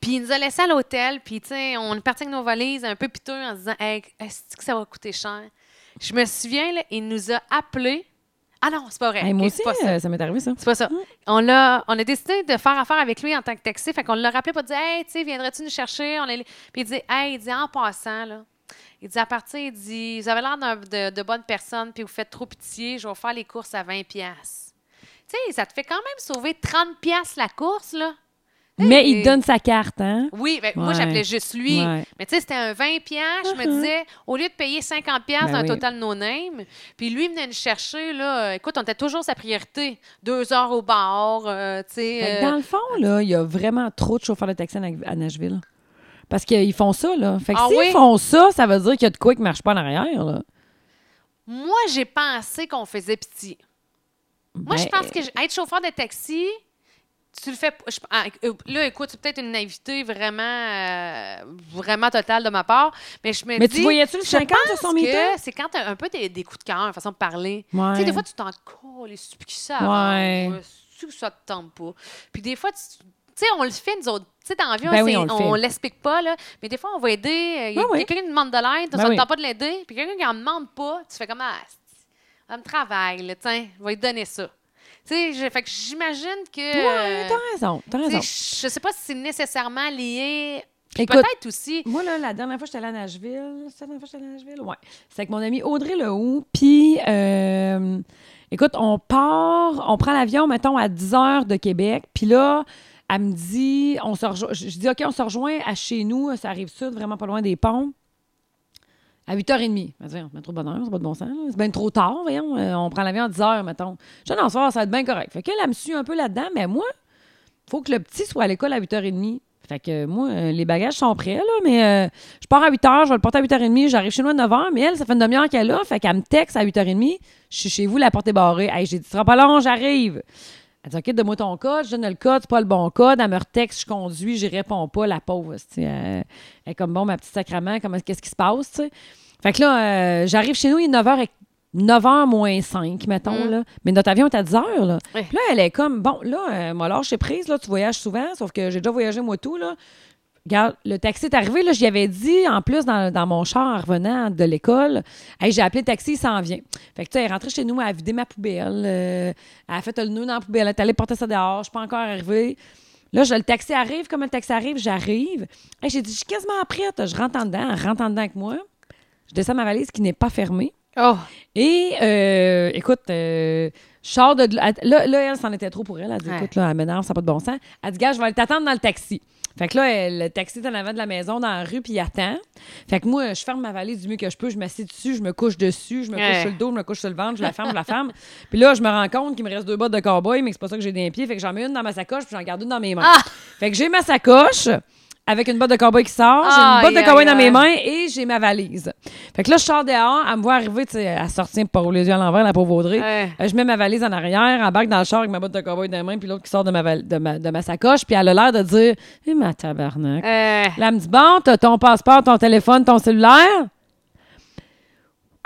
S2: Puis il nous a laissés à l'hôtel. Puis, tu sais, on est parti avec nos valises un peu piteux en se disant Hey, est-ce que ça va coûter cher? Je me souviens, là, il nous a appelés. Ah non, c'est pas vrai.
S1: Hey, moi
S2: Ok,
S1: aussi,
S2: c'est pas ça.
S1: euh, ça m'est arrivé, ça.
S2: C'est pas ça. On, l'a, on a décidé de faire affaire avec lui en tant que taxi. Fait qu'on l'a rappelé pour dire Hey, tu sais, viendrais-tu nous chercher On est... Puis il dit Hey, il dit en passant, là. Il dit à partir, il dit Vous avez l'air d'un- de, de bonnes personnes, puis vous faites trop pitié, je vais vous faire les courses à 20$. Tu sais, ça te fait quand même sauver 30$ la course, là.
S1: Mais il
S2: et-
S1: donne sa carte, hein?
S2: Oui, ben, moi,
S1: Ouais.
S2: j'appelais juste lui.
S1: Ouais. Uh-huh.
S2: Mais tu sais, c'était un 20$. Je me disais, au lieu de payer 50$
S1: Ben
S2: dans
S1: oui.
S2: un total no-name, puis lui, il venait nous chercher, là. euh, Écoute, on était toujours sa priorité. Deux heures au bar, euh,
S1: Fait
S2: tu sais.
S1: que
S2: euh,
S1: Ben, Dans le fond, là, il y a vraiment trop de chauffeurs de taxi à Na- à Nashville. Parce qu'ils font ça, là. Fait que
S2: Ah
S1: s'ils
S2: oui?
S1: font ça, ça veut dire qu'il y a de quoi qui marche pas en arrière, là.
S2: Moi, j'ai pensé qu'on faisait pitié. Moi, je
S1: Ben,
S2: pense que j- être chauffeur de taxi, tu le fais. p- je- ah, euh, là, écoute, c'est peut-être une naïveté vraiment, euh, vraiment totale de ma part, mais je me
S1: Mais
S2: dis.
S1: tu voyais-tu le
S2: je
S1: 50 sur
S2: pense
S1: son meter?
S2: que C'est quand t'as un peu des, des coups de cœur, façon de parler.
S1: Ouais.
S2: Tu sais, des fois, tu t'en colles, les stupides qui savent.
S1: Ouais.
S2: hein, ou ça te tente pas. Puis des fois, tu. Tu sais, on le fait, nous autres. Tu sais, dans la vie, on
S1: Ben oui,
S2: sait-
S1: on le fait.
S2: on l'explique pas, là. Mais des fois, on va aider. euh, y a
S1: Ben oui.
S2: Quelqu'un qui nous demande de l'aide,
S1: Ben
S2: ça ne
S1: oui.
S2: tente pas de l'aider. Puis quelqu'un qui en demande pas, tu fais comme, ah, elle me travaille, là, tiens, je vais lui donner ça. Tu sais, je- fait que j'imagine que. euh,
S1: Ouais, t'as raison, t'as
S2: tu
S1: raison.
S2: sais, je sais pas si c'est nécessairement lié. Puis
S1: Écoute-
S2: Peut-être aussi.
S1: Moi, là, la dernière fois, j'étais allée à Nashville. C'est la dernière fois que j'étais allée à Nashville? Ouais. C'est avec mon amie Audrey Lehoux. Puis, euh, écoute, on part, on prend l'avion, mettons, à 10 h de Québec. Puis là, elle me dit, on se rejoint. Je je dis, OK, on se rejoint à chez nous. Ça arrive sud, vraiment pas loin des ponts. À 8h30. Elle me dit, on met trop de bonne heure, c'est pas de bon sens. là. C'est bien trop tard, voyons. Euh, on prend l'avion à 10h, mettons. Je dis, non, ce soir, ça va être bien correct. Fait qu'elle, elle me suit un peu là-dedans, mais moi, faut que le petit soit à l'école à 8h30. Fait que euh, moi, euh, les bagages sont prêts, là, mais euh, je pars à 8h, je vais le porter à 8h30, j'arrive chez moi à 9h, mais elle, ça fait une demi-heure qu'elle est là, fait qu'elle me texte à 8h30, je suis chez vous, la porte est barrée. Hey, j'ai dit, ce sera pas long, j'arrive. Elle dit, OK, donne-moi ton code, je donne le code, c'est pas le bon code. Elle me retexte, je conduis, j'y réponds pas, la pauvre. tu sais, Elle, elle est comme, bon, ma petite sacrament, comment, qu'est-ce qui se passe, tu sais? Fait que là, euh, j'arrive chez nous, il est 9h, et- 9h moins 5, mettons,
S2: Mm.
S1: là. Mais notre avion est à 10h, là.
S2: Ouais.
S1: Puis là, elle est comme, bon, là, euh, moi, alors, je suis prise, là, tu voyages souvent, sauf que j'ai déjà voyagé, moi, tout, là. Regarde, le taxi est arrivé, là, j'y avais dit, en plus, dans, dans mon char en revenant de l'école, Hey, j'ai appelé le taxi, il s'en vient. Fait que, tu sais, elle est rentrée chez nous, elle a vidé ma poubelle, euh, elle a fait le nœud dans la poubelle, elle est allée porter ça dehors, je suis pas encore arrivée. Là, je, le taxi arrive, comme le taxi arrive, j'arrive. Hey, j'ai dit, je suis quasiment prête, je rentre en dedans, elle rentre en dedans avec moi. Je descends ma valise qui n'est pas fermée.
S2: Oh!
S1: Et euh, écoute, euh, je sors de. elle- Là, là, elle, s'en était trop pour elle. Elle dit
S2: Ouais.
S1: écoute, là, elle m'énerve, ça n'a pas de bon sens. Elle dit gars, je vais aller t'attendre dans le taxi. Fait que là, elle- le taxi est en avant de la maison, dans la rue, puis il attend. Fait que moi, je ferme ma valise du mieux que je peux, je m'assieds dessus, je me couche dessus, je me
S2: Ouais.
S1: couche sur le dos, je me couche sur le ventre, je la ferme, je la ferme. Puis là, je me rends compte qu'il me reste deux bottes de cowboy, mais que c'est pas ça que j'ai d'un pied. Fait que j'en mets une dans ma sacoche, puis j'en garde une dans mes mains.
S2: Ah!
S1: Fait que j'ai ma sacoche avec une botte de cowboy qui sort,
S2: Aïe,
S1: j'ai une botte de cowboy
S2: aïe,
S1: dans mes
S2: aïe.
S1: mains et j'ai ma valise. Fait que là, je sors dehors, elle me voit arriver, tu sais, elle sortir pour les yeux à l'envers, la pauvre Audrey.
S2: Ouais.
S1: Euh, Je mets ma valise en arrière, embarque dans le char avec ma botte de cowboy dans les mains, puis l'autre qui sort de ma, val- de ma, de ma sacoche, puis elle a l'air de dire Eh, ma tabarnak.
S2: Euh,
S1: Là, elle me dit Bon, t'as ton passeport, ton téléphone, ton cellulaire.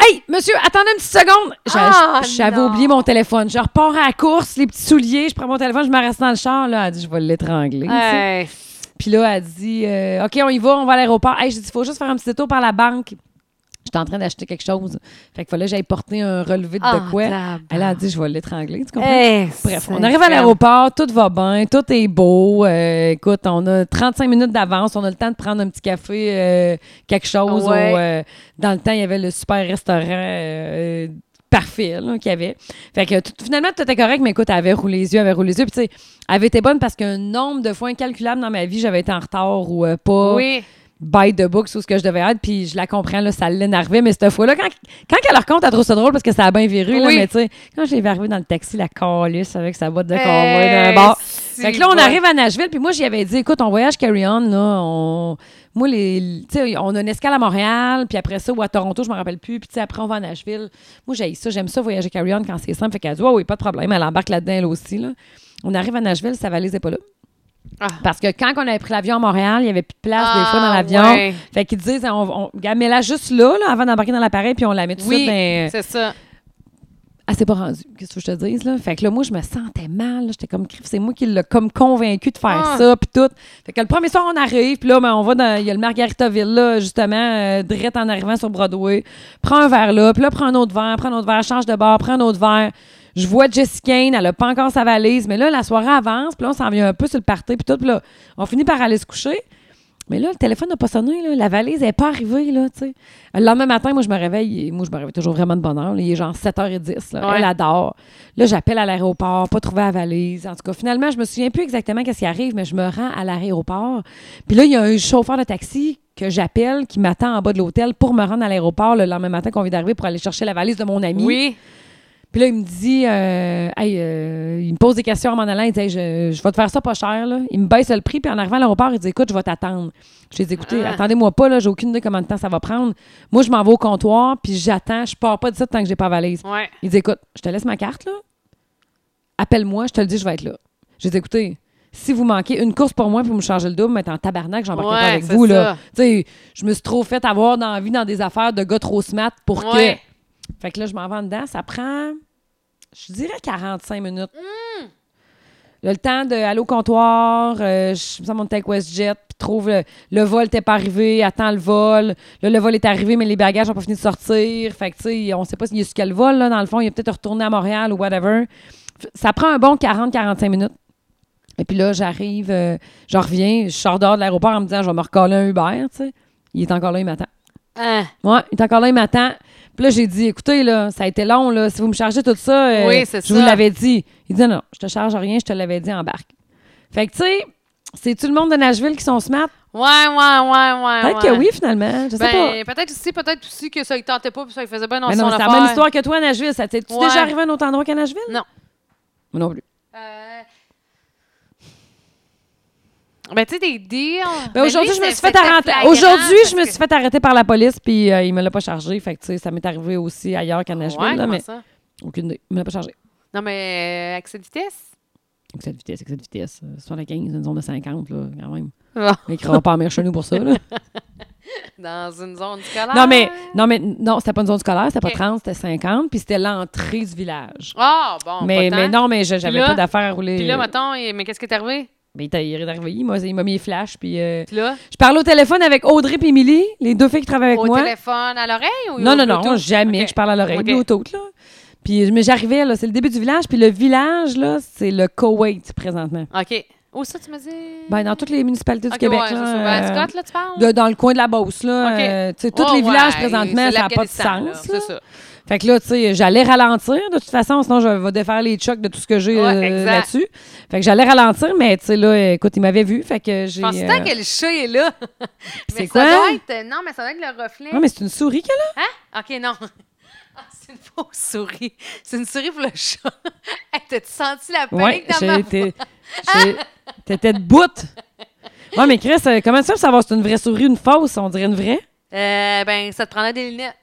S1: Hey, monsieur, attendez une petite seconde. J'a-
S2: Ah,
S1: J'avais
S2: non.
S1: oublié mon téléphone. Je repars à la course, les petits souliers, je prends mon téléphone, je me reste dans le char. Là, elle dit Je vais l'étrangler. tu sais.
S2: ouais.
S1: Puis là, elle dit euh, OK, on y va, on va à l'aéroport. Hey, j'ai dit faut juste faire un petit détour par la banque. J'étais en train d'acheter quelque chose. Fait qu'il fallait que j'aille porter un relevé de,
S2: Ah,
S1: quoi.
S2: tabarnak.
S1: Elle a dit je vais l'étrangler, tu comprends?
S2: Eh,
S1: Bref, on arrive
S2: c'est
S1: à
S2: incroyable.
S1: l'aéroport, tout va bien, tout est beau. Euh, écoute, on a 35 minutes d'avance, on a le temps de prendre un petit café, euh, quelque chose.
S2: Ouais.
S1: au, euh, dans le temps, il y avait le super restaurant euh, euh, parfait là, qu'il y avait. Fait que tout- finalement, tout était correct, mais écoute, elle avait roulé les yeux, elle avait roulé les yeux. Puis tu sais, elle avait été bonne parce qu'un nombre de fois incalculable dans ma vie, j'avais été en retard ou euh, pas.
S2: Oui.
S1: by the book sur ce que je devais être, puis je la comprends, là, ça l'énervait, mais cette fois-là, quand, quand elle raconte, elle trouve ça drôle parce que ça a bien viré, là,
S2: Oui.
S1: mais tu sais, quand j'ai arrivé dans le taxi, la calisse avec sa boîte de
S2: Hey,
S1: convoi d'un bord.
S2: c'est
S1: Fait que là, on
S2: bon.
S1: arrive à Nashville, puis moi, j'y avais dit, écoute, on voyage carry-on, là, on... Moi, les... tu sais, on a une escale à Montréal, puis après ça, ou à Toronto, je me rappelle plus, puis tu sais, après, on va à Nashville. Moi, j'ai ça, j'aime ça, voyager carry-on quand c'est simple. Fait qu'elle dit, oh, oui, pas de problème, elle embarque là-dedans, elle aussi, là. On arrive à Nashville, sa valise n'est pas là.
S2: Ah.
S1: Parce que quand on avait pris l'avion à Montréal, il y avait plus de place des
S2: Ah,
S1: fois dans l'avion.
S2: ouais.
S1: Fait qu'ils disent, on, on, gars, mets-la juste là, là, avant d'embarquer dans l'appareil, puis on la met tout de
S2: Oui,
S1: suite. dans-
S2: c'est ça.
S1: elle s'est Ah, pas rendue. Qu'est-ce que je te dise, là? Fait que là, moi, je me sentais mal. là. J'étais comme, crif, c'est moi qui l'ai comme convaincu de faire
S2: Ah.
S1: ça, puis tout. Fait que le premier soir, on arrive, puis là, ben, on va dans, il y a le Margaritaville, là, justement, euh, direct en arrivant sur Broadway. Prends un verre là, puis là, prends un autre verre, prends un autre verre, change de bar, prends un autre verre. Je vois Jessica Kane, elle a pas encore sa valise, mais là, la soirée avance, puis là, on s'en vient un peu sur le party, puis tout, puis là, on finit par aller se coucher. Mais là, le téléphone n'a pas sonné, là. la valise n'est pas arrivée. Là, tu sais. le lendemain matin, moi, je me réveille, et moi, je me réveille toujours vraiment de bonne heure. là. Il est genre 7h10. Là.
S2: Ouais.
S1: Elle adore. Là, j'appelle à l'aéroport, pas trouvé la valise. En tout cas, finalement, je me souviens plus exactement qu'est-ce qui arrive, mais je me rends à l'aéroport. Puis là, il y a un chauffeur de taxi que j'appelle qui m'attend en bas de l'hôtel pour me rendre à l'aéroport le lendemain matin qu'on vient d'arriver pour aller chercher la valise de mon ami.
S2: Oui.
S1: Puis là, il me dit, euh, Hey, euh, il me pose des questions en m'en allant. Il dit, Hey, je, je vais te faire ça pas cher. Là. Il me baisse le prix. Puis en arrivant à l'aéroport, il dit, écoute, je vais t'attendre. Je lui ai dit, écoutez,
S2: Ah.
S1: attendez-moi pas. là, J'ai aucune idée combien de temps ça va prendre. Moi, je m'en vais au comptoir. Puis j'attends. Je pars pas de ça tant que j'ai pas la valise.
S2: Ouais.
S1: Il dit, écoute, je te laisse ma carte. là. Appelle-moi. Je te le dis, je vais être là. J'ai dit, écoutez, si vous manquez une course pour moi pour me changer le double, mais en tabarnak, j'embarque
S2: Ouais,
S1: pas avec
S2: c'est
S1: vous.
S2: ça.
S1: là. Tu sais, je me suis trop fait avoir dans la vie, dans des affaires de gars trop smart pour que.
S2: Ouais.
S1: Fait que là, je m'en vais dedans. Ça prend, je dirais, 45 minutes. Là, le temps d'aller au comptoir, euh, je me sens mon Tech WestJet, puis trouve le, le vol t'es pas arrivé, attends le vol. Là, le vol est arrivé, mais les bagages n'ont pas fini de sortir. Fait que, tu sais, on sait pas s'il est sur quel vol, là, dans le fond. Il est peut-être retourné à Montréal ou whatever. F- Ça prend un bon 40-45 minutes. Et puis là, j'arrive, euh, je reviens, je sors dehors de l'aéroport en me disant, je vais me recoller un Uber, tu sais. Il est encore là, il m'attend.
S2: Hein.
S1: Ouais, il est encore là, il m'attend. Puis là, j'ai dit, écoutez, là, ça a été long, là. Si vous me chargez tout ça, euh,
S2: Oui,
S1: je
S2: c'est
S1: vous
S2: ça.
S1: l'avais dit. Il dit, non, non, je te charge rien, je te l'avais dit, embarque. Fait que, tu sais, c'est-tu le monde de Nashville qui sont smart?
S2: Ouais, ouais, ouais, ouais.
S1: Peut-être
S2: Ah ouais.
S1: que oui, finalement. Je sais pas.
S2: Ben, peut-être aussi, peut-être aussi que ça, il tentait pas, puis ça, il faisait bien dans
S1: Mais
S2: son
S1: non, c'est
S2: affaire.
S1: la même histoire que toi à Nashville. Ça t'es-tu
S2: Ouais.
S1: déjà arrivé à un autre endroit qu'à Nashville?
S2: Non.
S1: Moi non plus.
S2: Euh... Ben, tu sais, des deals.
S1: Ben, aujourd'hui, je me suis fait arrêter. Aujourd'hui, je me suis fait arrêter par la police, puis euh, il me l'a pas chargé. Fait que, tu sais, ça m'est arrivé aussi ailleurs qu'à Nashville, là, mais
S2: Ça?
S1: aucune idée. Il me l'a pas chargé.
S2: Non, mais euh, accès de vitesse?
S1: Excès de vitesse, excès de vitesse. Euh, 75, une zone de 50, là, quand même.
S2: Bon,
S1: Mais qui rentre pas en mer chez nous pour ça, là.
S2: dans une zone scolaire.
S1: Non, mais, non, mais, non, c'était pas une zone scolaire, c'était
S2: Ah. Ok.
S1: pas 30, c'était 50, puis c'était l'entrée du village.
S2: Ah, bon,
S1: mais,
S2: pas
S1: mais
S2: tant.
S1: non, mais je- j'avais
S2: là-
S1: pas d'affaires à rouler.
S2: Puis là, mettons, il- mais qu'est-ce qui est arrivé?
S1: mais il t'a- il est arrivé, il m'a il m'a mis les flashs, puis euh,
S2: Puis là,
S1: je parle au téléphone avec Audrey et Émilie, les deux filles qui travaillent avec
S2: au
S1: moi.
S2: téléphone, à l'oreille ou
S1: Non,
S2: au
S1: non, non,
S2: Bluetooth?
S1: jamais
S2: Ok.
S1: que je parle à l'oreille.
S2: Ok.
S1: Bluetooth, là. Puis mais j'arrivais, là, c'est le début du village, puis le village, là, c'est le Koweït, présentement.
S2: OK. Où ça, tu me dis?
S1: Ben, dans toutes les municipalités du
S2: Ok,
S1: Québec,
S2: ouais, c'est
S1: là,
S2: ça. Ben,
S1: euh,
S2: Scott, là, tu parles?
S1: de- dans le coin de la Beauce, là.
S2: Ok.
S1: euh, tu sais, tous
S2: Oh,
S1: les villages,
S2: ouais,
S1: présentement,
S2: c'est
S1: ça n'a pas de
S2: l'Afghanistan, là,
S1: sens. là.
S2: C'est ça.
S1: Fait que là, tu sais, j'allais ralentir de toute façon, sinon je vais défaire les chocs de tout ce que j'ai
S2: Ouais,
S1: euh,
S2: exact.
S1: là-dessus. Fait que j'allais ralentir, mais tu sais, là, écoute, il m'avait vu, fait que j'ai.
S2: Je pense
S1: euh,
S2: tant que le chat est là.
S1: c'est
S2: Mais
S1: quoi?
S2: Ça doit être... euh, Non, mais ça doit être le reflet.
S1: Non, mais c'est une souris qu'elle a.
S2: Hein? OK, non. Ah, c'est une fausse souris. C'est une souris pour le chat. hey, T'as-tu senti la
S1: Ouais,
S2: panique dans ma
S1: j'ai été. j'ai- T'étais de bout. Ouais, mais Chris, euh, comment tu fais pour savoir si c'est une vraie souris ou une fausse? On dirait une vraie?
S2: Euh, ben, ça te prendrait des lunettes.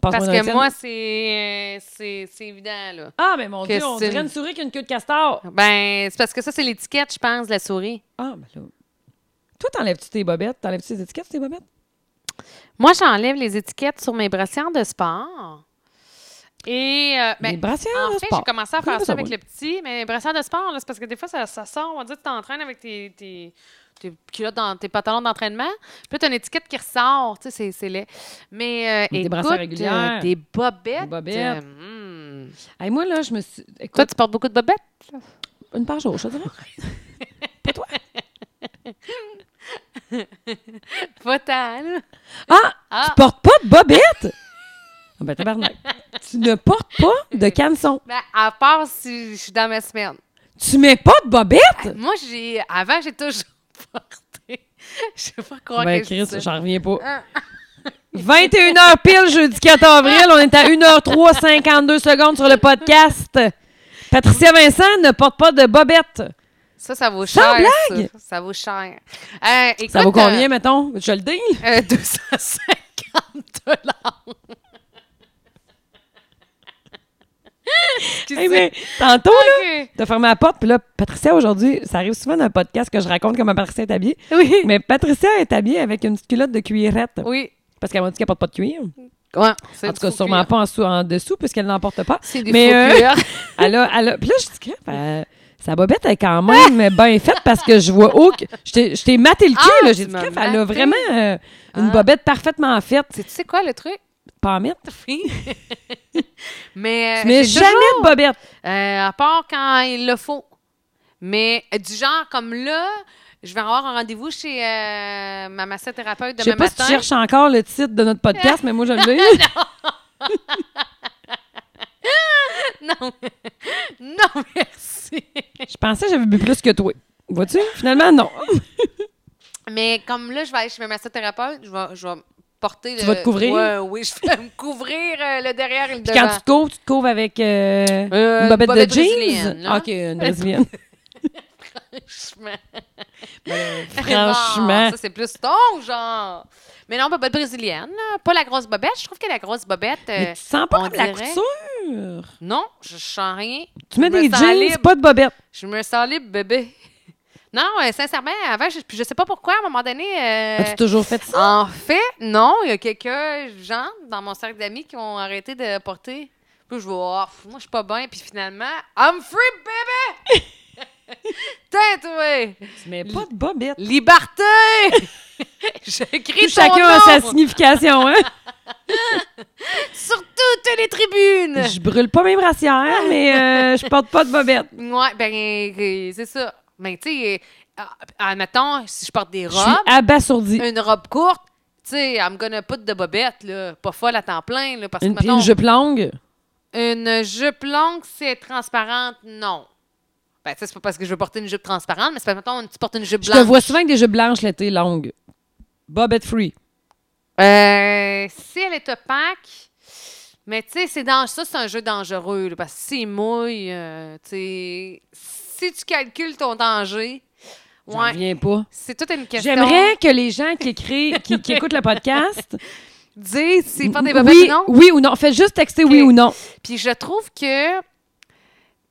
S1: Passe-moi
S2: Parce
S1: dans
S2: que
S1: le
S2: moi, c'est euh, c'est c'est évident, là.
S1: Ah, mais mon
S2: que
S1: Dieu, on
S2: c'est
S1: dirait
S2: une-
S1: une souris qui a une queue de castor.
S2: Ben, c'est parce que ça, c'est l'étiquette, je pense, de la souris.
S1: Ah, ben là. Toi, t'enlèves-tu tes bobettes? T'enlèves-tu tes étiquettes, tes bobettes?
S2: Moi, j'enlève les étiquettes sur mes brassières de sport. Et. euh, ben,
S1: les brassières,
S2: en
S1: de
S2: fait,
S1: sport.
S2: j'ai commencé à
S1: Pourquoi
S2: faire
S1: pas
S2: ça avec
S1: oui?
S2: le petit, mais les brassières de sport, là, c'est parce que des fois, ça, ça sort. On va dire que tu t'entraînes avec tes, tes, tes culottes, dans, tes pantalons d'entraînement. Puis là, tu as une étiquette qui ressort. Tu sais, c'est- c'est laid. Mais euh,
S1: Des
S2: écoute,
S1: brassières régulières.
S2: euh, des bobettes.
S1: Des bobettes.
S2: euh, hmm.
S1: Hey, moi, là, je me suis. Écoute,
S2: Toi, tu portes beaucoup de bobettes?
S1: Une par jour, je te dirais. Pas toi.
S2: Pas tant, là.
S1: Ah,
S2: Ah.
S1: Tu portes pas de bobette? Ah ben, tabarnak. tu ne portes pas de canson.
S2: Ben, à part si je suis dans ma semaine.
S1: Tu mets pas de bobette?
S2: Moi, j'ai avant, j'ai toujours porté Je sais pas croire
S1: ben,
S2: que je
S1: Chris,
S2: dis ça.
S1: j'en reviens pas. 21h pile, jeudi 4 avril. On est à 1h3, 52 secondes sur le podcast. Patricia Vincent ne porte pas de bobette.
S2: Ça, ça vaut
S1: Sans
S2: cher.
S1: blague!
S2: Ça, Ça vaut cher. Euh, écoute,
S1: Ça vaut combien,
S2: euh,
S1: mettons? Je le dis.
S2: euh, 250 Excusez.
S1: Hey, mais tantôt, là,
S2: Ok.
S1: t'as fermé la porte, puis là, Patricia, aujourd'hui, ça arrive souvent dans le podcast que je raconte comment Patricia est habillée.
S2: Oui.
S1: Mais Patricia est habillée avec une petite culotte de cuirette.
S2: Oui.
S1: Parce qu'elle m'a dit qu'elle porte pas de cuir.
S2: Ouais,
S1: En tout cas, sûrement pas en, dessous- en dessous, puisqu'elle n'en porte pas.
S2: C'est des
S1: Mais, euh,
S2: faux cuirs.
S1: Elle a, elle a- Puis là, je dis, Crap, euh, sa bobette est quand même bien faite parce que je vois aucun. Je t'ai- je t'ai maté le cul,
S2: Ah,
S1: là.
S2: tu
S1: J'ai dit,
S2: m'as
S1: Crap, elle a
S2: maté.
S1: vraiment euh, une
S2: Ah.
S1: bobette parfaitement faite.
S2: Tu sais quoi, le truc?
S1: Pas en mettre.
S2: Oui. mais euh,
S1: Mais
S2: j'ai
S1: jamais de
S2: toujours,
S1: bobette.
S2: euh, à part quand il le faut. Mais euh, du genre comme là, je vais avoir un rendez-vous chez euh, ma massothérapeute
S1: Je sais
S2: demain
S1: pas si
S2: matin.
S1: tu cherches encore le titre de notre podcast, mais moi, je l'ai.
S2: Non. non, merci.
S1: Je pensais que j'avais bu plus que toi. Vois-tu? Finalement, non.
S2: Mais comme là, je vais aller chez ma massothérapeute, je vais, je vais porter le...
S1: Tu vas te couvrir?
S2: Ouais, oui, je vais me couvrir euh, le derrière et le
S1: Puis
S2: devant.
S1: quand tu te couvres, tu te couvres avec euh,
S2: Euh,
S1: une bobette,
S2: bobette
S1: de jeans. Ah,
S2: brésilienne, là.
S1: OK, une brésilienne.
S2: Franchement.
S1: franchement.
S2: Non, ça, c'est plus ton genre. Mais non, bobette brésilienne. là. Pas la grosse bobette. Je trouve que la grosse bobette. euh,
S1: Mais tu sens pas
S2: on
S1: comme de la
S2: dirait-
S1: couture.
S2: Non, je sens rien.
S1: Tu mets
S2: Je me
S1: des
S2: sens
S1: jeans,
S2: libre.
S1: pas de bobette.
S2: Je me sens libre, bébé. Non, euh, sincèrement, avant, je, puis je sais pas pourquoi, à un moment donné. euh,
S1: As-tu toujours fait ça?
S2: en fait, non, il y a quelques gens dans mon cercle d'amis qui ont arrêté de porter. Puis je vois, oh, moi, je suis pas bien. Puis finalement, I'm free, bébé! Tête, oui!
S1: Mais pas de bobette.
S2: Liberté! J'écris
S1: Tout
S2: ton
S1: chacun a sa
S2: nom.
S1: signification, hein?
S2: sur toutes les tribunes.
S1: je brûle pas mes brassières, mais euh, je porte pas de bobette.
S2: Ouais, ben euh, c'est ça. Mais tu sais, euh, admettons, si je porte des
S1: Je suis
S2: robes,
S1: abasourdie.
S2: une robe courte, tu sais, I'm gonna put de bobette, là. Pas folle à temps plein, là, parce
S1: Une,
S2: que,
S1: puis
S2: mettons,
S1: une jupe longue.
S2: une jupe longue, c'est transparente, non. Ben, tu sais, c'est pas parce que je veux porter une jupe transparente, mais c'est parce que, mettons, tu portes une jupe
S1: Je
S2: blanche.
S1: te vois souvent avec des jupes blanches l'été, longues. Bobette free.
S2: Euh, si elle est opaque, mais tu sais, c'est dans ça, c'est un jeu dangereux, là, parce que s'il mouille, euh, tu sais, si tu calcules ton danger,
S1: J'en
S2: ouais,
S1: reviens pas.
S2: c'est toute une question.
S1: J'aimerais que les gens qui écrivent, qui, qui écoutent le podcast,
S2: dire s'ils portent des bobettes
S1: oui,
S2: ou non.
S1: oui ou non. Faites juste texter oui
S2: Ok.
S1: ou non.
S2: Puis je trouve que, tu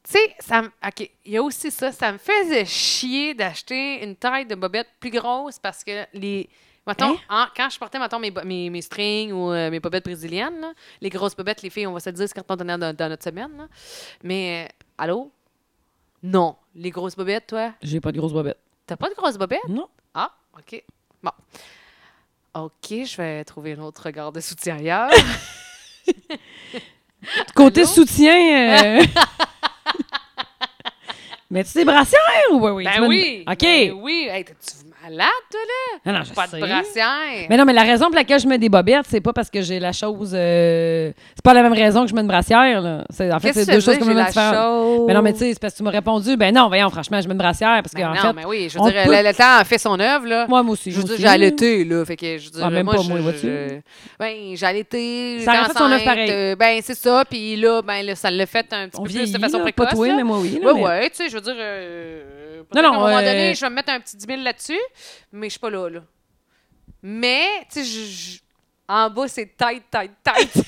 S2: sais, ça me- OK, il y a aussi ça, ça me faisait chier d'acheter une taille de bobette plus grosse parce que les. Mettons,
S1: Hein?
S2: en- quand je portais, mettons, mes, bo- mes, mes strings ou euh, mes bobettes brésiliennes, là, les grosses bobettes, les filles, on va se le dire, c'est quand on tenait dans, dans notre semaine. là. Mais, euh, allô? Non. Les grosses bobettes, toi,
S1: J'ai pas de grosse bobette.
S2: t'as pas de grosses bobettes?
S1: Non.
S2: Ah, OK. Bon. OK, je vais trouver un autre regard de soutien ailleurs.
S1: Côté
S2: Allô?
S1: soutien. euh, Mets-tu des brassières ou oui, oui? Tu mets-
S2: ben oui!
S1: OK.
S2: Ben oui! Hey, t'es-tu malade, toi, là?
S1: Non, non, je
S2: Pas de
S1: sais.
S2: brassière.
S1: Mais non, mais la raison pour laquelle je mets des bobettes, c'est pas parce que j'ai la chose. euh, C'est pas la même raison que je mets une brassière, là. C'est- En fait, c'est
S2: Qu'est-ce que tu
S1: deux
S2: veux
S1: choses
S2: dire, j'ai
S1: complètement
S2: la
S1: différentes.
S2: chose?
S1: Mais non, mais tu sais, c'est parce que tu m'as répondu, ben non, voyons, franchement, je mets une brassière parce
S2: Ben
S1: qu'en
S2: non,
S1: fait.
S2: mais oui, je
S1: on
S2: veux dire,
S1: peut-
S2: le, le temps a fait son œuvre, là.
S1: Moi, moi aussi.
S2: je veux
S1: moi
S2: dire,
S1: aussi.
S2: j'ai allaité, là. Fait que, je veux dire,
S1: Ah, même
S2: moi,
S1: pas
S2: je,
S1: moi,
S2: je-
S1: vois-tu?
S2: je- Ben, j'ai allaité,
S1: Ça
S2: j'étais
S1: a fait son œuvre
S2: enceinte,
S1: pareil.
S2: euh, Ben, c'est ça. Puis là, ben, là, ça l'a fait un petit
S1: On
S2: peu
S1: vieillit,
S2: plus de façon
S1: là,
S2: précoce.
S1: Pas toi,
S2: là.
S1: mais moi, oui. là,
S2: Ouais,
S1: mais-
S2: ouais, tu sais, je veux dire. euh,
S1: Non,
S2: peut-être
S1: non,
S2: qu'à un moment donné,
S1: euh,
S2: je vais me mettre un petit 10 000 là-dessus, mais je suis pas là, là. Mais, tu sais, je- je- en bas, c'est tight, tight, tight.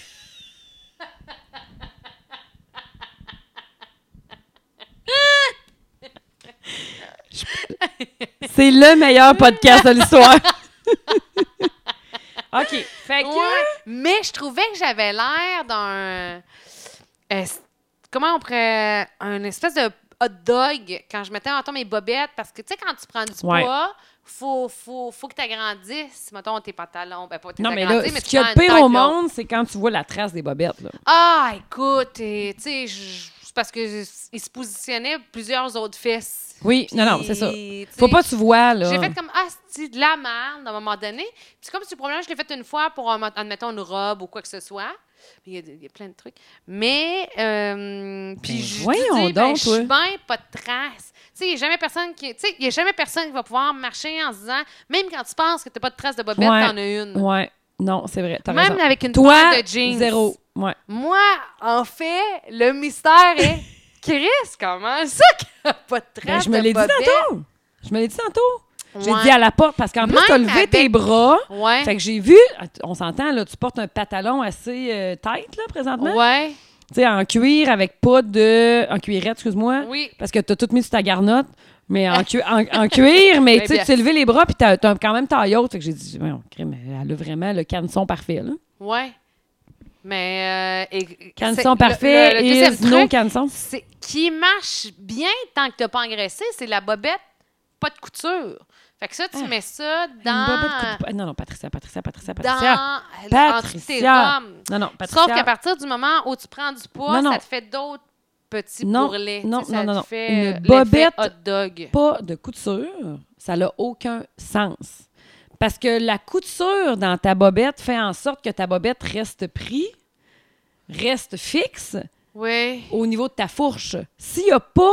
S1: C'est le meilleur podcast de l'histoire. OK. Fait que.
S2: Ouais, mais je trouvais que j'avais l'air d'un. euh, c- comment on pourrait. Un espèce de hot dog quand je mettais en mes bobettes. Parce que, tu sais, quand tu prends du
S1: Ouais.
S2: poids, faut, faut, faut que tu agrandisses, mettons, tes pantalons. Ben, pas tes
S1: Non, mais là,
S2: agrandis,
S1: ce
S2: tu
S1: qu'il y a
S2: prends
S1: de
S2: une
S1: pire
S2: taille
S1: au
S2: plus haute.
S1: monde, c'est quand tu vois la trace des bobettes, là.
S2: Ah, écoute, et, tu sais, je- c'est parce que je- il se positionnait plusieurs autres fesses.
S1: Oui, non, non,
S2: Puis,
S1: c'est ça.
S2: tu sais,
S1: Faut pas que tu vois, là.
S2: J'ai fait comme, ah, c'est de la merde à un moment donné. Puis c'est comme si le problème, je l'ai fait une fois pour, un- admettons, une robe ou quoi que ce soit. Il y, a, il y a plein de trucs. Mais, euh, puis
S1: Ben,
S2: je
S1: voyons
S2: dis, ben,
S1: donc,
S2: je suis
S1: toi.
S2: bien pas de traces. Tu sais, il n'y a jamais personne qui, tu sais, il y a jamais personne qui va pouvoir marcher en se disant, même quand tu penses que tu n'as pas de traces de bobette,
S1: Ouais.
S2: t'en as une.
S1: Ouais. Non, c'est vrai. T'as
S2: Même
S1: raison.
S2: avec une
S1: Toi,
S2: paire de jeans.
S1: zéro. Ouais.
S2: Moi, en fait, le mystère est Chris, comment ça qu'il n'y a pas de
S1: Ben,
S2: traces
S1: je me
S2: de
S1: l'ai dit
S2: bobette?
S1: tantôt. Je me l'ai dit tantôt. J'ai
S2: Ouais.
S1: dit à la porte parce qu'en plus,
S2: Même
S1: t'as levé
S2: avec-
S1: tes bras.
S2: Ouais.
S1: Fait que j'ai vu, on s'entend, là, tu portes un pantalon assez euh, tight, là, présentement.
S2: Ouais.
S1: Tu sais, en cuir avec pas de. En cuirette, excuse-moi.
S2: Oui.
S1: Parce que t'as tout mis sur ta garnotte, mais en, cui- en, en cuir, mais
S2: Ben,
S1: tu sais,
S2: bien.
S1: tu t'es levé les bras, puis t'as t'as quand même taille haute. Fait que j'ai dit, Voyons, crime, elle a vraiment le canson parfait, là.
S2: Ouais. Mais. Euh, et- c'est-
S1: Canson
S2: le-
S1: parfait
S2: le- le
S1: et
S2: deuxième
S1: no
S2: truc,
S1: canson.
S2: c'est- qui marche bien tant que tu n'as pas engraissé, c'est la bobette, pas de couture. Fait que ça, tu
S1: Ah,
S2: mets ça dans.
S1: Une bobette coupe de poing. Non, non, Patricia, Patricia, Patricia, Patricia.
S2: dans en dessous de tes
S1: Patricia.
S2: robes.
S1: Non, non, Patricia.
S2: Sauf qu'à partir du moment où tu prends du poids,
S1: Non, non.
S2: ça te fait d'autres petits
S1: Non,
S2: bourrelets.
S1: non,
S2: Tu sais,
S1: non,
S2: ça
S1: non,
S2: te
S1: non.
S2: fait euh,
S1: Une
S2: l'effet
S1: bobette-
S2: hot dog.
S1: pas de couture, ça n'a aucun sens. Parce que la couture dans ta bobette fait en sorte que ta bobette reste prise, reste fixe
S2: Oui.
S1: au niveau de ta fourche. S'il n'y a pas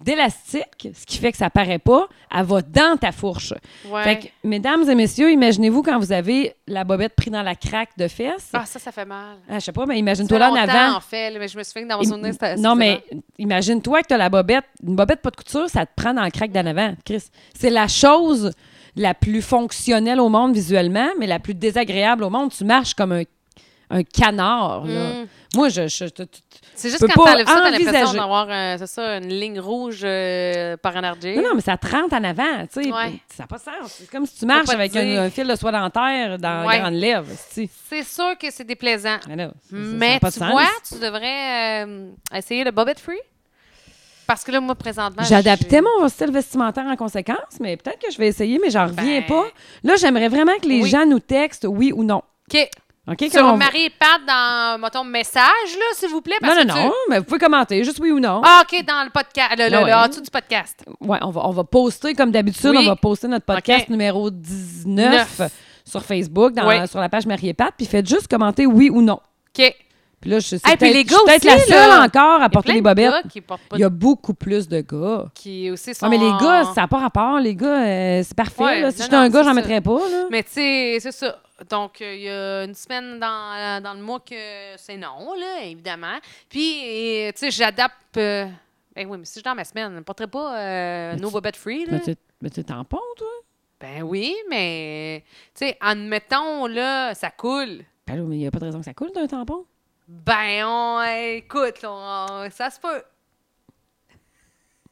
S1: d'élastique, ce qui fait que ça paraît pas, elle va dans ta fourche.
S2: Ouais.
S1: Fait que, mesdames et messieurs, imaginez-vous quand vous avez la bobette prise dans la craque de fesses.
S2: Ah, ça, ça fait mal.
S1: Ah, je sais pas, mais
S2: Ça
S1: imagine-toi
S2: fait
S1: là en
S2: longtemps,
S1: avant.
S2: en fait, là, mais je me souviens que dans mon
S1: Im-
S2: souvenir, c'était
S1: non, mais imagine-toi que tu as la bobette. Une bobette pas de couture, ça te prend dans le crack d'en avant, Chris. C'est la chose la plus fonctionnelle au monde visuellement, mais la plus désagréable au monde. Tu marches comme un, un canard. là.
S2: Mm.
S1: Moi, je. je- tu- tu-
S2: C'est
S1: peux
S2: juste quand
S1: pas
S2: t'enlèves ça, t'as l'impression
S1: envisager.
S2: d'avoir, euh, c'est ça, une ligne rouge euh, par en arrière.
S1: Non, non, mais ça te rentre en avant. Tu sais,
S2: Ouais.
S1: Ça n'a pas de sens. C'est comme si tu marches
S2: pas te
S1: avec un,
S2: dire.
S1: un fil de soie dentaire dans
S2: Ouais.
S1: la grande lèvre. tu sais.
S2: C'est sûr que c'est déplaisant.
S1: Mais, là, ça- ça- ça n'a
S2: Mais
S1: pas de
S2: tu
S1: sens.
S2: vois, tu devrais euh, essayer le Bobette Free. Parce que là, moi, présentement.
S1: J'adaptais
S2: j'ai-
S1: mon style vestimentaire en conséquence, mais peut-être que je vais essayer, mais j'en reviens
S2: Ben.
S1: pas. Là, j'aimerais vraiment que les
S2: Oui.
S1: gens nous textent oui ou non.
S2: OK.
S1: OK?
S2: Sur
S1: quand on-
S2: Marie et Pat dans, mettons, message, là, s'il vous plaît.
S1: Non,
S2: Parce
S1: non,
S2: que tu-
S1: non, mais vous pouvez commenter, juste oui ou non.
S2: Ah, OK, dans le podcast. Le, le-
S1: Ah
S2: le
S1: ouais.
S2: en dessous du podcast.
S1: Ouais, on va, on va poster, comme d'habitude,
S2: Oui.
S1: on va poster notre podcast
S2: Ok.
S1: numéro 19
S2: Neuf.
S1: sur Facebook, dans-
S2: Oui.
S1: sur la page Marie et Pat, puis faites juste commenter oui ou non.
S2: OK.
S1: Puis là, je suis
S2: Hey, puis
S1: peut-être
S2: les
S1: je suis
S2: gars
S1: peut-être la
S2: aussi,
S1: seule
S2: là.
S1: encore à
S2: Il y a
S1: porter
S2: plein
S1: les
S2: de
S1: bobettes.
S2: gars qui portent pas
S1: Il y a
S2: de-
S1: beaucoup plus de gars.
S2: qui aussi sont...
S1: Ouais, mais les gars, ça n'a pas rapport. Les gars, euh, c'est parfait.
S2: Ouais,
S1: là. Si
S2: non,
S1: j'étais
S2: non,
S1: un gars,
S2: c'est
S1: j'en
S2: ça.
S1: mettrais pas. Là.
S2: Mais tu sais, c'est ça. Donc, euh, il y a une semaine dans, euh, dans le mois que c'est non, là, évidemment. Puis, et, tu sais, j'adapte... euh, ben oui, mais si je suis dans ma semaine, je ne porterai pas euh,
S1: Mais
S2: No
S1: tu-
S2: Bobette Free, là.
S1: Mais tu- Mais tu t'en ponds, toi?
S2: Ben oui, mais, tu sais, admettons, là, ça coule.
S1: Ben là, mais il n'y a pas de raison que ça coule d'un tampon.
S2: Ben, on, écoute, là, on- ça se peut.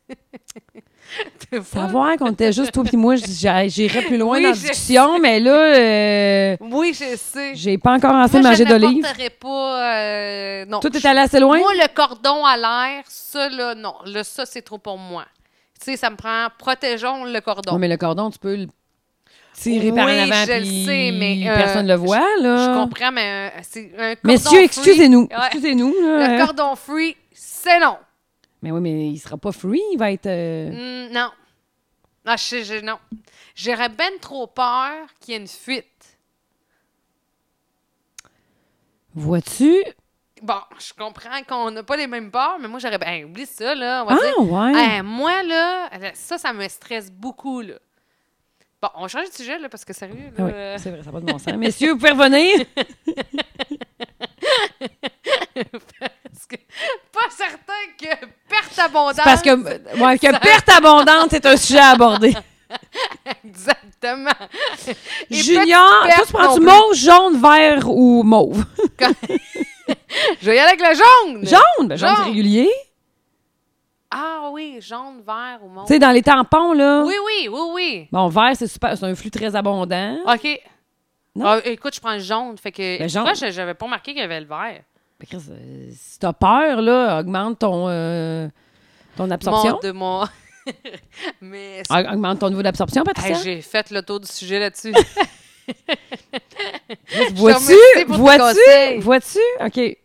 S2: T'es pas-
S1: Savoir qu'on était juste toi puis moi, je- j'a- j'irais plus loin
S2: Ah. Oui,
S1: dans la
S2: je
S1: discussion, mais là, euh,
S2: Oui, je sais.
S1: j'ai pas encore assez
S2: Moi,
S1: mangé
S2: je ne
S1: d'olive.
S2: porterais pas... euh, non.
S1: Tout est allé assez loin?
S2: Moi, le cordon à l'air, ça, là, non. Là, ça, c'est trop pour moi. Tu sais, ça me prend... Protégeons le cordon.
S1: Non, mais le cordon, tu peux le tirer par en
S2: Oui,
S1: avant
S2: je le
S1: puis
S2: sais, mais, euh,
S1: personne le voit,
S2: Je
S1: là.
S2: comprends, mais euh, c'est un cordon
S1: Messieurs, hein.
S2: free.
S1: excusez-nous.
S2: Ouais.
S1: Excusez-nous.
S2: Le
S1: là.
S2: cordon free, c'est non.
S1: Mais oui, mais il sera pas free, il va être... euh,
S2: Mm, non. Ah, je, sais, je- non. J'aurais ben trop peur qu'il y ait une fuite.
S1: Vois-tu?
S2: Bon, je comprends qu'on n'a pas les mêmes peurs, mais moi, j'aurais... Ben, oublie ça, là. On va
S1: Ah,
S2: dire...
S1: ouais.
S2: Eh, moi, là, ça, ça me stresse beaucoup, là. Bon, on change de sujet, là, parce que sérieux,
S1: Ah
S2: là...
S1: oui,
S2: euh,
S1: c'est vrai, ça n'a pas de bon sens. Messieurs, vous pouvez revenir.
S2: parce que pas certain que perte abondante...
S1: C'est parce que, ouais, que
S2: Ça-
S1: perte abondante est un sujet à aborder.
S2: Exactement. Et
S1: Junior,
S2: petite
S1: toi, tu
S2: perte non
S1: prends-tu
S2: plus.
S1: mauve, jaune, vert ou mauve?
S2: Je vais y aller avec le jaune!
S1: Jaune, ben, jaune,
S2: Jaune.
S1: c'est régulier.
S2: Ah oui, jaune, vert ou
S1: Tu
S2: mauve.
S1: sais, dans les tampons, là.
S2: Oui, oui, oui, oui.
S1: Bon, vert, c'est super, c'est un flux très abondant.
S2: OK.
S1: Non?
S2: Ah, écoute, je prends le jaune. Fait que.
S1: Le
S2: je
S1: jaune.
S2: crois que j'avais pas marqué qu'il y avait le vert.
S1: Ben, Chris, euh, si t'as peur, là, augmente ton, euh, ton absorption.
S2: Mon de mon. Mais. c'est-
S1: Aug- Augmente ton niveau d'absorption,
S2: Hey,
S1: Patricia.
S2: j'ai fait le tour du sujet là-dessus.
S1: vois-tu?
S2: remercie pour tes
S1: Vois-tu?
S2: conseils.
S1: Vois-tu? OK.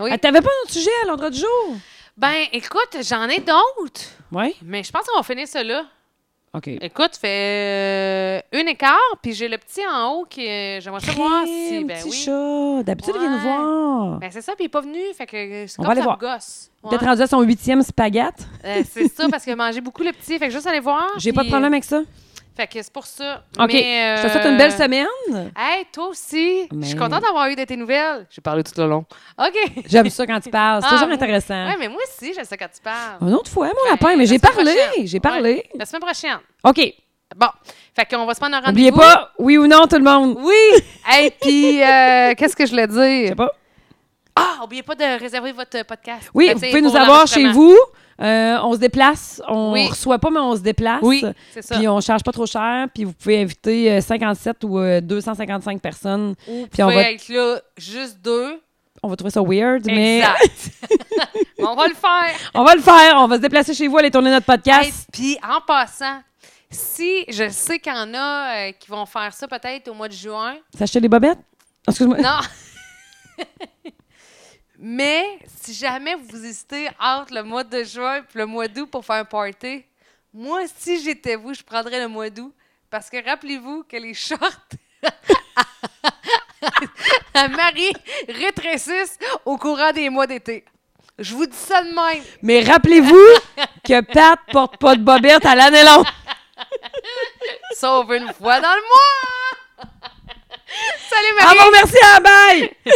S2: Oui.
S1: Ah, T'avais pas un autre sujet à l'ordre du jour?
S2: ben, écoute, j'en ai d'autres.
S1: Oui.
S2: Mais je pense qu'on va finir ça là.
S1: OK.
S2: Écoute, fait euh, une écart, puis j'ai le petit en haut qui. est- J'aimerais ça voir si.
S1: Crime,
S2: Ben
S1: petit
S2: oui.
S1: chat. D'habitude, il vient nous
S2: Ouais.
S1: voir.
S2: Ben c'est ça, puis il est pas venu. Fait que c'est
S1: On
S2: comme
S1: va aller
S2: ça
S1: voir.
S2: me gosse. Ouais.
S1: Peut-être rendu à son huitième spaghetti.
S2: Euh, c'est ça, parce qu'il a mangé beaucoup le petit. Fait que juste aller voir.
S1: J'ai pas de
S2: puis-
S1: problème avec ça.
S2: Fait que c'est pour ça.
S1: OK.
S2: Mais,
S1: Je te souhaite
S2: euh,
S1: une belle semaine.
S2: Hey, toi aussi. Je
S1: Mais-
S2: suis contente d'avoir eu de tes nouvelles. J'ai parlé tout le long. OK.
S1: J'aime ça quand tu parles. C'est
S2: Ah,
S1: toujours
S2: moi-
S1: intéressant.
S2: Ouais, mais moi aussi, je sais quand tu parles.
S1: Une autre fois, mon
S2: Ben,
S1: lapin, mais
S2: la
S1: j'ai
S2: semaine
S1: parlé.
S2: prochaine.
S1: J'ai parlé.
S2: La semaine prochaine.
S1: OK.
S2: Bon. Fait qu'on va se prendre un rendez-vous.
S1: N'oubliez pas, oui ou non, tout le monde.
S2: Oui. Hey, puis euh, qu'est-ce que je voulais
S1: Je sais
S2: dire?
S1: pas.
S2: Ah, oubliez pas de réserver votre podcast.
S1: Oui,
S2: Ben,
S1: vous
S2: t'sais,
S1: pouvez nous
S2: pour
S1: avoir chez
S2: l'enregistrement.
S1: vous. Euh, on se déplace. On
S2: Oui.
S1: reçoit pas, mais on se déplace.
S2: Oui, c'est ça.
S1: Puis on charge pas trop cher. Puis vous pouvez inviter euh, 57 ou euh, 255 personnes.
S2: Ou
S1: puis on
S2: pouvez
S1: va-
S2: être là juste deux.
S1: On va trouver ça weird, mais
S2: Exact. Mais on va le faire.
S1: on va le faire. On va se déplacer chez vous, aller tourner notre podcast.
S2: Hey, Puis en passant, si je sais qu'il y en a euh, qui vont faire ça peut-être au mois de juin,
S1: S'acheter des bobettes? Excuse-moi.
S2: non. Mais si jamais vous hésitez entre le mois de juin et le mois d'août pour faire un party, moi, si j'étais vous, je prendrais le mois d'août. Parce que rappelez-vous que les shorts à Marie rétrécissent au courant des mois d'été. Je vous dis ça de même.
S1: Mais rappelez-vous que Pat porte pas de bobettes à l'année longue.
S2: Sauf une fois dans le mois! Salut
S1: Ah
S2: Marie!
S1: bon, merci, à bye!